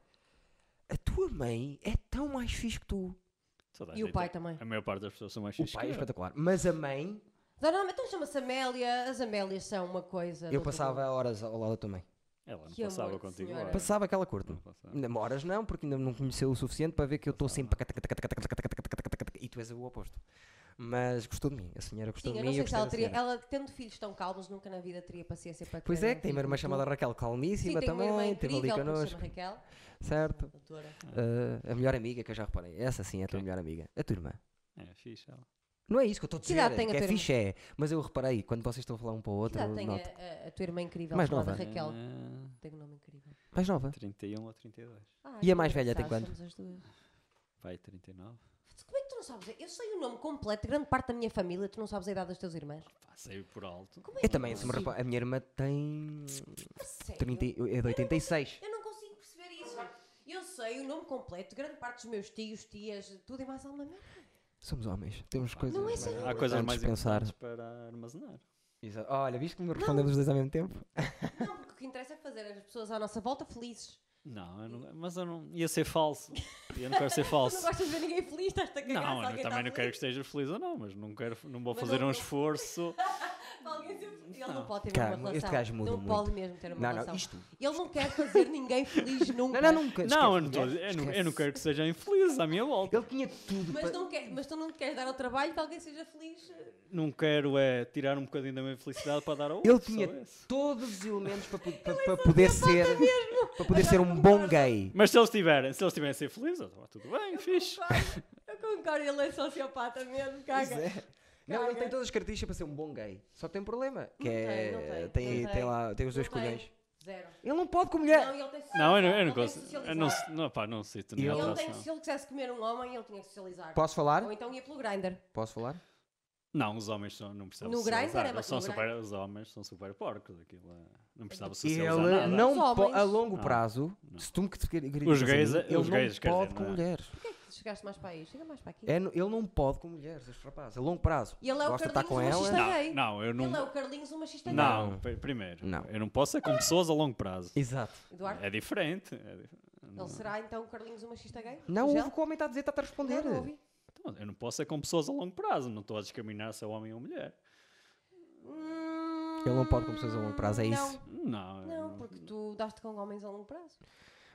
A tua mãe é tão mais fixe que tu.
Toda a
E o
gente- é-
pai também.
A maior parte das pessoas são mais
O
fixas.
pai é
que eu.
espetacular. Mas a mãe,
Dona, então chama-se Amélia. As Amélias são uma coisa. do
eu
outro
passava
mundo.
horas ao lado da tua mãe.
Ela não
Que amor
passava
de
contigo.
senhora.
lá.
Passava aquela curta.
Não passava.
Ainda Moras não, porque ainda não conheceu o suficiente para ver que eu estou sempre. a cataca, cataca, cataca, cataca, cataca, cataca, cataca, cataca, E tu és o oposto. Mas gostou de mim, a senhora gostou
Sim, eu
de
não
mim. e
sei
eu gostei
se ela
da
teria.
senhora.
Ela tendo filhos tão calmos, nunca na vida teria paciência para
Pois
ter
é, que tem uma irmã
filho
chamada
como
Raquel
tu. Sim,
Calmíssima
tem uma irmã
também, teve ali
incrível que se chama
connosco.
Raquel.
Certo?
Doutora.
Ah, a melhor amiga que eu já reparei. Essa sim é a tua
Quem?
melhor amiga. A tua irmã.
É fixe ela.
Não é isso que eu estou a
Que
dizer.
idade tem a
que
tua
é
irmã?
fixe, é. Mas eu reparei, quando vocês estão a falar um para o
Que
outro,
idade tem a,
noto.
a- a tua irmã incrível
Mais
chamada
nova.
Raquel?
Ah,
Tem um nome incrível.
Mais nova.
31 ou 32.
Ah,
E
que
a mais velha tem
engraçado,
quanto?
somos as duas.
Pai, 39.
Como é que tu não sabes? Eu sei o nome completo de grande parte da minha família, tu não sabes a idade dos teus irmãos.
Passei por alto.
Como é
Eu também, se me
Sim.
repara- a minha irmã tem.
A sério?
30, é de 86.
Eu não consigo perceber isso. Eu sei o nome completo de grande parte dos meus tios, tias, tudo e mais alguma merda.
Somos homens, temos coisas.
Não é
mais
só-
Há coisas mais
importantes de pensar.
importantes para armazenar.
Exato. Olha, viste que me respondemos os dois ao mesmo tempo?
Não, porque o que interessa é fazer as pessoas à nossa volta felizes.
Não, eu não- mas eu não ia ser falso. Eu não quero ser
Tu não
falso.
gostas de ver ninguém feliz, estás-te a cagar se
Não, eu
alguém
também não
está
quero que
feliz.
esteja feliz ou não, mas não, quero, não vou
Mas
fazer
não-
um esforço.
Alguém sempre- Ele não
Não.
pode ter
Cara,
uma relação.
este gajo muda
não
muito.
pode mesmo ter uma
Não,
relação.
não, isto.
Ele não quer fazer ninguém feliz nunca.
Não, não, nunca.
Não, eu não,
esquece,
tô a
esquece,
dizer- eu não- eu
esquece.
não quero que sejam infelizes à minha volta.
Ele tinha tudo.
Mas,
para-
não quer, mas tu não te queres dar ao trabalho que alguém seja feliz.
Não quero é tirar um bocadinho da minha felicidade para dar ao outro.
Ele tinha
só esse.
todos os elementos para, po- para- para poder ser. Para poder ser um bom gay.
Mas se eles tiverem, se eles tiverem a ser felizes, eu- ah, tudo bem, fixe.
Concordo, Eu concordo, ele é sociopata mesmo,
Pois
caga.
é. Não, ele
Caga.
tem todas as características para ser um bom gay. Só tem um problema. Que
Não tem,
é.
não tem,
tem,
não
tem
tem.
lá, tem os dois
Não tem.
colhões. É.
Zero.
Ele não pode com mulher.
Não, ele tem
Não, eu não, eu
ele
não
tem
consigo.
socializar.
Eu não, não, pá, não sei.
E
Ele
Não,
tem, se ele quisesse comer um homem, ele tinha que socializar.
Posso falar?
Ou então ia pelo grinder.
Posso falar?
Não, os homens são, não precisavam
No
socializar.
Grindr era-
Eles são
no
super, os homens são super porcos. Aquilo, é- não precisavam socializar
Ele
nada.
não
Os
po- a
homens.
longo
Não,
prazo,
não.
se tu me querias
Os gays- é-
ele
os
não
gays, quer
pode
dizer,
com
não é?
mulheres.
Porquê é que chegaste mais para aí? Chega mais para aqui.
É no- ele não pode com mulheres, este rapaz. A longo prazo.
E ele é o
Gosta de estar com
Carlinhos,
ela.
mas isto
Não,
Gay.
não, eu
Ele é
não.
o Carlinhos, um machista gay.
Não, pr- primeiro.
Não.
Eu não posso é com pessoas a longo prazo.
Exato.
Eduardo,
É diferente. é di-
ele será então o Carlinhos, um machista gay?
Não ouve
Gel?
o que o homem está a dizer, está a responder.
Não, não ouvi.
Então, Eu não posso é com pessoas a longo prazo. Não estou a discriminar se é homem ou mulher.
Hum,
Ele não pode com pessoas a longo prazo, é
não,
isso?
Não. eu
Não, porque tu daste com homens a longo prazo.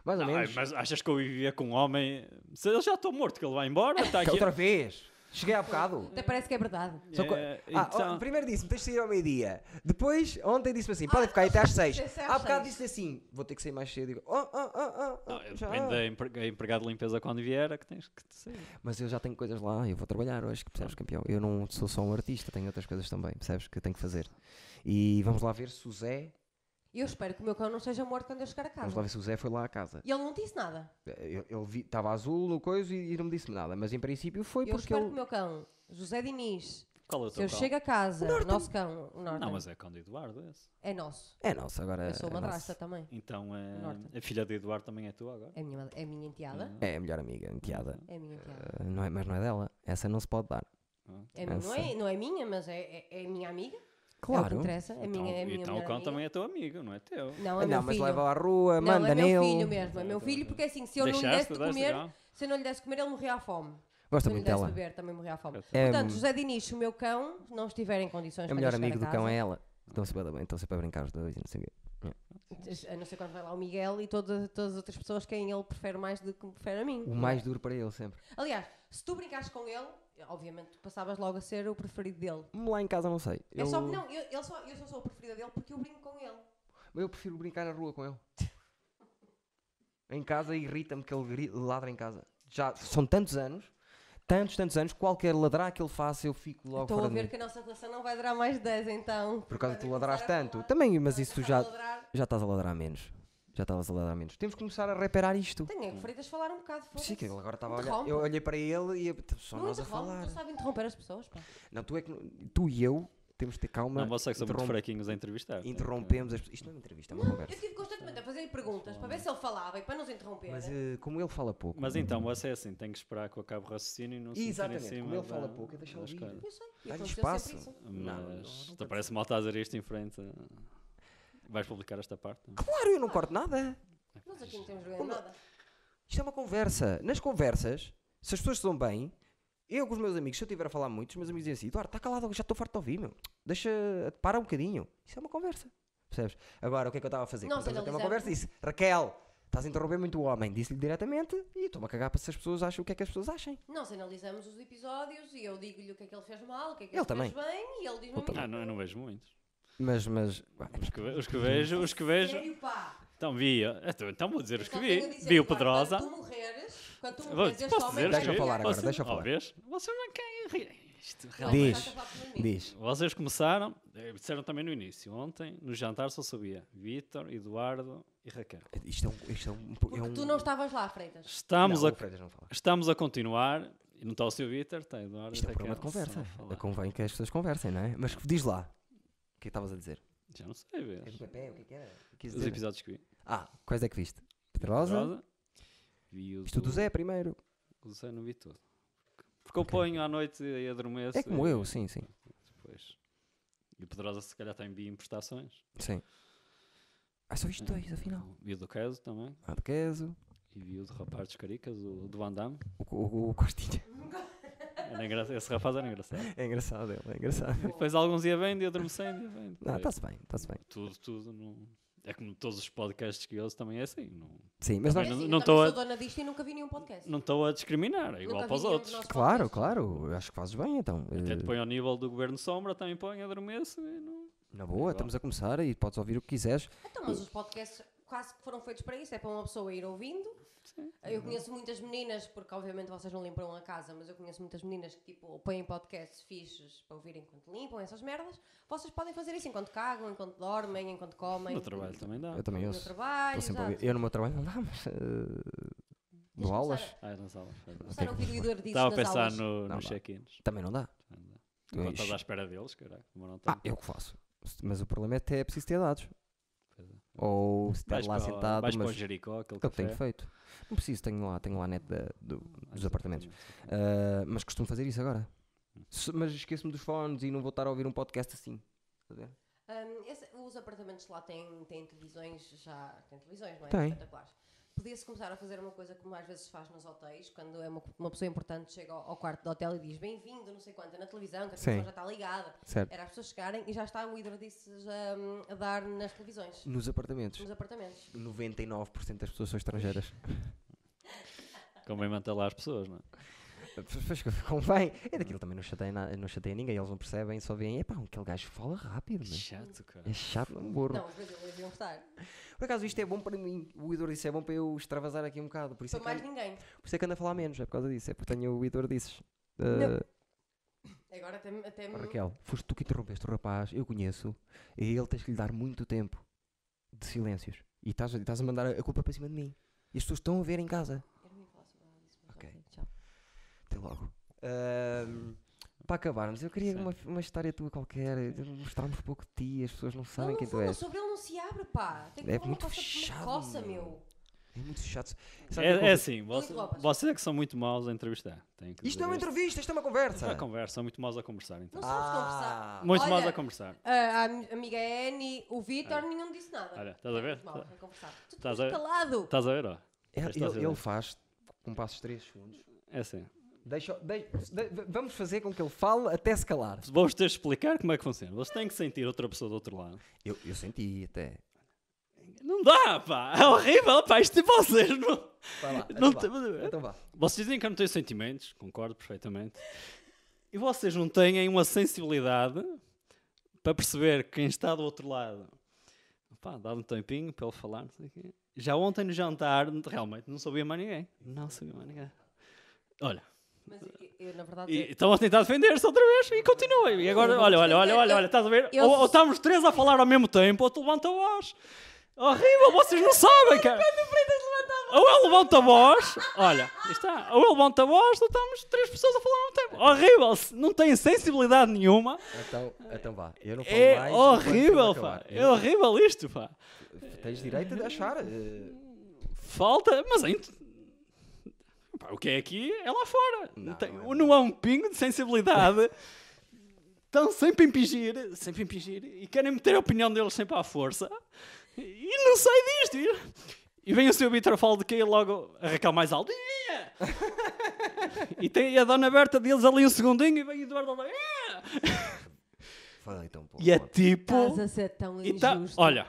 Mais ou
Não,
menos.
ai, mas achas que eu vivia com um homem? Se ele já estou morto, que ele vai embora, está aqui.
é Outra vez. Cheguei há bocado.
Até parece que é verdade.
Só co-
É,
Ah,
então-
ó, primeiro disse-me, tens de sair ao meio-dia. Depois, ontem disse-me assim, podem ficar aí até às seis.
Ah, disse às
Há bocado
seis.
disse assim, vou ter que sair mais cedo. Digo, oh, oh, oh, oh,
Não,
oh, já.
depende da empre- a empregada de limpeza quando vier, é que tens que te sair.
Mas eu já tenho coisas lá, eu vou trabalhar hoje, que percebes, campeão? Eu não sou só um artista, tenho outras coisas também, percebes, que tenho que fazer. E vamos lá ver se o Zé,
Eu espero que o meu cão não seja morto quando eu chegar a
vamos lá
casa.
ver se o Zé foi lá à casa.
E ele não disse nada.
Eu- Ele estava azul no coiso e e não me disse nada, mas em princípio foi
Eu
porque
espero
ele...
que o meu cão, José Diniz,
Qual é o
se
teu
eu
cão?
chego a casa, o nosso cão, o Norton,
Não, mas é cão de Eduardo esse.
é nosso.
É nosso, agora
Eu sou
é
madrasta
nosso.
também.
Então
Norton.
é, a filha de Eduardo também é tua agora?
É a minha, mad- é a minha
Hum.
enteada.
É a melhor amiga, enteada.
É a minha enteada.
Uh, não é, mas não é dela. Essa não se pode dar.
É minha- não, é,
essa.
não é minha, mas é, é, é minha amiga. É o que
Claro.
interessa. É minha, é minha
então o
melhor
cão
amiga.
também é teu amigo, não é teu.
Não, é
Ah,
meu
não, mas
filho.
leva à rua,
Não,
manda
é meu filho
nele.
mesmo. É meu filho, porque assim, se eu não lhe desse
Deixaste,
de
deste,
comer,
não?
se eu não lhe desse de comer, ele morria à fome.
Gosta
Se eu não
muito
lhe desse
dela.
de beber, também morria à fome.
É,
Portanto,
hum,
José Diniz, se o meu cão, não estiver em condições
é o melhor
para
amigo do cão é
é.
ela. Estão sempre, a- estão sempre a brincar os dois e não sei o quê.
A não ser quando vai lá o Miguel e toda- todas as outras pessoas quem ele prefere mais do que me prefere a mim.
O mais duro para ele sempre.
Aliás, se tu brincares com ele, obviamente tu passavas logo a ser o preferido dele.
Lá em casa não sei.
É
Eu,
só, não, eu, ele só, eu só sou a preferida dele porque eu brinco com ele.
eu prefiro brincar na rua com ele. em casa irrita-me que ele gri- ladra em casa. Já são tantos anos, tantos, tantos anos, qualquer ladrar que ele faça eu fico logo
Estou
fora
a
de
ver
mim.
que a nossa relação não vai durar mais de 10 então.
Por causa que tu
Quando eu começar
ladraste
a
tanto.
falar,
Também, mas
quando
isso tu
começar a
já,
ladrar,
já estás a ladrar menos. Já estavas a ladrar menos. Temos que começar a reparar isto.
Tenho é que Freitas falar um bocado fora.
Hum. Sim, que ele agora estava a olhar.
Interrompe.
Eu olhei para ele e eu- só
Não
nós a
interrompe,
falar.
tu sabe interromper as pessoas. Pá.
Não, tu é que não- tu e eu temos de ter calma.
Não, vocês são muito
interrom-
fraquinhos a entrevistar. portanto,
Interrompemos as pessoas. Isto não é uma entrevista, é uma
Eu
conversa.
estive constantemente a fazer-lhe perguntas para ver se ele falava e para nos interromper.
Mas eh, como ele fala pouco.
Mas então, você é assim, tem que esperar que eu acabe o raciocínio e não se meter em
Exatamente,
cima
como ele
da-
fala pouco, é deixar
das
ouvir.
coisas.
Eu sei, e assim,
Dá-lhe
aconteceu
espaço.
sempre isso.
Mas
Não, não, não
te parece mal estás a dizer isto em frente. Vais publicar esta parte?
Claro, eu não corto nada.
Nós aqui não temos vergonha de
Como-
nada.
Isto é uma conversa. Nas conversas, se as pessoas se dão bem, eu com os meus amigos, se eu estiver a falar muito, os meus amigos dizem assim: Eduardo, está calado, já estou farto de ouvir, meu. Deixa, para um bocadinho. Isso é uma conversa. Percebes? Agora, o que é que eu estava a fazer?
Não
Quando estamos a ter uma
generalizar.
conversa, disse: Raquel, estás a interromper muito o homem. Disse-lhe diretamente e eu estou-me a cagar para se as pessoas acham o que é que as pessoas achem.
Nós analisamos os episódios e eu digo-lhe o que é que ele fez mal, o que é que
Ele
ele, fez
também.
bem e ele diz-me
Ah, não, eu não vejo muitos.
Mas, mas.
Os que, ve- os que vejo, os que vejo.
Sério, pá.
Então vi, então, então vou dizer
Eu
os
só
que
tenho
vi.
a dizer,
Vi o
Eduardo,
Pedrosa.
Quando tu morreres, quando tu
Vou-
morreres, este
Posso
homem
dizer?
vai
Deixa eu
ter-
falar agora,
Posso-
deixa eu
Oh,
falar.
vês? Vocês não querem rir. Isto
Não,
realmente-
Diz,
mas estás a falar primeiro.
diz.
Vocês começaram, eh, disseram também no início, ontem, no jantar só sabia Vítor, Eduardo e Raquel.
Isto é um. Isto é um,
Porque
é um...
tu não estavas lá, Freitas.
Estamos,
Não,
a,
o Freitas não fala.
estamos a continuar, e não está o seu Vítor, está Eduardo
Isto é
e
um
Raquel.
programa de conversa.
só a falar.
Convém que as pessoas conversem, não é? Mas diz lá. O que é que estavas a dizer?
Já não sei, vês?
Pepe, o que é que era? Quis
Os
dizer.
episódios que vi.
Ah, quais é que viste? Pedrosa?
Vi o
Isto do Zé primeiro.
O do Zé não vi todo. Porque eu ponho à noite e adormeço.
É como
e-
eu, sim, sim.
Depois. E o Pedrosa se calhar tem bi emprestações.
Sim. Ah, só viste dois, afinal.
Vi é? o do Keso também.
Ah, de queso.
E vi o do rapaz dos caricas, o do Van Damme.
O, co- o, o Costinha.
Era engra- Esse rapaz era engraçado.
É engraçado ele, é engraçado.
E depois alguns ia bem, dia adormecendo, dia bem.
Não, tá
Foi
está-se bem, está-se bem.
Tudo, tudo. não- É como todos os podcasts que eu ouço também é assim. Não-
Sim, mas
Também
nós.
É
não-
assim,
não
eu
tô
também
a-
sou dona disto e nunca vi nenhum podcast.
Não estou a discriminar, é igual
Nunca
para os
vi nenhum
outros.
dos nossos
Claro,
podcasts.
claro. eu Acho que fazes bem, então.
Até
Eh,
te põe ao nível do governo sombra, também põe, adormeço e não.
Na boa, estamos a começar e podes ouvir o que quiseres.
Então, mas os podcasts quase que foram feitos para isso, é para uma pessoa ir ouvindo. Eu conheço muitas meninas, porque obviamente vocês não limpam a casa, mas eu conheço muitas meninas que tipo põem podcasts fixos para ouvir enquanto limpam essas merdas. Vocês podem fazer isso enquanto cagam, enquanto dormem, enquanto comem.
No trabalho também dá.
Eu também
No
ouço.
trabalho,
Estou sempre a ouvir.
exato.
Eu no meu trabalho não dá, mas. eh,
Tens
Dou
que
aulas.
começar
Ah, nas aulas. pois
a-
não.
Começar a ouvir o Eduardo disso
Estava a
nas
pensar
aulas.
no,
Não
nos
dá.
check-ins.
Também não dá. Tu
Enquanto
és-
estás à espera deles, caralho. Como não
Ah,
tem.
eu que faço. Mas o problema é que é preciso ter dados.
Pois é.
Ou se
Vais
estiver lá
para o-
sentado, mas
Vais
é
para o
o
Jericó, é. aquele
que eu
café.
tenho feito. Não preciso, tenho lá, tenho lá a net da- do-
Ah,
dos apartamentos.
exatamente. Hum.
Ah, mas costumo fazer isso agora. Se- mas esqueço-me dos fones e não vou estar a ouvir um podcast assim. Estás a ver?
Hum, esse- os apartamentos lá têm, têm televisões já. Têm televisões, não é?
Tem.
Espetaculares. Podia-se começar a fazer uma coisa como às vezes se faz nos hotéis, quando é uma, uma pessoa importante chega ao, ao quarto do hotel e diz bem-vindo, não sei quanto, é na televisão, que a
Sim.
televisão já está ligada.
Certo.
Era as pessoas chegarem e já está o hidrodices hum, a dar nas televisões,
Nos apartamentos,
nos apartamentos.
99% das pessoas são estrangeiras.
Convém manter lá as pessoas, não é?
Pois, Convém. É daquilo também não chateia, na- não chateia ninguém, eles não percebem, só veem, epá, aquele gajo fala rápido, né?
Chato, cara.
é chato, não burro.
Não, os brasileiros iam gostar.
Por acaso isto é bom para mim, o Idor disse é bom para eu extravasar aqui um bocado, por isso,
Para
é que,
mais
ando-
ninguém.
por isso é que ando a falar menos, é por causa disso, é porque tenho o Idor disses. Ah,
Não. Agora até, me- até me-
Raquel, foste tu que é- interrompeste o rapaz, eu conheço, e ele tens que lhe dar muito tempo de silêncios. E estás, a- estás a mandar a a culpa para cima de mim. E as pessoas estão a ver em casa.
Eu não ia falar sobre nada disso, mas
Ok.
ok, tchau.
Até logo. Ahm, para acabarmos, eu queria uma, uma história tua qualquer, de mostrarmos pouco de ti, as pessoas não sabem
Ele
quem
não
tu
fala
és.
sobre ele, não se abre, pá. Tem que
É
falar uma
muito
coça, uma
fechado,
coça,
meu.
meu.
É muito chato. Sabe que
É, é
conversa-
assim, você-
roupas.
vocês é que são muito maus a entrevistar. Tenho que
Isto não é uma
dizer
entrevista, isto é uma
isto. Não é
conversa.
conversa, são muito maus a conversar. Então.
Não sabes
Ah.
conversar.
Muito
Olha,
maus a conversar.
A, a mi- amiga Annie, o Vitor, nenhum disse nada.
Olha, estás a ver? Tá-
Muito mal a conversar. Tu
Estás
estás
a ver? Tá-
calado.
Estás a ver, ó?
Ele,
Esta
ele-
é-
ele faz com passos 3 segundos.
É assim.
Deixa, dei- de- vamos fazer com que ele fale até se calar.
Vou-vos ter de explicar como é que funciona. Vocês têm que sentir outra pessoa do outro lado.
Eu, eu senti até.
Não dá, pá! É horrível, pá! Isto de vocês não.
Vai lá,
não
então
tem-
vá. Então vá.
Vocês dizem que eu não tenho sentimentos, concordo perfeitamente. E vocês não têm uma sensibilidade para perceber quem está do outro lado. Pá, dá-me um tempinho para ele falar, não sei o quê. Já ontem no jantar, realmente, não sabia mais ninguém. Não sabia mais ninguém. Olha,
Mas eu, eu, na verdade,
e estão a tentar defender-se outra vez e continuem. E agora, olha, olha, olha, olha, olha, estás a ver?
Eu-
Ou, ou estamos três a falar ao mesmo tempo, ou tu levanta a voz. Horrível, vocês não sabem, cara.
Quando o Freitas levanta a
Ou ele levanta a voz, olha, aí está, ou ele levanta a voz, ou estamos três pessoas a falar ao mesmo tempo. Horrível, se não tem sensibilidade nenhuma.
Então, então vá, eu não falo
É
mais. enquanto
horrível,
não
pá.
acabar.
É horrível isto, pá.
Tens direito de achar. eh,
Falta, mas ainda. Pá, o que é aqui é lá fora. Não,
Não,
tem-
não é
não, há um pingo de sensibilidade. Estão sempre a impingir, sempre a impingir, e querem meter a opinião deles sempre à força. E não sai disto. E, e vem o seu Vitor Faldo que é logo a reclamar mais alto. "Ia!" e tem a dona Berta deles ali um segundinho e vem o Eduardo lá. "Ia!"
Falei tão pouco.
E é
pá.
tipo.
Estás a ser tão
E tá,
injusto.
olha,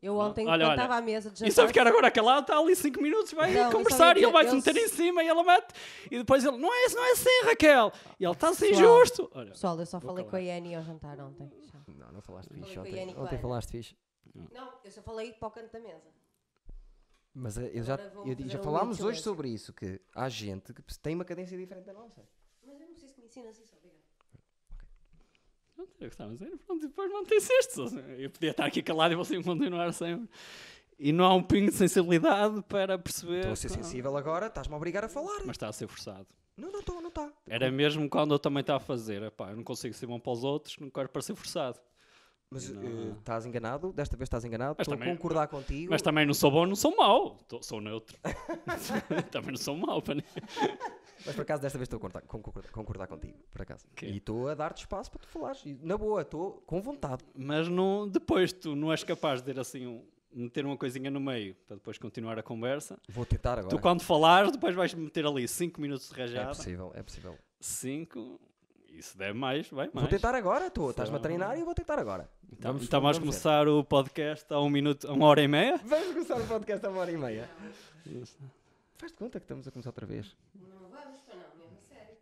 eu ontem,
olha,
quando
olha.
estava à mesa de jantar...
E se eu ficar agora calado, está ali 5 minutos, vai
tá. Não, eu só
conversar
ia
e ele vai se
dizer,
meter
eu-
em cima e ela mete. E depois ele, não é, isso não é assim, Raquel. E ele está assim
Pessoal.
injusto. Olha,
Pessoal, eu só falei com a
calar.
Yanni ao jantar ontem. Já.
Não, não falaste
Falei
fixe
com a
ontem.
Yannick
Ontem
Leira.
falaste fixe.
Não, eu só falei para o canto da mesa.
Mas eh, eu já,
Agora vou
eu, di-
fazer
já
um
falámos
silêncio.
hoje sobre isso, que há gente que tem uma cadência diferente da nossa.
É,
Mas eu não preciso que me ensinas isso, obrigado.
não sei o que estava a dizer, pronto, e depois mantém-se isto. Eu podia estar aqui calado e você continuar sempre. E não há um pingo de sensibilidade para perceber.
Então,
Estou a
assim,
ser
pá, É,
sensível agora, estás-me a obrigar a falar.
Mas está a ser forçado.
Não, não estou, não tá. está.
Era mesmo quando eu também estava a fazer. Epá, eu não consigo ser bom para os outros, não quero parecer forçado.
Mas
Não.
eh, estás enganado, desta vez estás enganado,
Mas
estou a
também-
concordar contigo.
Mas também não sou bom, não sou mau. Tô- sou neutro. também não sou mau para ninguém.
Mas por acaso desta vez estou a concordar, con- concordar, concordar contigo, por acaso.
Ok.
E estou a dar-te espaço para tu falares. E, na boa, estou com vontade.
Mas não, depois tu não és capaz de ter assim um, meter uma coisinha no meio para depois continuar a conversa.
Vou tentar agora.
Tu quando falares, depois vais meter ali 5 minutos de
é
rajada.
possível, é possível.
5. E se der mais, vai mais.
Vou tentar agora, estou. Estás-me a
Só-
treinar e eu vou tentar agora.
Então vamos, então vamos começar o podcast a um minuto, a uma hora e meia.
ver. Vamos começar o podcast a uma hora e meia. Faz de conta que estamos a começar outra vez.
Não vamos, para não, mesmo sério.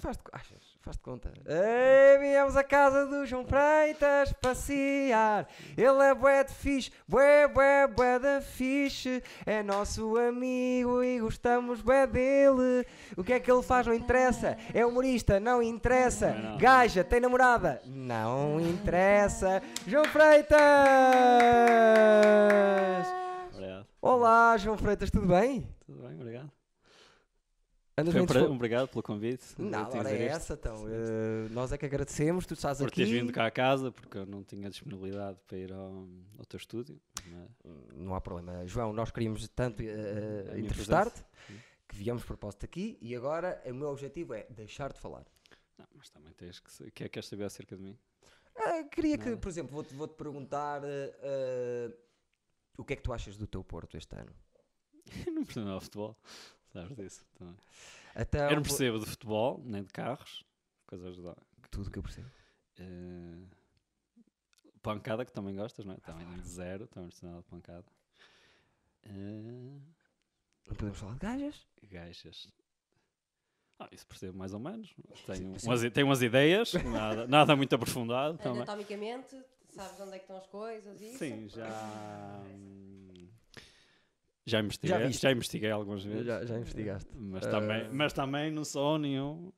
Faz de, achas? Faz de conta. Ei, viemos à casa do João Freitas passear. Ele é bué de fixe, bué, bué, bué da fixe. É nosso amigo e gostamos bué dele. O que é que ele faz não interessa. É humorista, não interessa. Gaja, tem namorada? Não interessa. João Freitas!
Obrigado.
Olá, João Freitas, tudo bem?
Tudo bem, obrigado.
Andas
Foi um
bem
pra-
disposto?
Obrigado pelo convite. Eu
Não,
tinha
ora
de dizer
é
isto.
essa, então. eh, nós é que agradecemos, tu estás
Por
aqui.
teres vindo cá a casa, porque eu não tinha disponibilidade para ir ao, ao teu estúdio. mas-
Não há problema. João, nós queríamos tanto eh, eh,
A minha
entrevistar-te que viemos de propósito aqui e agora o meu objetivo é deixar-te falar.
Não, mas também tens que. sa- O que é que queres saber acerca de mim?
Ah, queria que,
Nada.
por exemplo, vou-te vou-te perguntar eh, eh, o que é que tu achas do teu Porto este ano?
não percebo nada de futebol. Sabes disso também.
Então,
eu não
vou-
percebo de futebol, nem de carros. Coisas da.
Tudo o que eu percebo.
eh, pancada, que também gostas, não é? Também de zero, também não percebo nada de pancada. Eh,
Não podemos falar de gajas?
gajas. Ah, isso percebo mais ou menos. Tenho,
sim.
umas, i- tenho umas ideias, nada, nada muito aprofundado também.
Anatomicamente, sabes onde é que estão as coisas e isso? é
Sim, já. hum, Já investiguei, já,
viste?
investiguei algumas vezes.
Já- já investigaste.
Mas,
Eh,
também, mas também não sou nenhum.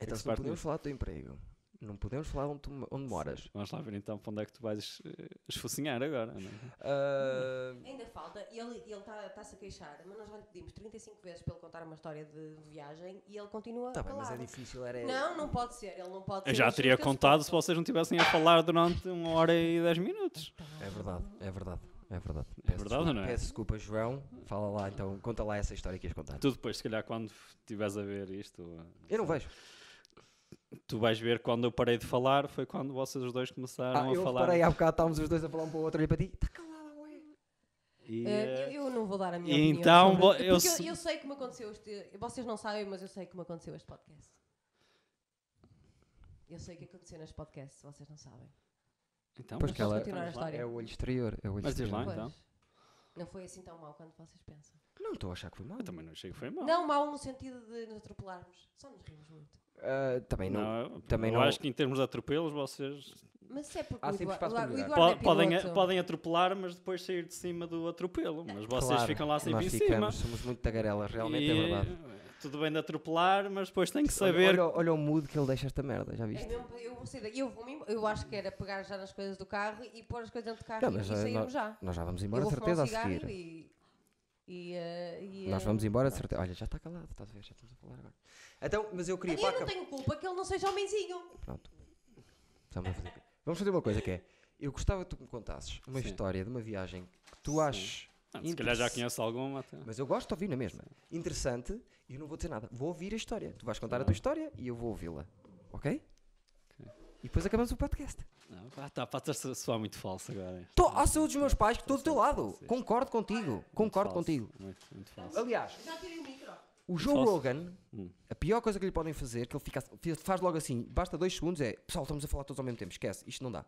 Então,
se
se não
parte
podemos
disso.
falar do teu emprego, não podemos falar onde, tu, onde moras.
Vamos lá ver então para onde é que tu vais eh, esfocinhar agora. não é?
Ah,
Ainda falta, ele está-se a queixar, mas nós já lhe pedimos 35 vezes para ele contar uma história de viagem e ele continua
tá bem, mas
calado.
é difícil. Era...
Não, não pode ser, ele não pode
Eu
ser
já
justo
teria
que eles
contado se
contam.
vocês não estivessem a falar durante uma hora e dez minutos.
É verdade, é verdade, é verdade.
É verdade ou
desculpa,
não é?
Peço desculpa, João. Fala lá então, conta lá essa história que ias contar.
Tu depois, se calhar, quando estiveres a ver isto, eh,
Eu não vejo.
tu vais ver quando eu parei de falar, foi quando vocês os dois começaram
Ah,
a
eu
falar.
reparei, há bocado estávamos os dois a falar um para o outro, olhei para ti. Está calada, ué.
E,
Eh,
eh,
eu, eu não vou dar a minha
E
opinião.
então
sobre-
vo-
porque
eu
eu,
se-
eu sei como aconteceu este. Vocês não sabem, mas eu sei como aconteceu este podcast. Eu sei o que aconteceu neste podcast, vocês não sabem.
Então,
Pois
mas
que ela-
vamos
continuar a
lá.
história.
É o olho exterior, é o olho
Mas diz lá
exterior.
Pois.
então.
Não foi assim tão mal quanto vocês pensam.
Não estou a achar que foi mal.
Eu também não achei que foi mal.
Não, mal no sentido de nos atropelarmos. Só nos rimos muito.
Ah, também não.
Não, eu-
também
eu
não-
acho que em termos de atropelos vocês
Mas se é porque
Há
o,
sempre espaço
Eduardo, o
para
Eduardo
melhorar.
é
po- podem, a-
piloto.
podem atropelar, mas depois sair de cima do atropelo. Mas vocês
Claro,
ficam lá sempre
Nós
em
ficamos,
cima.
somos muito tagarelas, realmente
E,
é verdade.
eh, Tudo bem de atropelar, mas depois tem que saber.
Olha, olha- olha o mood que ele deixa esta merda, já
É
viste?
mesmo, eu, vou sair daqui, eu, vou-me embora. eu acho que era pegar já nas coisas do carro e pôr as coisas dentro do carro
Não,
e, e
mas, eh,
sairmos já.
Nós já vamos
eu
embora,
vou
certeza,
fumar um
a
cigarro
seguir.
e E, eh, e,
Nós
eh,
vamos embora, de
Tá.
certeza. Olha, já está calado, estás a ver? Já estamos a falar agora. Então, mas eu queria.
Eu
para
não
acabar-
tenho culpa que ele não seja homenzinho.
Pronto. Estamos a fazer- um Vamos fazer uma coisa que é. Eu gostava que tu me contasses uma
Sim.
história de uma viagem que tu
Sim.
aches.
Ah, se calhar já
interess-
conheço alguma. Até.
Mas eu gosto de ouvir na mesma. Interessante e eu não vou dizer nada. Vou ouvir a história. Tu vais contar a tua
bem.
história e eu vou ouvi-la. Ok?
Ok.
E depois acabamos o podcast.
Não, pá, tá, pá, estás a soar muito falso agora. hein?
Estou à saúde um dos meus pais, que estou do teu lado.
Sim.
Concordo contigo. Concordo
Muito falso,
contigo.
Muito, muito falso.
Aliás,
Já tirei o micro.
O Joe
Falso.
Rogan,
Hum.
a pior coisa que lhe podem fazer, que ele fica, fi- faz logo assim, basta dois segundos, é pessoal, estamos a falar todos ao mesmo tempo, esquece, isto não dá.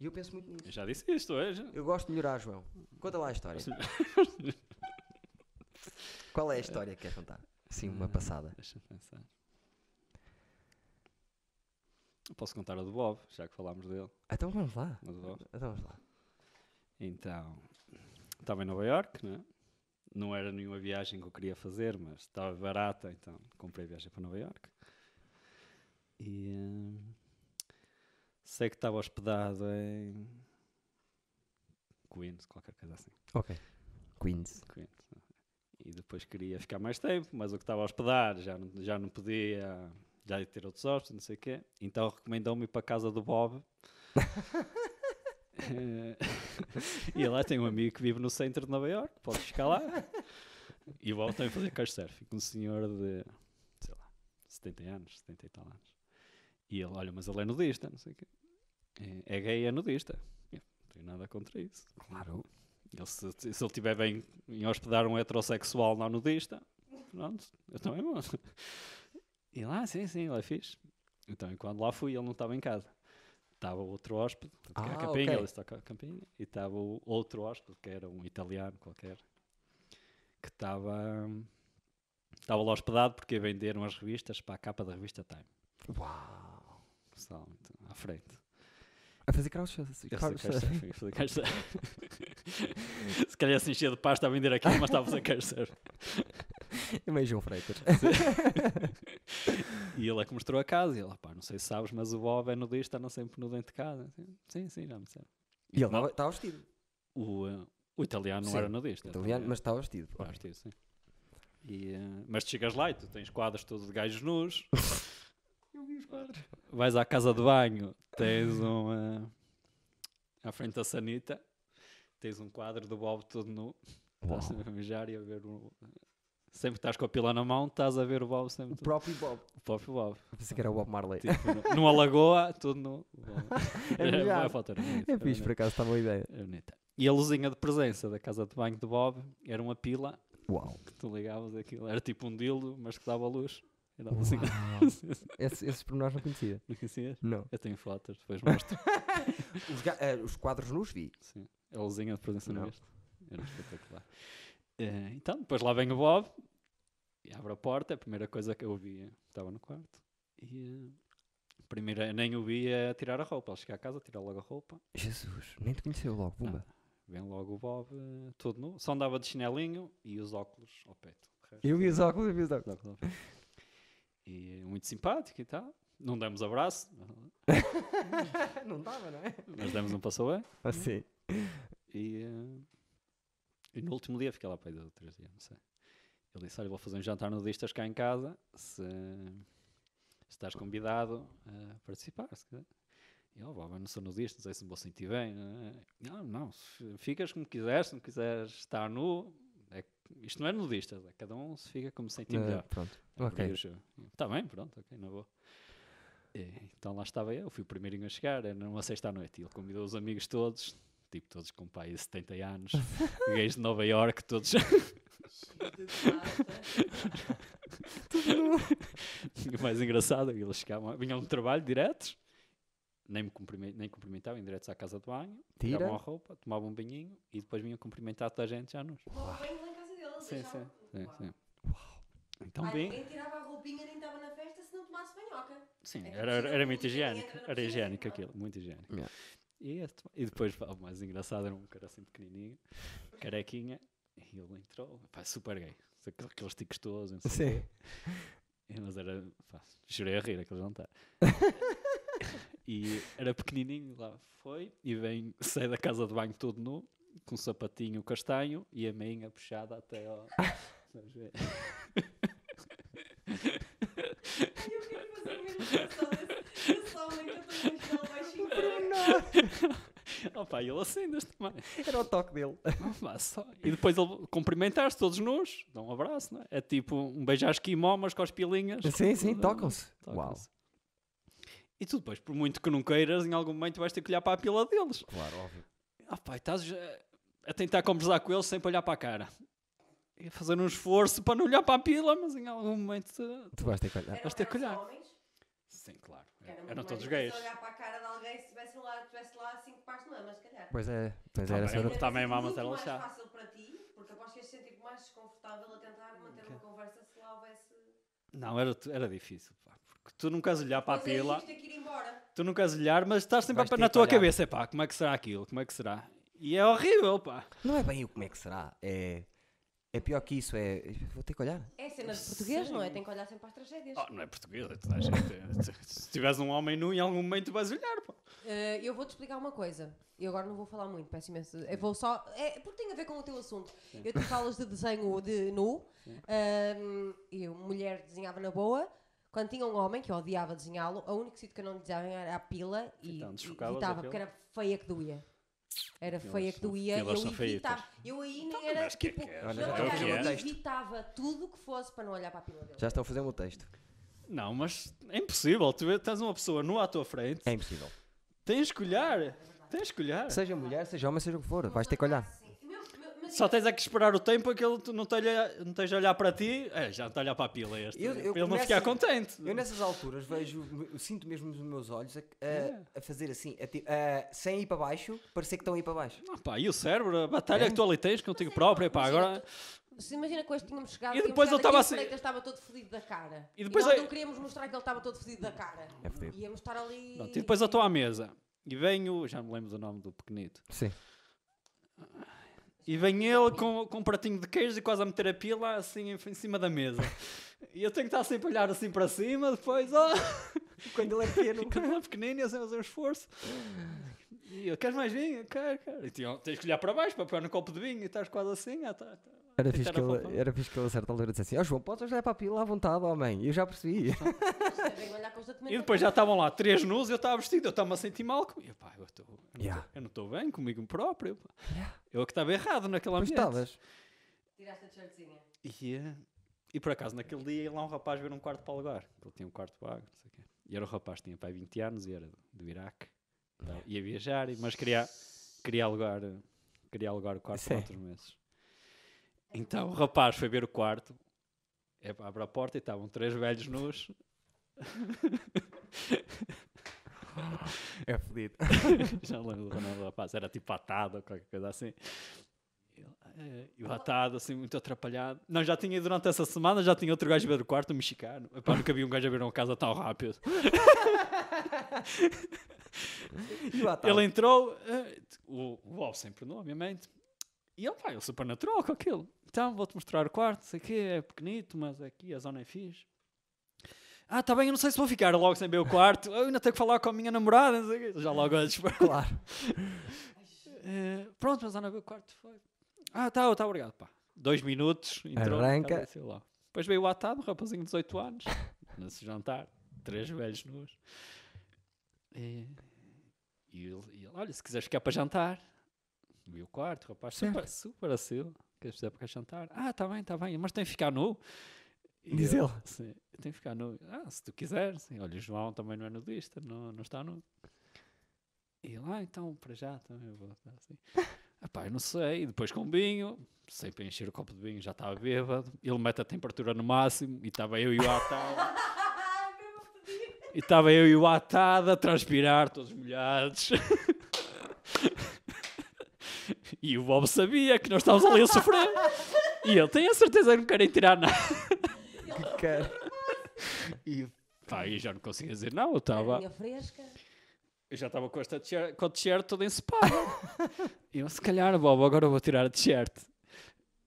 E eu penso muito nisso.
Eu já disse isto hoje.
Eu gosto de melhorar, João. Conta lá a história. Qual é a história que queres contar? Sim,
Ah.
uma passada.
Deixa-me pensar. Eu Posso contar a do Bob, já que falámos dele.
Então vamos lá.
a do Bob.
Então vamos lá.
Então, estava em Nova York, né? não era nenhuma viagem que eu queria fazer, mas estava barata, então comprei a viagem para Nova York. E hum, sei que estava hospedado em Queens, qualquer coisa assim.
Ok. Queens.
Queens, né? E depois queria ficar mais tempo, mas o que estava a hospedar já não, já não podia, já ia ter outros hóspedes, não sei o quê. Então recomendou-me ir para a casa do Bob. Eh, e lá tem um amigo que vive no centro de Nova York, podes ficar lá. E o Bob também fazia couchsurfing com um senhor de, sei lá, 70 anos, 70 e tal anos. E ele, olha, mas ele é nudista, não sei o quê. Eh, É gay e é nudista. Eu, não tenho nada contra isso.
Claro.
Ele, se, se ele tiver bem em hospedar um heterossexual não nudista, pronto, eu também vou. E lá, sim, sim, lá fiz. Então, e quando lá fui, ele não estava em casa. Estava outro hóspede, portanto, que era
Ah,
a campinha,
ok.
ele estava com a campinha, e estava o outro hóspede, que era um italiano qualquer, que estava estava lá hospedado porque ia vender umas revistas para a capa da revista Time.
Uau.
Pessoal, então, à frente.
A fazer crowdsurfing.
Eu sei que é surfing, eu sei que é surfing. Se calhar se enchia de pasta a vender aquilo, mas estava a fazer surf.
É Meio João Freitas.
E ele é que mostrou a casa. E ele, pá, não sei se sabes, mas o Bob é nudista, anda sempre no dentro de casa. Assim, Sim, sim, já me disseram.
E ele é.
não-
estava- estava vestido.
o, eh, o italiano
Sim,
não era nudista. é
Italiano, mas estava vestido.
era acho que sim. E, eh, mas tu chegas lá e tu tens quadros todos de gajos nus. Eu vi os quadros. Vais à casa de banho, tens um. eh, à frente da sanita, tens um quadro do Bob todo nu.
Uau.
Estás sempre a mijar e a ver o. Sempre que estás com a pila na mão, estás a ver o Bob
O
sempre.
é próprio Bob.
O próprio Bob.
Pensei que era o Bob Marley.
Tipo, nu- numa lagoa, tudo no.
É
era
mijar.
boa foto, era bonita,
É
era
fixe, por
bonita,
acaso, estava uma ideia.
era bonita. E a luzinha de presença da casa de banho do Bob era uma pila
Uau.
que tu ligavas aquilo. Era tipo um dildo, mas que dava luz. Era a luzinha.
Esses, Tá esses pormenores não conhecia.
Não conhecias?
Não.
Eu tenho fotos, depois mostro.
Os, ga- eh, os quadros nus vi.
Sim. A luzinha de presença
Não.
não viste? Era espetacular. Eh, então, depois lá vem o Bob e abre a porta. é A primeira coisa que eu via, estava no quarto. E eh, primeiro, eu nem o via tirar a roupa. Ele chega a casa, tira logo a roupa.
Jesus, nem te conheceu logo, Bumba.
Vem logo o Bob, eh, todo nu. Só andava de chinelinho e os óculos ao peito. De resto,
Eu vi os óculos, eu vi os
os
óculos.
óculos ao peito. E eh, muito simpático e tal. Não demos abraço,
Não dava, não é?
mas demos um passou bem.
Assim.
E, eh, e no último dia, fiquei lá para aí dois ou três dias, não sei. Ele disse: Olha, vou fazer um jantar nudistas cá em casa. Se, se estás convidado a participar, se quiser. E eu, "Oh, Bob, eu não sou nudista, não sei se me vou sentir bem. né? Não, não, se- ficas como quiseres, se não quiseres estar nu. é que- isto não é nudista, é cada um se fica como se
É.
sentir melhor.
Ah, pronto. Ok.
Está Tá bem, pronto, ok, não vou. E, então lá estava eu, fui o primeirinho a chegar, era numa sexta à noite. e Ele convidou os amigos todos, tipo todos com pai de 70 anos, gays de Nova York, todos. e o mais engraçado é que eles chegavam, vinham do trabalho diretos, nem me cumprime- nem cumprimentavam, iam diretos à casa de banho,
Tira.
tiravam a roupa, tomavam um banhinho e depois vinham cumprimentar toda a gente já nos.
Não, bem lá em casa dele.
Sim, sim,
deixava-
sim,
Uau.
sim. Então
Ai,
bem.
Ninguém tirava a roupinha nem estava na festa se não tomasse banhoca.
Sim,
É que a
era, era,
piscina
era
pública
muito
nem
higiênico.
entra na
Era
piscina,
higiênico
não é?
aquilo, muito higiênico.
Yeah.
E, este- e depois, pá, o mais engraçado era um cara assim pequenininho, carequinha, e ele entrou, pá, super gay. aqu- Aqueles tiques todos, não sei o
Sim.
quê. Mas era, pá, chorei a rir aquele jantar. e era pequenininho, lá foi, e vem, sai da casa de banho todo nu, com um sapatinho castanho e a meinha puxada até ao. Sabes ver?
Eu quero fazer uma ilustração desse- desse homem que eu estou a imaginar ele
Um
baixinho.
Opa, ele assim deste tamanho.
Era o toque dele.
Opa, só. E depois ele cumprimentar-se todos nós, dá um abraço, não é? É tipo um beijar esquimó, mas com as pilinhas.
Sim, sim, tocam-se.
Toca-se.
Uau.
E tu depois, por muito que não queiras, em algum momento vais ter que olhar para a pila deles.
Claro, óbvio.
Ah pá, estás eh, a tentar conversar com eles sempre olhar para a cara. E a fazer um esforço para não olhar para a pila, mas em algum momento... eh,
Tu vais ter que olhar.
Eram-
Mas tem que
eram
olhar.
só homens?
Sim, claro.
Era muito
Eram
um mais
todos
difícil
gays.
olhar para a cara de alguém se tivesse lá, tivesse lá cinco pares de mamas, se calhar.
Pois é, pois
Ah,
era.
bem,
só-
eu- também mamas
é muito
eram
mais
chá.
fácil para ti, porque após que ias sentir tipo, mais desconfortável a tentar manter uma conversa se lá houvesse.
Não, era, era difícil. pá, porque tu não queres olhar para a
Mas é
pila,
isto aqui ir embora.
tu não queres olhar, mas estás sempre
Vais
a-
ter
na
que
tua
olhar.
cabeça. é Pá, como é que será aquilo? Como é que será? E é horrível, pá.
Não é bem o como é que será. É, é pior que isso. É. Vou ter que olhar.
É cena de português, não é? Tem que olhar sempre para as tragédias.
Oh, não é português. é toda a gente. Se tiveres um homem nu, em algum momento vais olhar, pá.
Eh, eu vou-te explicar uma coisa. Eu agora não vou falar muito, peço imenso. Eu vou só. É, porque tem a ver com o teu assunto. Eu tu falas de desenho de nu. Ahm, eu, mulher, desenhava na boa. Quando tinha um homem que eu odiava desenhá-lo, o único sítio que eu não desenhava era a pila e
Então,
e
desfocavas a
evitava,
pila?
porque era feia que doía. Era feia que
são-
doía. Eu
pilas são
evitava.
feitas.
Eu aí nem era.
mas que é
Tipo,
que é?
não
Olha,
é o que
olhava, eu
é.
evitava tudo o que fosse para não olhar para a pila dele.
Já estão a fazer o meu texto.
Não, mas é impossível. Tu tens uma pessoa nua à tua frente,
É impossível.
tens que olhar. Tens que olhar.
Seja mulher, seja homem, seja o que for. Vais ter que olhar.
Sim. Mas- Assim, mas- mas
Só tens é que esperar o tempo a que ele não esteja, não esteja a olhar para ti. É, já não está a olhar para a pila este.
Eu- eu
para ele não
começo-
ficar contente.
Eu nessas alturas vejo, eu sinto mesmo os meus olhos a, a- a fazer assim, a ti- a- sem ir para baixo, parecer que estão a ir para baixo.
Ah, pá, e o cérebro, a batalha que tu ali tens contigo próprio, pá,
imagina
agora...
Se imagina que hoje tínhamos chegado
E depois
tínhamos chegado
ele
aqui,
estava assim-
O Freitas estava todo fedido da cara.
E
E depois
depois
nós
é-
não queríamos mostrar que ele estava todo fedido da cara.
É fedido.
Íamos estar ali.
Pronto, e depois eu estou à mesa. E vem o... Já me lembro do nome do pequenito.
Sim.
E vem ele com, com um pratinho de queijo e quase a meter a pila assim em, em cima da mesa. E eu tenho que estar sempre a olhar assim para cima, depois... Oh.
Quando ele é pequeno.
Quando era pequenino, eu sem fazer um esforço. E eu, queres mais vinho? Quero, quero. E tinha- tens que olhar para baixo para pegar no copo de vinho e estás quase assim. Ah, tá, tá.
Era
Tentar
fixe, que
afafar.
ele, era fixe que ele a certa altura disse assim: Ó João, podes olhar para a pila à vontade, homem. Eu já percebi.
Devem olhar constantemente.
E depois já estavam lá três nus, eu estava vestido, eu estava a sentir mal. comigo. Eu, pá, eu, tô- eu não
Yeah.
tô- eu não estou bem comigo próprio. pá. Eu é que estava errado naquele
Mas
ambiente.
estavas.
Tiraste a t-shirtzinha.
E, eh, e por acaso, naquele dia, ia lá um rapaz ver um quarto para alugar. Ele tinha um quarto vago, não sei o quê. E era um rapaz, tinha pai 20 anos e era do Iraque. Então, ia viajar, e- mas queria, queria, alugar, eh, queria alugar o quarto
Sim.
para outros meses. Então o rapaz foi ver o quarto, é, abre a porta e estavam três velhos nus.
É fedido.
Já não lembro do nome do rapaz, era tipo atado ou qualquer coisa assim. Ele, eh, E o atado, assim, muito atrapalhado. Não, já tinha, durante essa semana, já tinha outro gajo a ver o quarto, um mexicano. Epá, nunca vi um gajo a ver uma casa tão rápido.
E lá está.
Ele entrou, eh, o o Bob sempre nu, obviamente. E ele, pá, ele super natural com aquilo. Então, vou-te mostrar o quarto, sei que é pequenito, mas aqui a zona é fixe. Ah, tá bem, eu não sei se vou ficar logo sem ver o quarto. Eu ainda tenho que falar com a minha namorada, não sei o quê. Já logo a despertar.
Claro.
Eh, pronto, mas Ana veio o quarto foi. Ah, tá, tá, obrigado, pá. Dois minutos, entrou.
Arranca.
cara, sei lá. Depois veio o Atado, um rapazinho de 18 anos, nesse jantar, três velhos nus. Eh, E, ele, e ele, olha, se quiseres ficar para jantar, viu o quarto, o rapaz, super, super acil, queres ficar para jantar? Ah, tá bem, tá bem, mas tem que ficar nu. E
Diz
eu,
ele.
Sim, eu tenho que ficar nu. Ah, se tu quiseres. Sim, olha, o João também não é nudista, não, não está nu. E lá, então, para já também vou estar assim. Ah pá, eu não sei. E depois com vinho, sempre a encher o copo de vinho, já estava bêbado. Ele mete a temperatura no máximo e estava eu e o Atado. e estava eu e o Atado a transpirar, todos molhados. e o Bob sabia que nós estávamos ali a sofrer. E ele tem a certeza que não querem tirar nada.
Cara.
E pá, eu já não conseguia dizer não, eu
Tava...
estava.
Minha fresca.
Eu já estava com esta t-shirt, com a t-shirt toda encepada. E eu, se calhar, Bob, agora eu vou tirar a t-shirt.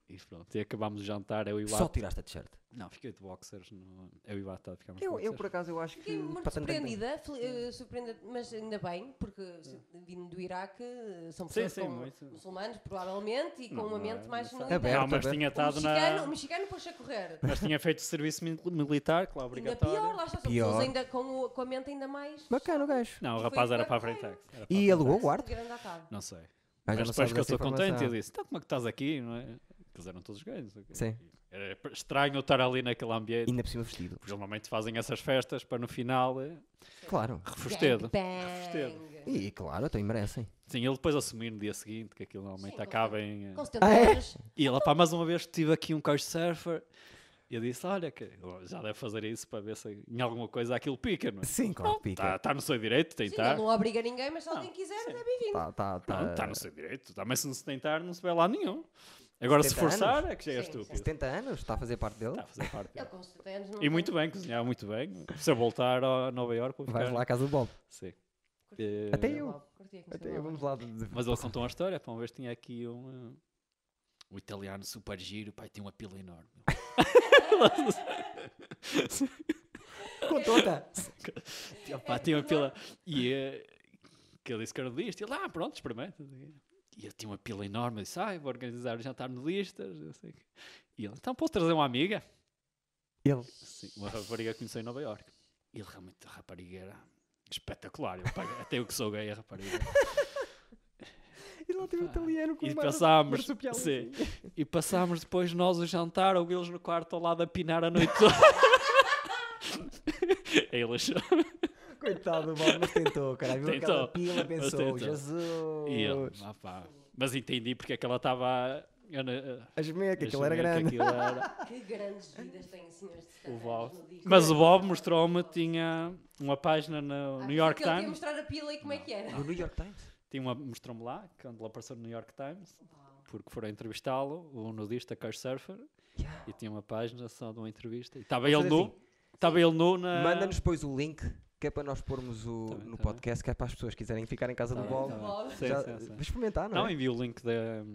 E pronto, e acabámos de jantar, eu e o
Só
Ato.
tiraste a t-shirt.
Não, fiquei de boxers. No... Eu e o Bata ficámos
Eu,
de
eu,
boxers.
por acaso, eu acho que.
Fiquei muito
para tanto-
surpreendida, fel- eh, surpreendida, mas ainda bem, porque se- vindo do Iraque eh, são
Sim,
pessoas
sim,
com
muito.
muçalmanos, provavelmente, e com
Não,
uma
não
mente
é,
mais
não sei.
Aberto,
finalidade.
Não, mas
aberto.
tinha
O
estado
mexicano, o
na.
mexicano pôs-se a correr.
Mas tinha feito serviço mil- militar, claro,
Ainda
obrigatório.
pior, lá está, são
Pior.
pessoas ainda com, o- com a mente ainda mais.
Bacana o gajo.
Não, o
Foi
rapaz era para a
guarda-reio.
Frentex. era para
E
a
alugou o
Frentex.
quarto?
Grande atado.
Não sei.
Ah, já não
mas depois
sabes
que eu
essa
estou contente,
informação.
eu disse, então como é que estás aqui, não é? Porque eles eram todos ganhos. ok?
Sim.
Era estranho eu estar ali naquele ambiente.
Ainda por cima vestido.
Porque normalmente fazem essas festas para no final... eh,
Claro.
Refustedo. Refustedo.
Bang.
E claro, até merecem.
Sim, ele depois assumir no dia seguinte que aquilo normalmente
Sim,
acaba em... eh,
Com 70
Ah, é?
anos.
E ele, pá, mais uma vez tive aqui um couchsurfer. E eu disse, olha, que ele já deve fazer isso para ver se em alguma coisa aquilo pica, não é?
Sim, claro,
Está
pica.
no seu direito de
Sim,
tentar.
ele não é- obriga ninguém, mas se alguém
tá. Não,
quiser,
sim.
é bem-vindo.
Tá, tá, tá.
Não, está no seu direito. Também se não se tentar, não se vai lá nenhum. Agora, se
70
forçar, é que já
Sim,
é
sim.
estúpido.
70 anos, está a fazer parte dele.
Está a fazer parte
Ele É
dele.
com 70 anos não
E muito
tem-
bem, cozinhava muito bem. Se eu voltar a Nova Iorque, vou ficar...
Vais lá à casa do Bob.
Sim.
Curti.
Eh,
Até eu.
Logo, curti a conhecer
Até,
logo.
vamos lá. de- de-
Mas ele contou uma história. Pá, uma vez tinha aqui um... eh, Um italiano super giro, pai, tinha uma pila enorme.
Contou-te.
Pá, tinha uma pila. E eh, que ele disse que era nudista. Ele, ah, pronto, experimenta. E eu tinha uma pila enorme. Eu disse, ah, eu vou organizar um jantar nudistas. não sei o quê. E ele, então posso trazer uma amiga?
Ele.
Sim, uma rapariga que conheceu em Nova Iorque. E ele, realmente, a rapariga era espetacular. Eu, pá, até eu que sou gay, a rapariga.
E lá teve um
Pá,
italiano com
e
uma
passámos,
marsupial
sim.
assim.
E passámos depois nós o jantar, ou eles no quarto ao lado a pinar a noite toda. ele achou.
Coitado do Bob, mas tentou, caralho. Viu aquela
Tentou.
pila, pensou,
Tentou.
Jesus.
E ele, "Ah, pá." Mas entendi porque é que ela estava. eu não- eu-
As meia, É que
eu
aquilo era
jurei que é
grande.
aquilo era
Que grandes vidas têm senhores de 70
o
anos
Bob.
no disco.
Mas o Bob mostrou-me, tinha uma página no
Ah,
New York
porque ele ia
Times.
mostrar a pila e como é que era.
No New York Times?
Tinha uma, mostrou-me lá, quando ele apareceu no New York Times, porque foram entrevistá-lo, o nudista Couchsurfer, e tinha uma página só de uma entrevista. E estava
Vamos
ele
fazer
nu. Estava ele nu na.
assim, Manda-nos depois o link, que é para nós pormos o,
Tá bem,
no
tá
podcast, que é para as pessoas que quiserem ficar em casa
Tá
do
bem,
Bob.
tá bem.
Bob.
Sim,
Já-
sim, sim.
Vou experimentar, não,
Não,
é?
envia o link da,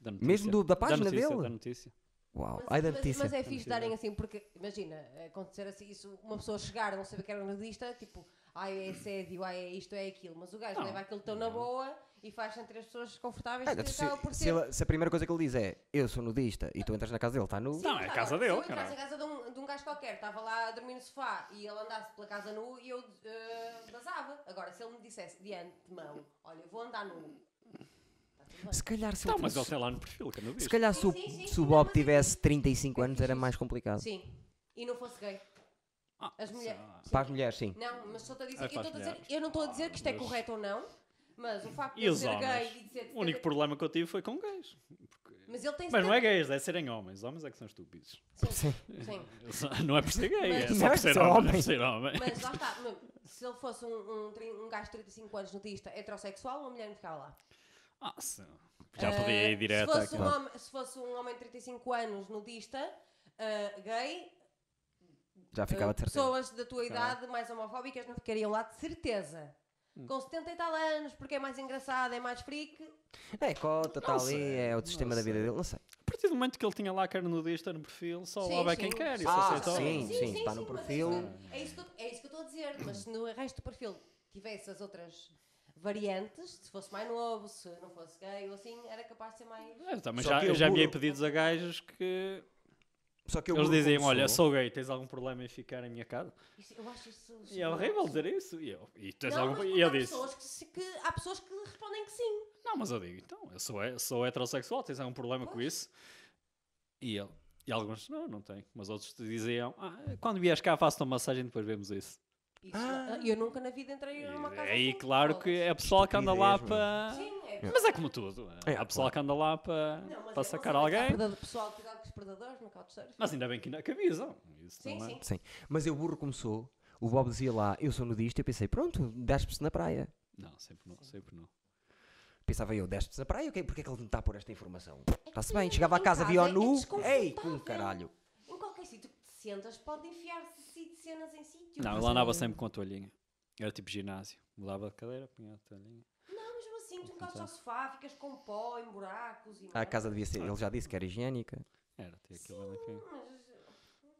da notícia.
do- da página
notícia,
dele?
Da notícia.
Uau, ai
Mas,
da
mas-
notícia.
mas é
notícia.
fixe darem assim, porque imagina, acontecer assim, isso, uma pessoa chegar, não saber que era nudista, tipo, ai é assédio, ai é isto, é aquilo, mas o gajo
Não,
leva aquilo tão na
não.
boa e faz entre as pessoas confortáveis
Ah,
que
se,
acaba por
se
ser.
ele- se a primeira coisa que ele diz é eu sou nudista e tu entras na casa dele, está nu.
Não, é a casa
Agora, Se
dele,
eu entrasse na
caralho.
casa de um, de um gajo qualquer, estava lá a dormir no sofá e ele andasse pela casa nu e eu eh, vazava. Agora, se ele me dissesse de antemão, olha, eu vou andar nu. Tá tudo bem.
Se calhar se,
Não,
ele-
mas ele é
se,
tem lá no perfil, que eu não vi.
se calhar se, o-
Sim, sim, sim,
se o
não,
Bob
mas é
tivesse 35 anos
É
era
fixe.
mais complicado.
Sim. E não fosse gay.
Ah,
As mulheres.
só-
Para as mulheres, sim.
Não, mas só estou a dizer,
Ah,
eu, estou
para
a
as
dizer
mulheres.
eu não estou a dizer que isto é
Ah,
correto ou não, mas o facto de
E
ele
os
ser
homens?
gay e de ser de
O único
70
problema que eu tive foi com gays.
Mas ele tem
Mas não é gays, é serem homens. Homens é que são estúpidos.
70
Sim.
Sim, sim.
Não é por ser gay, é
Mas-
só
Não,
por
é
ser
só
homem. é
homem.
por ser homem.
Mas lá está, mas se ele fosse um, um, trin- um gajo de 35 anos nudista heterossexual, uma mulher não ficava lá.
Ah, sim. Já
Eh,
podia ir direto
se fosse, um
àquela-
homem, se fosse um homem de 35 anos nudista, eh, gay,
Já
eh,
ficava de certeza.
pessoas da tua idade mais homofóbicas não ficariam lá de certeza.
Hum.
Com 70 e tal anos, porque é mais engraçado, é mais freak,
É, cota, está
Não
ali,
sei,
é o
não
sistema da vida
sei.
dele, não sei.
A partir do momento que ele tinha lá a cara nudista no perfil, só
Sim,
lá vai
sim.
é quem quer. Isso
Ah,
aceitou.
sim, sim. está no
mas é
perfil.
isso que- É isso, que eu, é isso que eu estou a dizer, mas se no resto do perfil tivesse as outras variantes, se fosse mais novo, se não fosse gay ou assim, era capaz de ser mais.
É, Eu também
Só
já,
que eu
já enviei
vou-
pedidos a gajos que
Só que eu
eles
como
diziam:
sou-
Olha, sou gay, tens algum problema em ficar em minha casa?
Isso- Eu acho isso.
E é horrível dizer isso. é E eu, e tens
Não,
algum...
mas
e
porque
eu
há
disse:
pessoas que, se- que- há pessoas que respondem que sim.
Não, mas eu digo, então, eu sou, he- sou heterossexual, tens algum problema com
Pois.
isso? E ele. E alguns, não, não tem. Mas outros te diziam, ah, quando vieres cá faço-te uma massagem e depois vemos isso.
Isso não- eu nunca na vida
E
entrei numa casa.
aí,
assim,
claro que é pessoal que anda lá
Estupidez,
para...
Sim, é
Mas é como tudo.
É,
Há pessoal que anda lá para
Não, mas
para
é
sacar
uma cena que há
alguém.
predador- Pessoal, cuidado com os predadores no couchsurfing.
Mas ainda bem que ainda avisam. Isso é?
Sim,
também.
sim.
Sim. Mas eu burro como sou, o Bob dizia lá, eu sou nudista, eu pensei, pronto, despe-se na praia.
Não, sempre não, sempre não.
Pensava eu, despe-se na praia, ok, porque é que ele me está a pôr esta informação? Está-se bem,
É que
chegava à
em
casa,
casa
via o
é
nu,
desconfortável.
ei, com caralho.
Em qualquer sítio que te sentas, pode enfiar-se assim de cenas em sítios.
Não,
mas
ele andava
é-
sempre com a toalhinha. Era tipo ginásio. Mudava de cadeira, punha a toalhinha.
Não, mas mesmo assim, tu encostas ao sofá, ficas com pó em buracos e.
A casa devia ser, ele já disse que era higiênica.
Era, tinha aquilo ali. que-
Mas,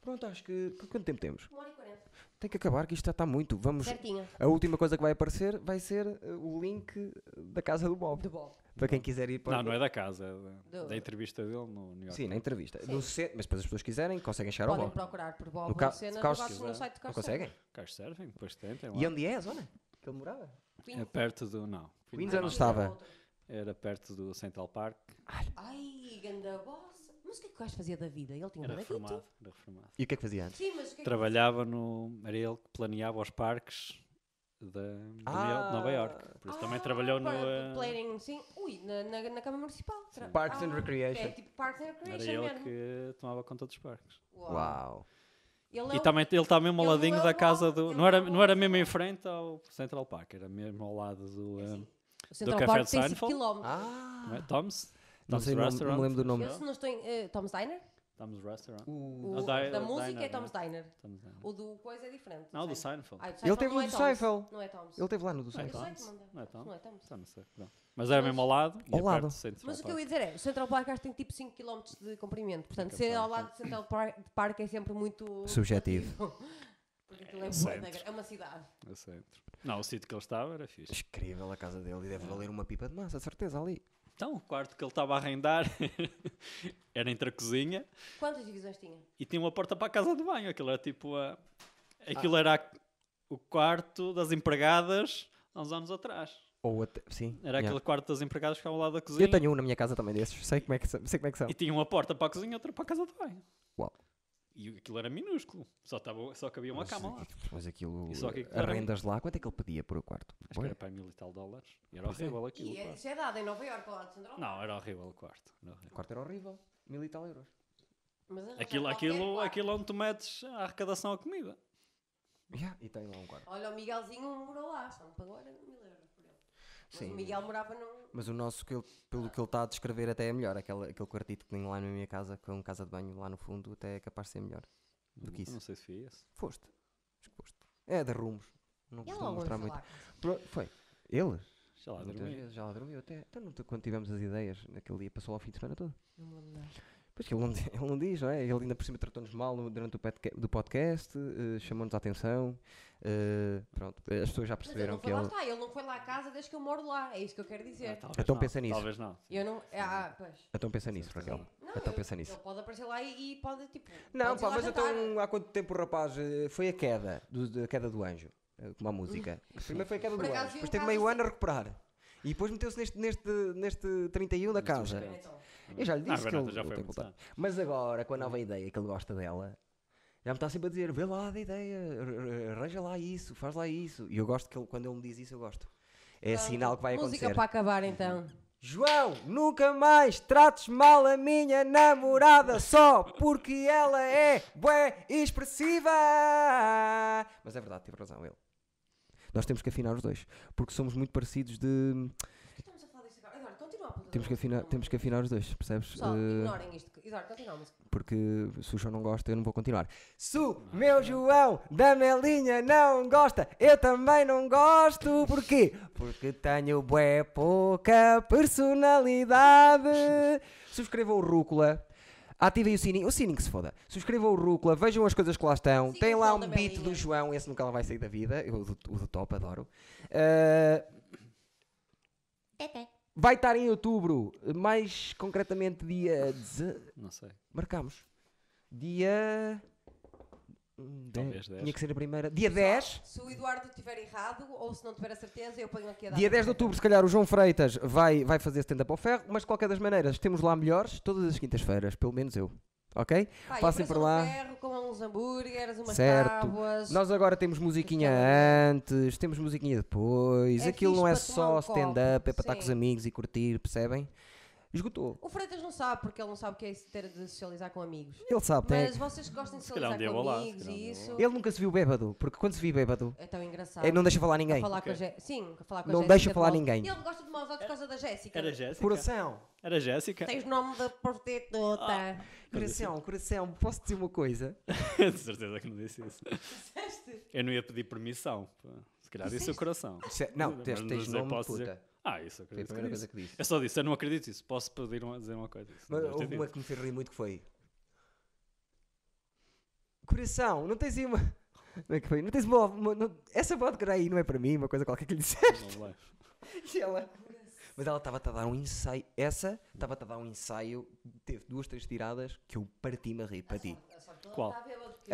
Pronto, acho que. qu- Quanto tempo temos?
Uma hora e quarenta.
Tem que acabar, que isto já está muito. Vamos.
Certinha.
A última coisa que vai aparecer vai ser eh, o link da casa do Bob.
De bom.
Para quem quiser ir para.
Não, não é da casa, é da,
Do-
da entrevista dele no New York.
Sim, na entrevista.
Sim.
No centro, mas depois as pessoas quiserem, conseguem chegar ao
Podem
Bob.
procurar por Bob
No ca-
Lucena
Carlos
Negócios no
quiser.
site de
Não
Carlos
conseguem?
Cash surfing, depois tentem
E
lá.
onde é a zona? Que ele morava?
É
Serra.
perto do. Não.
Windsor não
não.
estava.
Era perto do Central Park.
Ai, ganda bossa. Mas o que é que o gajo fazia da vida? Ele tinha um
Era
banadito?
reformado. Era reformado.
E o que é que fazia antes?
Sim, mas o que é que...
Trabalhava no. Era ele que planeava os parques da, de Neo- de Nova
Ah.
York. Por isso também
Ah,
trabalhou no.
pa-
eh,
Planning, sim. Ui, na, na, na Câmara Municipal. Tra-
Parks and Recreation.
É tipo Parks and
Era
Recreation
ele
mesmo.
que tomava conta dos parques.
Uau.
Uau!
Ele é
E
o-
também, ele está mesmo ao
ele
ladinho
é o
da
Bob,
casa do.
ele
Não
é
era,
o
não era
Bob.
mesmo em frente ao Central Park, era mesmo ao lado do.
É
eh,
assim. O Central
Café
Park
de
tem 5
Seinfeld?
km.
não é?
Ah!
Tom's?
Não
Tom's
sei, não, não me lembro do nome.
Eu, se não estou em... eh, Tom's Diner?
Tom's Restaurant.
O-
O,
Ah, Diner,
da música
Diner,
é Tom's Diner.
Tom's Diner.
O do coisa é diferente.
Não, do Seinfeld.
Ah, do
Ele teve
não
no
é
do
Tom's.
Seinfeld.
Não é Tom's.
Ele esteve lá no do
Não é
Eu
centro.
sei
Tom's?
que não dá.
Não é Tom's?
Não é Tom's.
Não, não sei, não. Mas era mesmo ao lado. e
Ao
é
lado.
perto do Central
Mas o que
Park.
eu ia dizer é, o Central Park acho que tem tipo 5 km de comprimento. Portanto,
Nunca
ser
faz,
ao lado do Central Par- Park é sempre muito...
Subjetivo.
relativo. Então, Porque aquilo é,
É
bué
centro.
da gra- é uma cidade.
No centro. Não, o sítio que ele estava era fixe.
Incrível a casa dele e
É.
deve valer uma pipa de massa, de certeza, ali.
Então, o quarto que ele estava a arrendar era entre a cozinha
Quantas divisões tinha?
e tinha uma porta para a casa de banho. Aquilo era tipo a. Aquilo era a- o quarto das empregadas há uns anos atrás.
Ou até. Sim.
Era
yeah.
aquele quarto das empregadas que ficava ao lado da cozinha.
Eu tenho um na minha casa também desses, sei como é que, são- sei como é que são.
E tinha uma porta para a cozinha e outra para a casa de banho.
Uau.
E aquilo era minúsculo. Só, tava, só cabia uma
Mas,
cama lá.
Mas aquilo.
E só que aquilo era-
Arrendas lá, quanto é que ele pedia por o quarto?
Acho que era para aí mil e tal dólares. E era
Pois é.
horrível aquilo.
E é,
pá.
isso é dado em Nova York, ao lado do Central Park.
Não, era horrível o quarto. Era horrível.
O quarto era horrível, mil e tal euros.
Mas arranjar
Aquilo,
qualquer
aquilo,
quarto.
aquilo onde tu metes a arrecadação à comida.
Yeah, e tem lá um quarto.
Olha, o Miguelzinho morou lá, só me pagou era mil euros por ele. Mas
Sim.
o Miguel morava num.
Mas o nosso, que ele- pelo que ele está a descrever, até é melhor. Aquele, aquele quartito que tem lá na minha casa, com casa de banho lá no fundo, até é capaz de ser melhor. Do que
Não-
isso.
Não sei se foi isso.
Foste. Acho que foste. É de rumos. Não
E ela
costumo
longe
mostrar
de
muito.
lá.
Pro- Foi. Ele?
Já lá
Muitas
dormi.
vezes já lá dormiu. Até, até não te- quando tivemos as ideias, naquele dia passou lá o fim de semana todo.
Não me lembro nada.
Pois que ele não, di- ele não diz, não é? Ele ainda por cima tratou-nos mal no- durante o petca- do podcast, eh, chamou-nos a atenção. eh, pronto, as pessoas já
Mas então ele
perceberam
não
que
foi lá,
ele.
está, ele não foi lá à casa desde que eu moro lá, é isso que eu quero dizer.
Ah, talvez
Então
não,
pensa nisso.
Talvez não. sim.
eu não. Ah, pois.
Então pensa nisso,
Sim,
Raquel.
sim.
Não,
Então
eu-
pensa nisso.
Ele pode aparecer lá e, e pode tipo.
Não,
pode ir
pá,
lá
mas
jantar.
então há quanto tempo o rapaz. eh, Foi a queda, do, da queda do anjo, eh, como a música. Primeiro foi a queda
Por
do
acaso
anjo,
vi
depois
um
teve
caso
meio
assim.
ano a recuperar. E depois meteu-se neste, neste, neste 31 da
Neste
casa.
musicante.
Então,
Eu já lhe
Ah,
disse que
Bernardo,
ele
já
eu
foi
tenho
muito
que voltar. Mas agora, com a
Uhum.
nova ideia que ele gosta dela, já me está sempre a dizer: vê lá da ideia, ar- ar- arranja lá isso, faz lá isso. E eu gosto que ele, quando ele me diz isso, eu gosto. É
pronto.
sinal que vai
Música
acontecer. Uhum.
para acabar então.
João, nunca mais trates mal a minha namorada só porque ela é bué expressiva. Mas é verdade, teve razão ele. Nós temos que afinar os dois, porque somos muito parecidos de.
Por que estamos a falar disto agora? Eduardo, continua a puta da
Temos que
música,
afinar,
pelo
temos que
amor de
afinar os dois, percebes?
Deus. Pessoal,
Eh,
ignorem isto. Eduardo, continua a música.
porque se o João não gosta, eu não vou continuar. Se o meu João da Melinha não gosta, eu também não gosto. Porquê? Porque tenho bué pouca personalidade. Subscrevam o Rúcula. Ativem o sininho, o sininho que se foda. Subscrevam o Rúcula, vejam as coisas que lá estão.
Sigam
Tem
o
lá
João
um
da
beat
Melinha.
do João, esse nunca lá vai sair da vida. Eu, o, do, o do top, adoro. Ah,
Tete.
vai estar em outubro, mais concretamente dia. deze-
Não sei.
Marcámos. Dia. hum, dez-
Talvez dez.
Tinha que ser a primeira. Dia 10.
Se o Eduardo estiver errado ou se não tiver a certeza, eu ponho aqui a data.
Dia 10 de outubro, se calhar, o João Freitas vai, vai fazer stand-up ao ferro, mas de qualquer das maneiras, temos lá melhores todas as quintas-feiras, pelo menos eu. Ok?
Pá, e
Passem
apareçam
por
no
lá.
Ferro, comam uns hambúrgueres, umas
Certo.
tábuas.
Nós agora temos musiquinha antes, temos musiquinha depois.
É
Aquilo não é
fixe para tomar
só
um
stand-up,
copo,
é para estar com os
sim.
amigos e curtir, percebem? Esgotou.
O Freitas não sabe, porque ele não sabe o que é isso de ter de socializar com amigos.
Ele sabe, tem...
Mas vocês que gostam de
calhar um
socializar
dia
com
vou lá, se
amigos
calhar
e
um dia
isso,
vou
ele nunca se viu bêbado, porque quando se viu bêbado,
é tão engraçado.
eh, não deixa falar ninguém.
falar com a
Ok. É-
Je- Sim, falar com a
Não
Jéssica
deixa
de
falar
Mons.
ninguém.
Ele gosta de maus olhos por causa da Jéssica.
Era Jéssica.
Coração.
Era Jéssica.
Tens nome da prostituta.
Ah.
Coração, coração, posso dizer uma coisa?
De certeza que não disse isso.
Disseste?
Eu não ia pedir permissão. pá. Se calhar disse o coração.
Se- é- Não,
Mas
tens, tens
dizer,
nome de
posso
puta.
dizer- Ah, isso eu
Foi a
acredito.
primeira
que
coisa
disse.
que disse.
Eu só disse, eu não acredito isso. Posso pedir uma, dizer uma coisa? Isso não
Mas
deve ter
houve uma
dito.
que me fez rir muito que foi. Coração, não tens aí uma. Como é que foi? Não tens uma. uma- não- Essa vodka aí não é para mim, uma coisa qualquer que lhe disseste.
Não vai.
E ela- Mas ela estava-te a dar um ensaio. Essa estava-te a dar um ensaio. Teve duas, três tiradas que eu parti-me a rir para ti.
Qual?
tá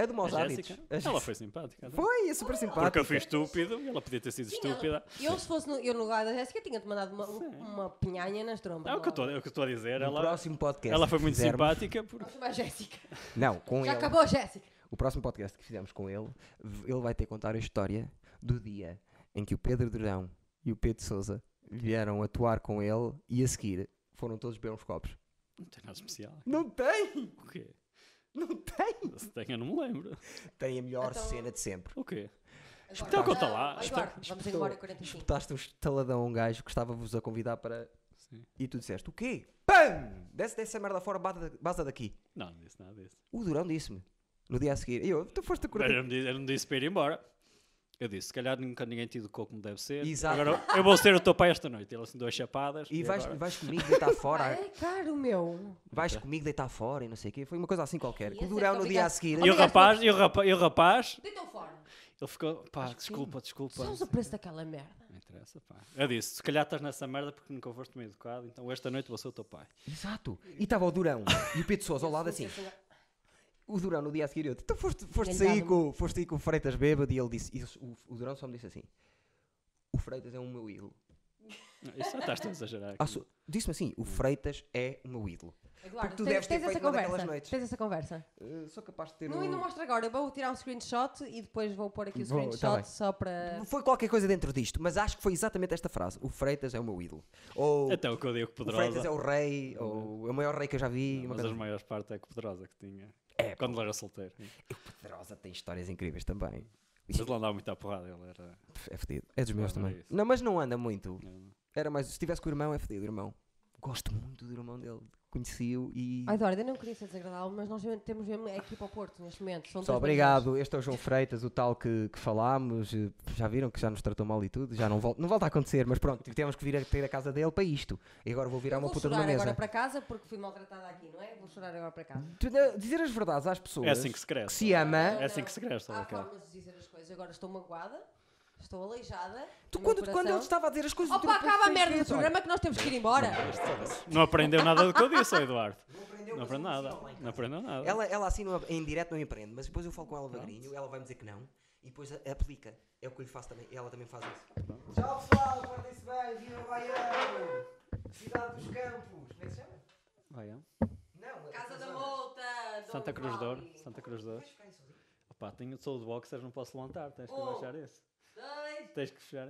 É de maus
A
hábitos.
Jéssica?
A
Ela
Jéssica.
foi simpática. até.
Foi, é super
Porque
simpática.
eu fui estúpido e ela podia ter sido estúpida.
Eu, se fosse no, eu no lugar da Jéssica, tinha-te mandado uma, um- uma pinhanha nas trombas.
É o que eu tô- é o que eu estou a dizer.
No
Ela,
próximo podcast.
ela
que
foi muito
fizermos-
simpática porque.
Próxima Jéssica.
Não, com
Já
ela.
acabou, Jéssica.
O próximo podcast que fizemos com ele, v- ele vai ter que contar a história do dia em que o Pedro Durão e o Pedro Souza vieram atuar com ele e a seguir foram todos beber uns copos.
Não tem nada especial.
Não tem!
O quê?
Não tem!
Se tem, eu não me lembro.
Tem a melhor
Então-
cena de sempre.
O quê?
Agora,
Então conta lá.
Agora,
Estou-
vamos
estou-
embora em 45.
Botaste um estaladão a um gajo que estava-vos a convidar para.
Sim.
E tu disseste: O quê? PAM! Desce dessa merda fora, bata- baza daqui.
Não, não disse nada disso.
O Durão disse-me. No dia a seguir. E eu, tu foste a
Mas
curtir.
Eu não, disse, eu não disse para ir embora. Eu disse, se calhar nunca ninguém te educou como deve ser.
Exato.
Agora eu vou ser o teu pai esta noite. Ele assim, duas chapadas.
E vais,
agora?
vais comigo deitar
Ah,
fora.
é caro, meu.
Vais comigo deitar fora e não sei o quê. Foi uma coisa assim qualquer.
Ia
Que o
ser
Durão no dia a
complicado.
seguir.
E o
Obrigado,
rapaz, e o rapa- e o rapaz,
Deitam fora.
ele ficou, pá, desculpa, desculpa.
Sabes o preço daquela merda?
Não interessa, pá. Eu disse, se calhar estás nessa merda porque nunca foste meio educado, então esta noite vou ser o teu pai.
Exato. E estava o Durão e o Pedro Sousa ao lado assim. O Durão no dia a seguir eu. Então foste, foste,
Enganado-me.
sair com, foste aí com o Freitas bêbado e ele disse. e o, o Durão só me disse assim. O Freitas é o meu ídolo.
Não, Isso já estás a exagerar.
Ah, so- Disse-me assim: o Freitas é o meu ídolo.
Agora,
Porque tu
tens,
deves ter
tens essa
feito uma daquelas
conversa.
noites.
Tens essa conversa.
Eh, sou capaz de ter.
Não,
um-
e não mostra agora. Eu vou tirar um screenshot e depois vou pôr aqui o
Vou, tá
screenshot
bem.
só para.
Foi qualquer coisa dentro disto, mas acho que foi exatamente esta frase: o Freitas é o meu ídolo. Ou
Até o que eu digo
o Freitas
Pedrosa.
é o rei, ou é o maior rei que eu já vi. uma
Mas
coisa
as maiores partes é que Pedrosa que tinha.
É,
quando ele era solteiro.
Pedrosa assim. tem histórias incríveis também.
Mas ele andava muito à porrada, ele era.
Pff, É fedido. É dos meus
Olha
também.
isso.
Não, mas não anda muito.
não.
Era mais. Se estivesse com o irmão, é fedido, irmão. Gosto muito do irmão dele. Conheci-o e.
Ai, Dora, eu não queria ser desagradável, mas nós mesmo- temos mesmo aqui para o Porto neste momento. São
Pessoal,
dois dias.
obrigado. Este é o João Freitas, o tal que, que falámos. Eh, Já viram que já nos tratou mal e tudo. Já não volta, não volta a acontecer, mas pronto, tivemos que vir a ter a casa dele para isto. E agora vou virar
Eu
É uma
vou
puta de
chorar
uma mesa.
agora para casa porque fui maltratada aqui, não é? Vou chorar agora para casa.
Tu, eh, Dizer as verdades às pessoas
É assim que se
que
cresce.
se ama.
É assim que se cresce,
Há
sabe, cara?
formas de dizer as coisas. Agora estou magoada, estou aleijada.
Tu,
do meu
quando, quando ele
coração.
estava a dizer as coisas. tu
Opa,
depois
acaba a
tens
merda do
feito, olha.
programa que nós temos que ir embora.
Não aprendeu nada do que eu disse, ó Eduardo. Não aprendeu nada. Não aprendeu nada.
Ela, ela assim não- em direto não empreende, mas depois eu falo com ela devagarinho, ela vai-me dizer que não e depois a- aplica. É o que eu lhe faço também, ela também faz isso. Tchau pessoal, portem-se bem, viva Baiano! Cidade dos Campos! Como é que se chama?
Vai, é?
Não,
Casa da Mouta, Dom
Santa Cruz de Ouro.
Vale.
Santa Cruz de Ouro. Opá, tenho, sou de boxers, não posso levantar. Tens que
Um.
baixar esse.
Dois.
Tens que fechar.